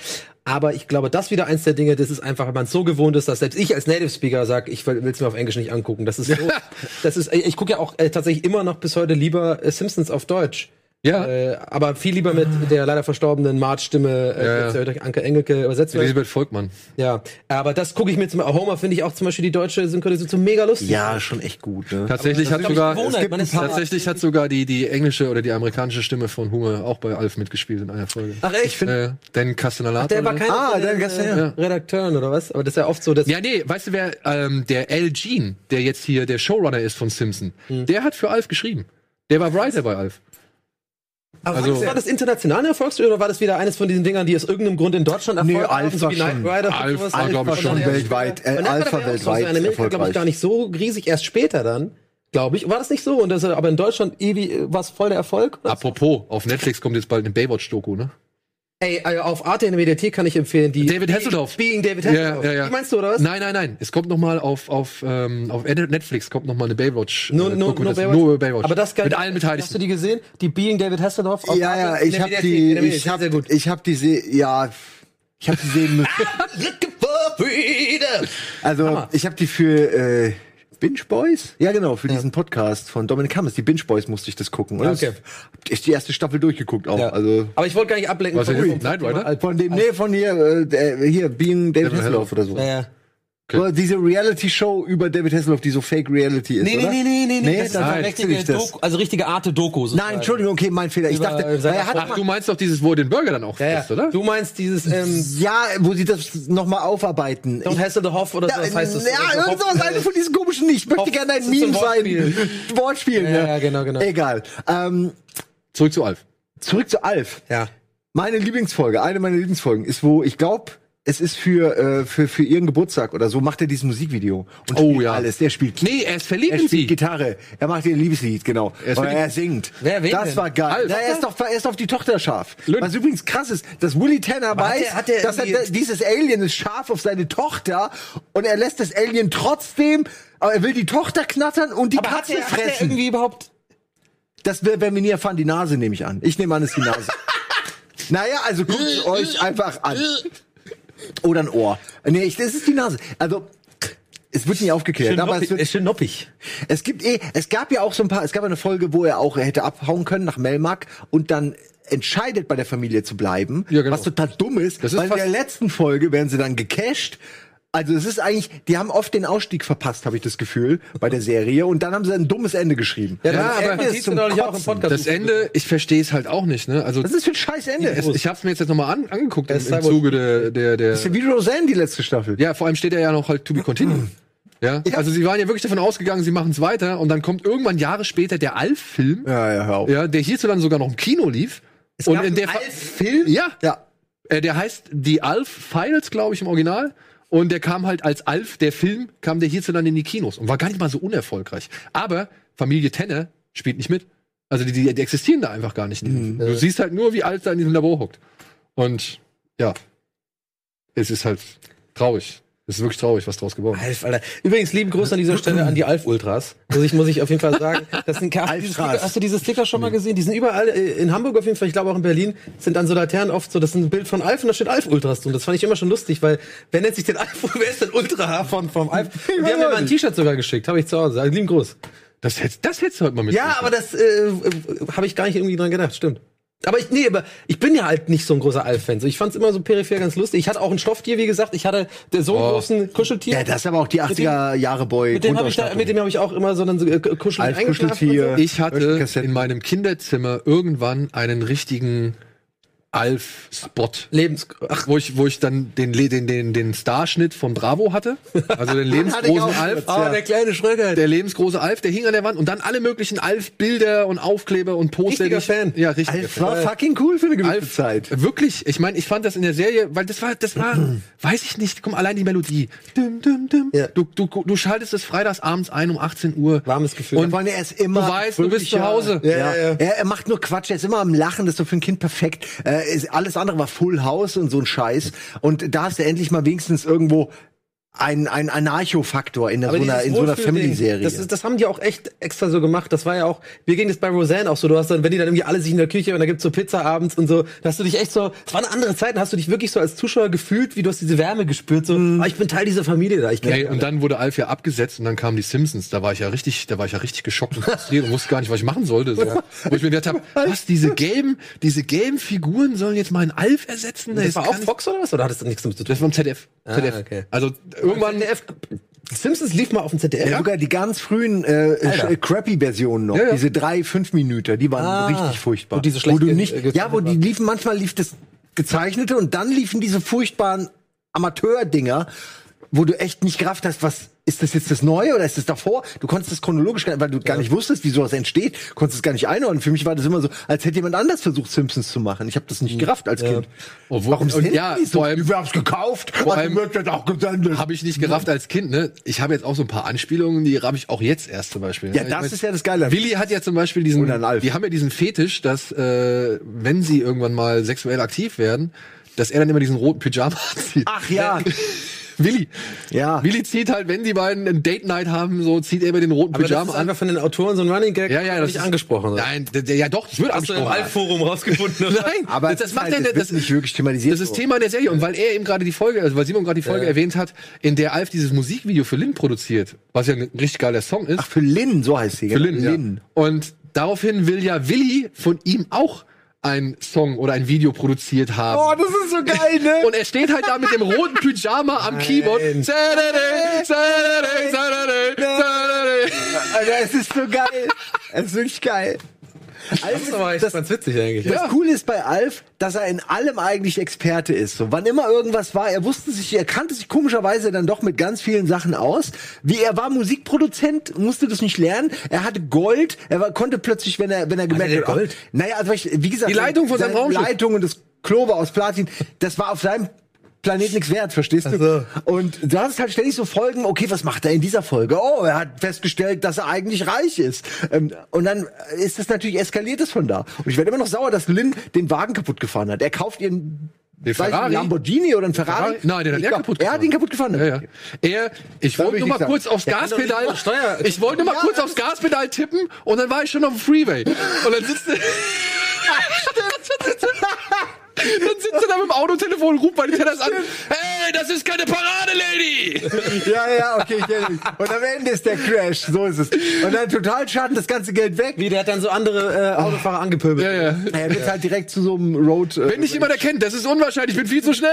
Speaker 2: Aber ich glaube, das wieder eins der Dinge, das ist einfach, wenn man so gewohnt ist, dass selbst ich als Native Speaker sage, ich will es mir auf Englisch nicht angucken. Das ist so, das ist, ich gucke ja auch äh, tatsächlich immer noch bis heute lieber äh, Simpsons auf Deutsch.
Speaker 4: Ja.
Speaker 2: Äh, aber viel lieber mit der leider verstorbenen Mart-Stimme,
Speaker 4: Ja,
Speaker 2: äh,
Speaker 4: ja.
Speaker 2: jetzt hört euch Anke Engelke übersetzt. wird.
Speaker 4: Elisabeth Volkmann.
Speaker 2: Ja, aber das gucke ich mir zum Beispiel, Homer finde ich auch zum Beispiel die deutsche Synchronisation so mega lustig.
Speaker 1: Ja, schon echt gut, ne?
Speaker 4: Tatsächlich hat
Speaker 2: glaub ich,
Speaker 4: sogar
Speaker 2: Gewohnheit.
Speaker 4: es gibt
Speaker 2: Man
Speaker 4: ein
Speaker 2: ist Papa.
Speaker 4: paar, tatsächlich hat sogar die die englische oder die amerikanische Stimme von Hume auch bei Alf mitgespielt in einer Folge.
Speaker 2: Ach, echt?
Speaker 4: Ich find, äh, denn Castellalat.
Speaker 2: Der war
Speaker 4: oder-
Speaker 2: keiner
Speaker 1: Ah,
Speaker 2: von
Speaker 1: der
Speaker 2: den,
Speaker 1: Gast- ja.
Speaker 2: äh, Redakteuren oder was? Aber das ist ja oft so, dass
Speaker 4: ja, nee, weißt du wer ähm, der Al Jean, der jetzt hier der Showrunner ist von Simpson.
Speaker 2: Hm.
Speaker 4: Der hat für Alf geschrieben. Der war Writer bei Alf.
Speaker 2: aber
Speaker 4: also-
Speaker 2: war das international eine Erfolgsstudie oder war das wieder eines von diesen Dingern, die aus irgendeinem Grund in Deutschland
Speaker 1: Nee,
Speaker 2: Erfolg hatten,
Speaker 1: Alf war schon-
Speaker 2: Rider und
Speaker 4: Alf
Speaker 2: sowas?
Speaker 4: war, glaub ich,
Speaker 2: Und
Speaker 4: schon
Speaker 2: dann erst
Speaker 1: weltweit,
Speaker 2: später-
Speaker 1: äh,
Speaker 2: Und dann war
Speaker 1: Alf
Speaker 2: der
Speaker 1: war
Speaker 2: ja auch so
Speaker 1: weltweit
Speaker 2: in Amerika, glaube ich,
Speaker 1: erfolgreich.
Speaker 2: gar nicht so riesig, erst später dann, glaube ich. War das nicht so? Und das, aber in Deutschland ewig, äh, war es voll der Erfolg?
Speaker 4: Apropos, auf Netflix kommt jetzt bald eine Baywatch Doku, ne?
Speaker 2: Ey, äh, auf Arte in der Mediathek kann ich empfehlen, die
Speaker 4: David Hasselhoff.
Speaker 2: Being David Hasselhoff. Die meinst du, oder was?
Speaker 4: Nein, nein, nein. Es kommt noch mal auf auf ähm, auf Netflix kommt noch mal eine Baywatch äh,
Speaker 2: Nur, nur,
Speaker 4: Doku,
Speaker 2: nur
Speaker 4: das-
Speaker 2: Baywatch.
Speaker 4: nur Baywatch.
Speaker 2: Aber das geil.
Speaker 4: mit allen
Speaker 2: Hast du
Speaker 4: Beteiligten.
Speaker 2: die gesehen? Die Being David Hasselhoff? auf
Speaker 1: Ja, ja,
Speaker 2: Arte?
Speaker 1: ich
Speaker 2: Nee,
Speaker 1: habe
Speaker 2: nee, nee,
Speaker 1: die
Speaker 2: nee, nee,
Speaker 1: ich
Speaker 2: sehr,
Speaker 1: habe
Speaker 2: sehr gut.
Speaker 1: ich habe die se ja ich habe die sehen müssen. Also ich habe die für äh, Binge Boys? Ja, genau, für diesen Podcast von Dominic Hammes. Die Binge Boys musste ich das gucken. Und
Speaker 2: Okay.
Speaker 1: das- Ich die erste Staffel durchgeguckt auch.
Speaker 2: Ja.
Speaker 1: Also Äh,
Speaker 2: Aber ich wollte gar nicht ablenken.
Speaker 4: Was
Speaker 2: vom-
Speaker 4: denn?
Speaker 2: vom-
Speaker 4: Knight Rider?
Speaker 1: von dem, nee, von hier, äh, der- hier, Being David
Speaker 4: David
Speaker 1: Hasselhoff oder so.
Speaker 2: Ja, ja.
Speaker 1: Oder diese Reality-Show über David Hasselhoff, die so Fake Reality ist,
Speaker 2: Nee, nee,
Speaker 1: oder?
Speaker 2: nee, nee, nee, nee, das ist
Speaker 1: dann
Speaker 2: eine
Speaker 1: verwechsel
Speaker 2: richtige
Speaker 1: ich das.
Speaker 2: Doku, halt. also richtige Arte-Doku. sozusagen.
Speaker 1: Nein, Entschuldigung, okay, mein Fehler. Ich
Speaker 2: Über, äh,
Speaker 1: dachte,
Speaker 2: seine
Speaker 1: weil er hat
Speaker 2: Frau.
Speaker 4: Ach, du meinst doch dieses, wo er den Burger dann auch
Speaker 2: Ja,
Speaker 4: frisst,
Speaker 2: ja.
Speaker 4: oder?
Speaker 2: Du meinst dieses ähm,
Speaker 1: ja, wo sie das nochmal aufarbeiten.
Speaker 2: Don't Hasselhoff oder so, was heißt das?
Speaker 1: Ja, irgend sowas, eine von diesen komischen nicht. Ich möchte
Speaker 2: Hoff-
Speaker 1: gerne ein
Speaker 2: das ist so ein
Speaker 1: Meme sein.
Speaker 2: Wortspiel.
Speaker 1: Wortspiel,
Speaker 2: Ja,
Speaker 1: ne?
Speaker 2: ja, genau, genau.
Speaker 1: Egal. Ähm,
Speaker 4: Zurück zu Alf.
Speaker 1: zurück zu Alf.
Speaker 2: Ja.
Speaker 1: Meine Lieblingsfolge, eine meiner Lieblingsfolgen ist, wo ich glaube, es ist für, äh, für, für ihren Geburtstag oder so, macht er dieses Musikvideo. Und
Speaker 4: Oh,
Speaker 1: spielt
Speaker 4: ja.
Speaker 1: alles. Der spielt
Speaker 4: Nee, er ist verliebt
Speaker 1: Er
Speaker 4: in
Speaker 1: spielt
Speaker 4: sie.
Speaker 1: Gitarre. Er macht ihr ein Liebeslied, genau.
Speaker 4: ist
Speaker 1: Oder
Speaker 4: verliebt.
Speaker 1: er singt.
Speaker 6: Wer, wen
Speaker 1: das
Speaker 6: denn?
Speaker 1: war geil.
Speaker 4: Alf.
Speaker 1: Na, er, ist doch, er ist auf die Tochter scharf.
Speaker 4: Lynn.
Speaker 1: Was übrigens krass ist, dass Willy Tanner
Speaker 6: hat
Speaker 1: weiß,
Speaker 6: der- hat der
Speaker 1: dass er,
Speaker 6: irgendwie-
Speaker 1: dieses Alien ist scharf auf seine Tochter und er lässt das Alien trotzdem, aber er will die Tochter knattern und die
Speaker 6: hat
Speaker 1: Katze
Speaker 6: der, hat der
Speaker 1: fressen.
Speaker 6: irgendwie überhaupt
Speaker 1: Das wär- werden wir nie erfahren. Die Nase nehme ich an. Ich nehme an, es ist die Nase. naja, also guckt es euch einfach an. Oder ein Ohr. Nee, ich, das ist die Nase. Also, es wird nie aufgeklärt.
Speaker 6: schön
Speaker 1: aber
Speaker 6: noppig,
Speaker 1: es, wird,
Speaker 6: ist schön noppig.
Speaker 1: es gibt eh, es gab ja auch so ein paar, es gab eine Folge, wo er auch hätte abhauen können nach Melmark und dann entscheidet bei der Familie zu bleiben,
Speaker 4: Ja, genau.
Speaker 1: was total dumm ist,
Speaker 4: Das ist
Speaker 1: weil in
Speaker 4: fast-
Speaker 1: der letzten Folge werden sie dann gecasht. Also es ist eigentlich, die haben oft den Ausstieg verpasst, habe ich das Gefühl, bei der Serie und dann haben sie ein dummes Ende geschrieben.
Speaker 2: Ja,
Speaker 4: Ja,
Speaker 2: das
Speaker 4: aber-
Speaker 2: Ende ist
Speaker 1: zum
Speaker 2: zum auch im
Speaker 1: Kotzen.
Speaker 2: Podcast.
Speaker 4: Das Ende, ich verstehe es halt auch nicht, ne? Also
Speaker 1: Was ist das für ein scheiß Ende?
Speaker 4: es, ich habe es mir jetzt nochmal an, angeguckt
Speaker 2: Er
Speaker 4: im,
Speaker 2: ist
Speaker 4: im
Speaker 2: Cyborg.
Speaker 4: Zuge der, der, der.
Speaker 1: ist ja wie Roseanne die letzte Staffel.
Speaker 4: Ja, vor allem steht er ja noch halt to be continued. Ja? Also sie waren ja wirklich davon ausgegangen, sie machen es weiter und dann kommt irgendwann Jahre später der Alf-Film, ja.
Speaker 1: ja, hör auf.
Speaker 4: der hierzulande sogar noch im Kino lief. und in der Fa-
Speaker 1: Film?
Speaker 4: Ja,
Speaker 1: Ja.
Speaker 4: Äh, der heißt die Alf Files, glaube ich, im Original. Und der kam halt als Alf, der Film, kam der hierzulande in die Kinos und war gar nicht mal so unerfolgreich. Aber Familie Tenner spielt nicht mit. Also die, die, die existieren da einfach gar nicht.
Speaker 2: Mhm.
Speaker 4: Du siehst halt nur, wie Alf da in diesem Labor hockt. Und ja, es ist halt traurig. Es ist wirklich traurig, was draus geworden ist.
Speaker 2: Alf, Alter. Übrigens, lieben Gruß an dieser Stelle an die Alf-Ultras. Muss ich, muss ich auf jeden Fall sagen. Das sind, hast, du diese
Speaker 1: Alfstras.
Speaker 2: Sticker, hast du diese Sticker schon mal gesehen? Die sind überall, äh, in Hamburg auf jeden Fall, ich glaube auch in Berlin, sind an so Laternen oft so, das ist ein Bild von Alf und da steht Alf-Ultras drin. Das fand ich immer schon lustig, weil wer nennt sich den Alf, wer ist denn Ultra von, vom Alf? Und die haben mir mal ein T-Shirt sogar geschickt, habe ich zu Hause. Also, lieben Gruß.
Speaker 4: Das hättest, das hättest du heute mal mit.
Speaker 2: Ja, aber das äh, habe ich gar nicht irgendwie dran gedacht, stimmt. Aber ich, nee, aber ich bin ja halt nicht so ein großer Alf-Fan. So, ich fand's immer so peripher ganz lustig. Ich hatte auch ein Stofftier, wie gesagt. Ich hatte so einen
Speaker 4: Oh.
Speaker 2: großen Kuscheltier.
Speaker 1: Ja, das ist aber auch die 80er Jahre Boy.
Speaker 2: Mit dem habe ich, da- mit dem hab ich auch immer so dann so äh, kuschelig
Speaker 1: Alf
Speaker 2: eingeschlafen. und
Speaker 1: Kuscheltier.
Speaker 2: So.
Speaker 4: Ich
Speaker 1: Hörst du
Speaker 4: hatte
Speaker 1: Kassetten?
Speaker 4: in meinem Kinderzimmer irgendwann einen richtigen Alf-Spot.
Speaker 2: Lebens
Speaker 4: Ach, wo ich, wo ich dann den, Le- den, den, den Starschnitt von Bravo hatte. Also den lebensgroßen Alf.
Speaker 2: Ah, der kleine Schröger.
Speaker 4: Der lebensgroße Alf, der hing an der Wand und dann alle möglichen Alf-Bilder und Aufkleber und Poster.
Speaker 2: Richtiger
Speaker 4: die ich-
Speaker 2: Fan.
Speaker 4: Ja, richtig.
Speaker 1: Alf war fucking cool für eine gewisse Zeit.
Speaker 4: Wirklich, ich meine, ich fand das in der Serie, weil das war, das war, weiß ich nicht, komm, allein die Melodie. Dum, dum, dum.
Speaker 2: Ja.
Speaker 4: Du, du, du schaltest es freitags abends ein um 18 Uhr.
Speaker 2: Warmes Gefühl.
Speaker 1: Und weil er ist immer.
Speaker 4: Du weißt, du bist zu
Speaker 1: fröhlicher.
Speaker 4: Hause.
Speaker 1: Ja,
Speaker 2: Ja,
Speaker 1: ja,
Speaker 2: ja, ja.
Speaker 1: Er, er macht nur Quatsch, er ist immer am Lachen, das ist so für ein Kind perfekt. Äh, ist, alles andere war Full House und so ein Scheiß. Und da ist er endlich mal wenigstens irgendwo ein, ein Anarcho-Faktor in, der- so einer,
Speaker 2: dieses
Speaker 1: in so einer
Speaker 2: Wohlfühlding,
Speaker 1: Family-Serie.
Speaker 2: Das, ist- das haben die auch echt extra so gemacht. Das war ja auch, wir ging das bei Roseanne auch so. Du hast dann, wenn die dann irgendwie alle sich in der Küche und da gibt's so Pizza abends und so, da hast du dich echt so, es waren andere Zeiten, hast du dich wirklich so als Zuschauer gefühlt, wie du hast diese Wärme gespürt, so, ah, ich bin Teil dieser Familie da. Ich kenn
Speaker 4: Ey, und dann wurde Alf ja abgesetzt und dann kamen die Simpsons. Da war ich ja richtig, da war ich ja richtig geschockt und frustriert und wusste gar nicht, was ich machen sollte. So. Wo ich mir gedacht habe, was, diese gelben, diese gelben Figuren sollen jetzt meinen Alf ersetzen?
Speaker 2: das war auch
Speaker 4: kann-
Speaker 2: Fox oder was? Oder hattest du nichts damit zu tun?
Speaker 4: Das war im ZDF. ZDF.
Speaker 2: okay.
Speaker 4: Also irgendwann.
Speaker 2: Simpsons lief mal auf dem ZDF.
Speaker 1: Ja, Äh, sogar die ganz frühen äh, sch- Crappy-Versionen noch,
Speaker 4: Ja, ja.
Speaker 1: diese drei, fünf Minuten, die waren
Speaker 2: Ah.
Speaker 1: richtig furchtbar.
Speaker 2: Wo diese
Speaker 1: wo
Speaker 2: schlecht
Speaker 1: du
Speaker 2: ge-
Speaker 1: nicht,
Speaker 2: gezeichnet
Speaker 1: ja, wo die
Speaker 2: waren.
Speaker 1: liefen, manchmal lief das Gezeichnete und dann liefen diese furchtbaren Amateur-Dinger, wo du echt nicht gerafft hast, was ist das jetzt das Neue oder ist das davor? Du konntest das chronologisch, gar- weil du gar nicht wusstest, wie sowas entsteht, konntest es gar nicht einordnen. Für mich war das immer so, als hätte jemand anders versucht, Simpsons zu machen. Ich habe das nicht gerafft als Kind.
Speaker 4: Obwohl- Hm. und
Speaker 1: sind
Speaker 4: ja,
Speaker 1: die so?
Speaker 4: vor allem-
Speaker 1: Wir haben's gekauft,
Speaker 4: Vor
Speaker 1: aber
Speaker 4: allem-
Speaker 1: wird das auch gesendet.
Speaker 4: Habe ich nicht gerafft als Kind, ne? Ich habe jetzt auch so ein paar Anspielungen, die habe ich auch jetzt erst zum Beispiel. ne?
Speaker 1: Ja,
Speaker 4: Ich
Speaker 1: das
Speaker 4: mein,
Speaker 1: ist ja das Geile.
Speaker 4: Willi hat ja zum Beispiel diesen,
Speaker 1: Oder ein Alf.
Speaker 4: die haben ja diesen Fetisch, dass äh, wenn sie irgendwann mal sexuell aktiv werden, dass er dann immer diesen roten Pyjama anzieht.
Speaker 1: Ach ja.
Speaker 4: Willi.
Speaker 1: Ja.
Speaker 4: Willi zieht halt, wenn die beiden ein Date Night haben, so zieht er immer den roten
Speaker 2: Aber das
Speaker 4: Pyjama
Speaker 2: ist
Speaker 4: an.
Speaker 2: einfach von den Autoren so ein Running Gag,
Speaker 4: Ja, ja, das
Speaker 2: nicht
Speaker 4: ist-
Speaker 2: angesprochen. oder?
Speaker 4: Nein, d- d- ja doch, das wird
Speaker 2: Hast du im
Speaker 4: angesprochen.
Speaker 2: Alf-Forum rausgefunden, oder?
Speaker 4: Nein,
Speaker 1: Aber
Speaker 4: das,
Speaker 1: es
Speaker 4: das
Speaker 1: ist
Speaker 4: macht
Speaker 1: halt-
Speaker 4: er
Speaker 1: es
Speaker 4: nicht.
Speaker 1: wird
Speaker 4: Das,
Speaker 1: nicht wirklich thematisiert
Speaker 4: Das ist
Speaker 1: so.
Speaker 4: Thema der Serie. Und weil er eben gerade die Folge, also weil Simon gerade die Folge erwähnt hat, in der Alf dieses Musikvideo für Lin produziert, was ja ein richtig geiler Song ist.
Speaker 1: Ach, für Lin, so heißt sie.
Speaker 4: für
Speaker 1: genau.
Speaker 4: Lin. Ja. Und daraufhin will ja Willi von ihm auch einen Song oder ein Video produziert haben.
Speaker 1: Oh, das ist so geil, ne?
Speaker 4: Und er steht halt da mit dem roten Pyjama am Keyboard. Saturday, Saturday, Saturday, Saturday.
Speaker 1: Alter, Also, es ist so geil. es ist wirklich geil.
Speaker 4: Also,
Speaker 2: Das ist aber echt
Speaker 1: das-
Speaker 2: ganz witzig eigentlich.
Speaker 1: Das Coole ist bei Alf, dass er in allem eigentlich Experte ist. So, wann immer irgendwas war, er wusste sich, er kannte sich komischerweise dann doch mit ganz vielen Sachen aus. Wie er war Musikproduzent, musste das nicht lernen. Er hatte Gold, er war, konnte plötzlich, wenn er, wenn er gemerkt
Speaker 2: er
Speaker 1: hat,
Speaker 2: Gold?
Speaker 1: naja, also ich, wie gesagt,
Speaker 4: Die Leitung von seinem
Speaker 1: seine
Speaker 4: Raumschiff.
Speaker 1: Leitung und das Klobe aus Platin, das war auf seinem Planet nichts wert, verstehst du?
Speaker 2: so.
Speaker 1: Und du hast halt ständig so Folgen, okay, was macht er in dieser Folge? Oh, er hat festgestellt, dass er eigentlich reich ist. Ähm, und dann ist das natürlich eskaliert es von da. Und ich werde immer noch sauer, dass Lynn den Wagen kaputt gefahren hat. Er kauft ihren
Speaker 4: Den
Speaker 1: sag ich,
Speaker 4: Ferrari?
Speaker 1: Lamborghini oder einen Ferrari.
Speaker 4: Ferrari? Nein, den hat
Speaker 1: Ich
Speaker 4: er
Speaker 1: glaub,
Speaker 4: kaputt
Speaker 1: Er hat ihn kaputt gefahren.
Speaker 4: Ja, ja. Er, ich
Speaker 1: Da will
Speaker 4: wollte
Speaker 1: ich
Speaker 4: nur mal
Speaker 1: nichts sagen.
Speaker 4: kurz aufs
Speaker 2: kann doch nicht
Speaker 4: Gaspedal,
Speaker 2: mal Steuer-
Speaker 4: ich wollte nur mal
Speaker 1: Ja,
Speaker 4: kurz
Speaker 1: das
Speaker 4: aufs Gaspedal tippen und dann war ich schon auf dem Freeway. Und dann sitzt er, dann sitzt er da mit dem Autotelefon und ruft bei den Tellers an, hey, das ist keine Parade, Lady!
Speaker 1: Ja, ja, okay, ich erinnere mich. Und am Ende ist der Crash, so ist es. Und dann total schaden das ganze Geld weg.
Speaker 2: Wie, der hat dann so andere äh, Autofahrer angepöbelt.
Speaker 4: Ja, ja.
Speaker 1: Er wird halt direkt zu so einem Road. äh,
Speaker 4: Wenn dich jemand erkennt, das ist unwahrscheinlich, ich bin viel zu schnell.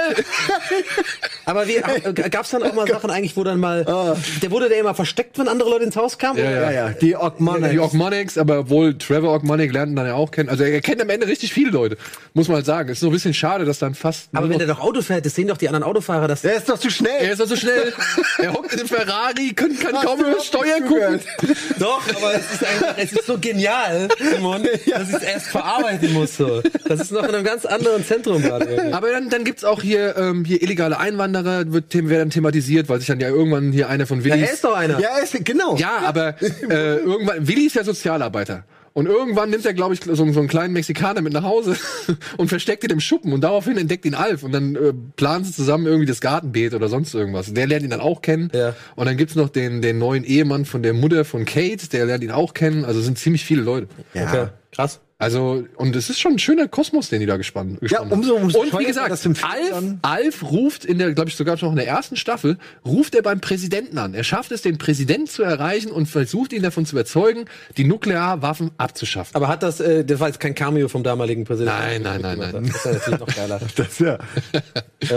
Speaker 2: Aber wie, äh, gab's dann auch mal Sachen eigentlich, wo dann mal, der wurde der immer versteckt, wenn andere Leute ins Haus kamen?
Speaker 4: Ah. Ja,
Speaker 1: ja, ja, die Ogmanek.
Speaker 4: Die Ogmonics, aber obwohl Trevor Ogmonic lernt ihn dann ja auch kennen. Also er kennt am Ende richtig viele Leute, muss man halt sagen. Ist so ein bisschen schade, dass dann fast.
Speaker 2: Aber
Speaker 4: nur
Speaker 2: wenn
Speaker 4: noch-
Speaker 2: der doch Auto fährt, das sehen doch die anderen Autofahrer, dass
Speaker 1: Der ist doch zu
Speaker 4: er
Speaker 1: schnell.
Speaker 4: ist doch so schnell. er hockt in dem Ferrari, kann, kann kaum über Steuer gucken.
Speaker 2: Doch, aber es ist, einfach, es ist so genial, Simon, dass ich es erst verarbeiten muss. So. Das ist noch in einem ganz anderen Zentrum gerade.
Speaker 4: Aber dann, dann gibt's auch hier, ähm, hier illegale Einwanderer, wird them- werden thematisiert, weil sich dann ja irgendwann hier einer von Willis.
Speaker 2: Er ist doch einer.
Speaker 1: Ja, er ist, genau.
Speaker 4: Ja, aber äh, irgendwann, Willi ist ja Sozialarbeiter. Und irgendwann nimmt er, glaube ich, so, so einen kleinen Mexikaner mit nach Hause und versteckt ihn im Schuppen. Und daraufhin entdeckt ihn Alf. Und dann äh, planen sie zusammen irgendwie das Gartenbeet oder sonst irgendwas. Der lernt ihn dann auch kennen.
Speaker 2: Ja.
Speaker 4: Und dann gibt's noch den, den neuen Ehemann von der Mutter von Kate. Der lernt ihn auch kennen. Also es sind ziemlich viele Leute.
Speaker 2: Okay, krass.
Speaker 4: Also, und es ist schon ein schöner Kosmos, den die da gespannt, gespannt haben.
Speaker 1: umso- umso
Speaker 4: Und wie
Speaker 1: teurer
Speaker 4: gesagt,
Speaker 1: das im Film
Speaker 4: Alf,
Speaker 1: dann.
Speaker 4: Alf ruft in der, glaube ich, sogar noch in der ersten Staffel, ruft er beim Präsidenten an. Er schafft es, den Präsidenten zu erreichen und versucht ihn davon zu überzeugen, die Nuklearwaffen abzuschaffen.
Speaker 2: Aber hat das, äh, das war jetzt kein Cameo vom damaligen Präsidenten.
Speaker 4: Nein, nein, nein, nein.
Speaker 2: Das ist ja natürlich noch geiler.
Speaker 1: Das, ja.
Speaker 2: Äh,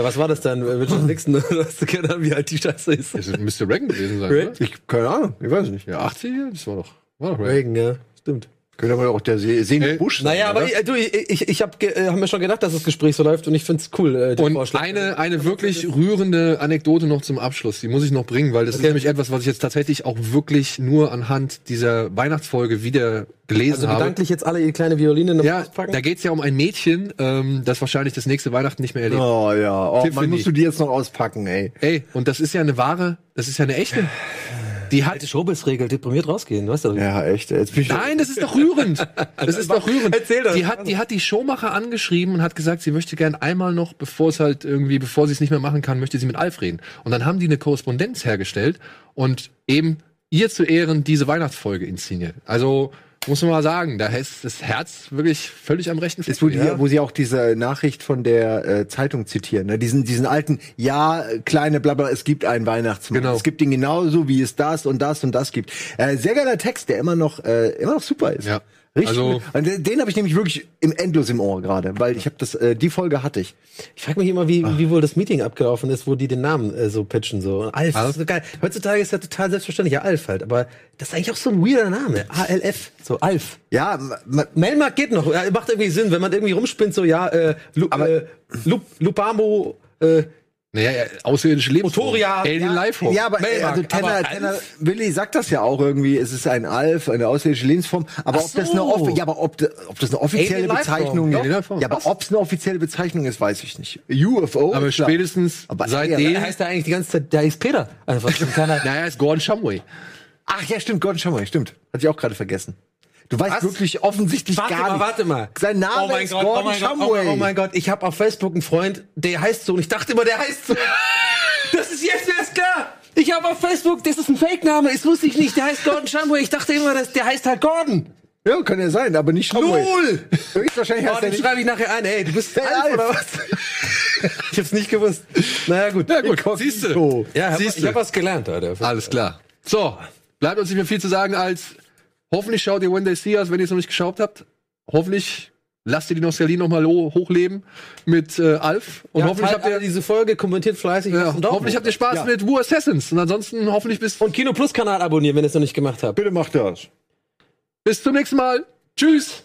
Speaker 2: was war das dann? Äh, Richard Nixon, hast du keine Ahnung, wie alt die Scheiße ist?
Speaker 4: Das müsste Reagan gewesen sein,
Speaker 2: Reagan?
Speaker 4: oder?
Speaker 1: Ich, keine Ahnung, ich weiß nicht.
Speaker 4: Ja, 80er? Das war doch, war doch Reagan.
Speaker 2: Reagan, ja. Stimmt.
Speaker 1: Könnte aber auch der See- sehende
Speaker 4: Äh,
Speaker 1: Busch sein.
Speaker 2: Naja, aber ich, äh, du, ich, ich, ich habe äh, hab mir schon gedacht, dass das Gespräch so läuft und ich find's cool, äh, den
Speaker 4: Und
Speaker 2: Vorschlag.
Speaker 4: eine, eine wirklich rührende Anekdote noch zum Abschluss, die muss ich noch bringen, weil das ist nämlich etwas, was ich jetzt tatsächlich auch wirklich nur anhand dieser Weihnachtsfolge wieder gelesen
Speaker 2: also
Speaker 4: habe.
Speaker 2: gedanklich jetzt alle ihre kleine Violine noch
Speaker 4: Ja,
Speaker 2: auspacken.
Speaker 4: da geht's ja um ein Mädchen, ähm, das wahrscheinlich das nächste Weihnachten nicht mehr erlebt.
Speaker 1: Oh ja, oh,
Speaker 4: Tiffany.
Speaker 1: man musst du die jetzt noch auspacken, ey.
Speaker 4: Ey, und das ist ja eine wahre, das ist ja eine echte. Die hat.
Speaker 2: Schobelsregel, deprimiert rausgehen, weißt du?
Speaker 1: Ja, echt. ey. Jetzt bin ich
Speaker 4: Nein, das ist doch rührend. Das ist doch rührend.
Speaker 2: Erzähl doch.
Speaker 4: Die hat, die hat die Showmacher angeschrieben und hat gesagt, sie möchte gern einmal noch, bevor es halt irgendwie, bevor sie es nicht mehr machen kann, möchte sie mit Alf reden. Und dann haben die eine Korrespondenz hergestellt und eben ihr zu Ehren diese Weihnachtsfolge inszeniert. Also, muss man mal sagen, da ist das Herz wirklich völlig am rechten
Speaker 1: Ist, wo, die,
Speaker 4: Ja.
Speaker 1: wo sie auch diese Nachricht von der äh, Zeitung zitieren, ne? diesen, diesen alten, ja, äh, kleine Blabla, es gibt einen Weihnachtsmann.
Speaker 4: Genau.
Speaker 1: Es gibt ihn genauso, wie es das und das und das gibt. Äh, sehr geiler Text, der immer noch, äh, immer noch super ist.
Speaker 4: Ja.
Speaker 1: Richtig.
Speaker 4: Also-
Speaker 1: und den, den habe ich nämlich wirklich im endlos im Ohr gerade, weil ich habe das, äh, die Folge hatte ich.
Speaker 2: Ich frage mich immer, wie, wie wohl das Meeting abgelaufen ist, wo die den Namen äh, so pitchen. So. Und Alf, das
Speaker 4: Alf?
Speaker 2: ist so geil. Heutzutage ist ja total selbstverständlich, ja, Alf halt. Aber das ist eigentlich auch so ein weirder Name. ALF, so Alf.
Speaker 1: Ja, ma- ma-
Speaker 2: Melmark geht noch, ja, macht irgendwie Sinn, wenn man irgendwie rumspinnt, so ja, äh, Lu, äh, Lu, Lupamo, äh,
Speaker 4: Naja, ja, außerirdische Lebensform.
Speaker 2: Motoria.
Speaker 4: Alien
Speaker 2: Ja,
Speaker 4: Life Form.
Speaker 1: Ja, aber
Speaker 2: Melmark,
Speaker 1: also Tenner,
Speaker 2: aber
Speaker 1: Tenner,
Speaker 2: Alf?
Speaker 1: Willi sagt das ja auch irgendwie, es ist ein Alf, eine ausländische Lebensform, aber
Speaker 2: Ach
Speaker 1: ob das
Speaker 2: so.
Speaker 1: eine offi- ja, aber ob, de- ob das eine offizielle
Speaker 2: Alien Life Form,
Speaker 1: Bezeichnung ne?
Speaker 4: Alien Life Form.
Speaker 1: Ja, aber ob es eine offizielle Bezeichnung ist, weiß ich nicht. UFO.
Speaker 4: Aber
Speaker 1: ist klar.
Speaker 4: spätestens
Speaker 1: Aber
Speaker 4: seitdem-
Speaker 2: der heißt da eigentlich die ganze Zeit, der ist Peter. Also, Einfach. Keiner,
Speaker 4: Naja, ist Gordon Shumway.
Speaker 1: Ach ja, stimmt, Gordon Shumway, stimmt. Hatte ich auch gerade vergessen. Du weißt
Speaker 2: Was?
Speaker 1: wirklich offensichtlich
Speaker 2: Warte
Speaker 1: gar
Speaker 2: mal,
Speaker 1: nicht.
Speaker 2: warte mal.
Speaker 1: Sein Name
Speaker 2: oh mein
Speaker 1: ist
Speaker 2: Gott,
Speaker 1: Gordon
Speaker 2: oh mein Gott, oh,
Speaker 1: Shumway.
Speaker 2: mein- oh mein Gott, ich habe auf Facebook einen Freund, der heißt so und ich dachte immer, der heißt so. Das ist jetzt erst klar. Ich habe auf Facebook, das ist ein Fake-Name, das wusste ich nicht, der heißt Gordon Shumway. Ich dachte immer, dass, der heißt halt Gordon.
Speaker 1: Ja, kann ja sein, aber nicht Shumway.
Speaker 2: Null!
Speaker 1: Höchstwahrscheinlich
Speaker 2: Oh,
Speaker 1: heißt er
Speaker 2: den
Speaker 1: nicht
Speaker 2: schreibe ich nachher an, ey, du bist
Speaker 1: Hey, Alf.
Speaker 2: Alf, oder was? Ich hab's nicht gewusst. Naja, gut.
Speaker 4: Na gut, siehst du.
Speaker 1: so.
Speaker 2: Ja, hab,
Speaker 4: Siehst
Speaker 2: ich
Speaker 4: du.
Speaker 2: habe was gelernt, Alter.
Speaker 4: Alles klar. So, bleibt uns nicht mehr viel zu sagen als hoffentlich schaut ihr When They See Us, wenn ihr es noch nicht geschaut habt. Hoffentlich lasst ihr die Nostalgie nochmal hochleben mit äh, Alf. Und
Speaker 2: Und ja, halt
Speaker 4: hoffentlich, habt ihr,
Speaker 2: diese Folge, kommentiert fleißig.
Speaker 4: ja,
Speaker 2: lasst einen Daumen
Speaker 4: hoffentlich
Speaker 2: hoch.
Speaker 4: habt ihr Spaß mit Wu Assassins. Und ansonsten hoffentlich bis,
Speaker 2: Und Kino Plus Kanal abonnieren, wenn ihr es noch nicht gemacht habt.
Speaker 1: Bitte macht das.
Speaker 4: bis zum nächsten Mal. Tschüss.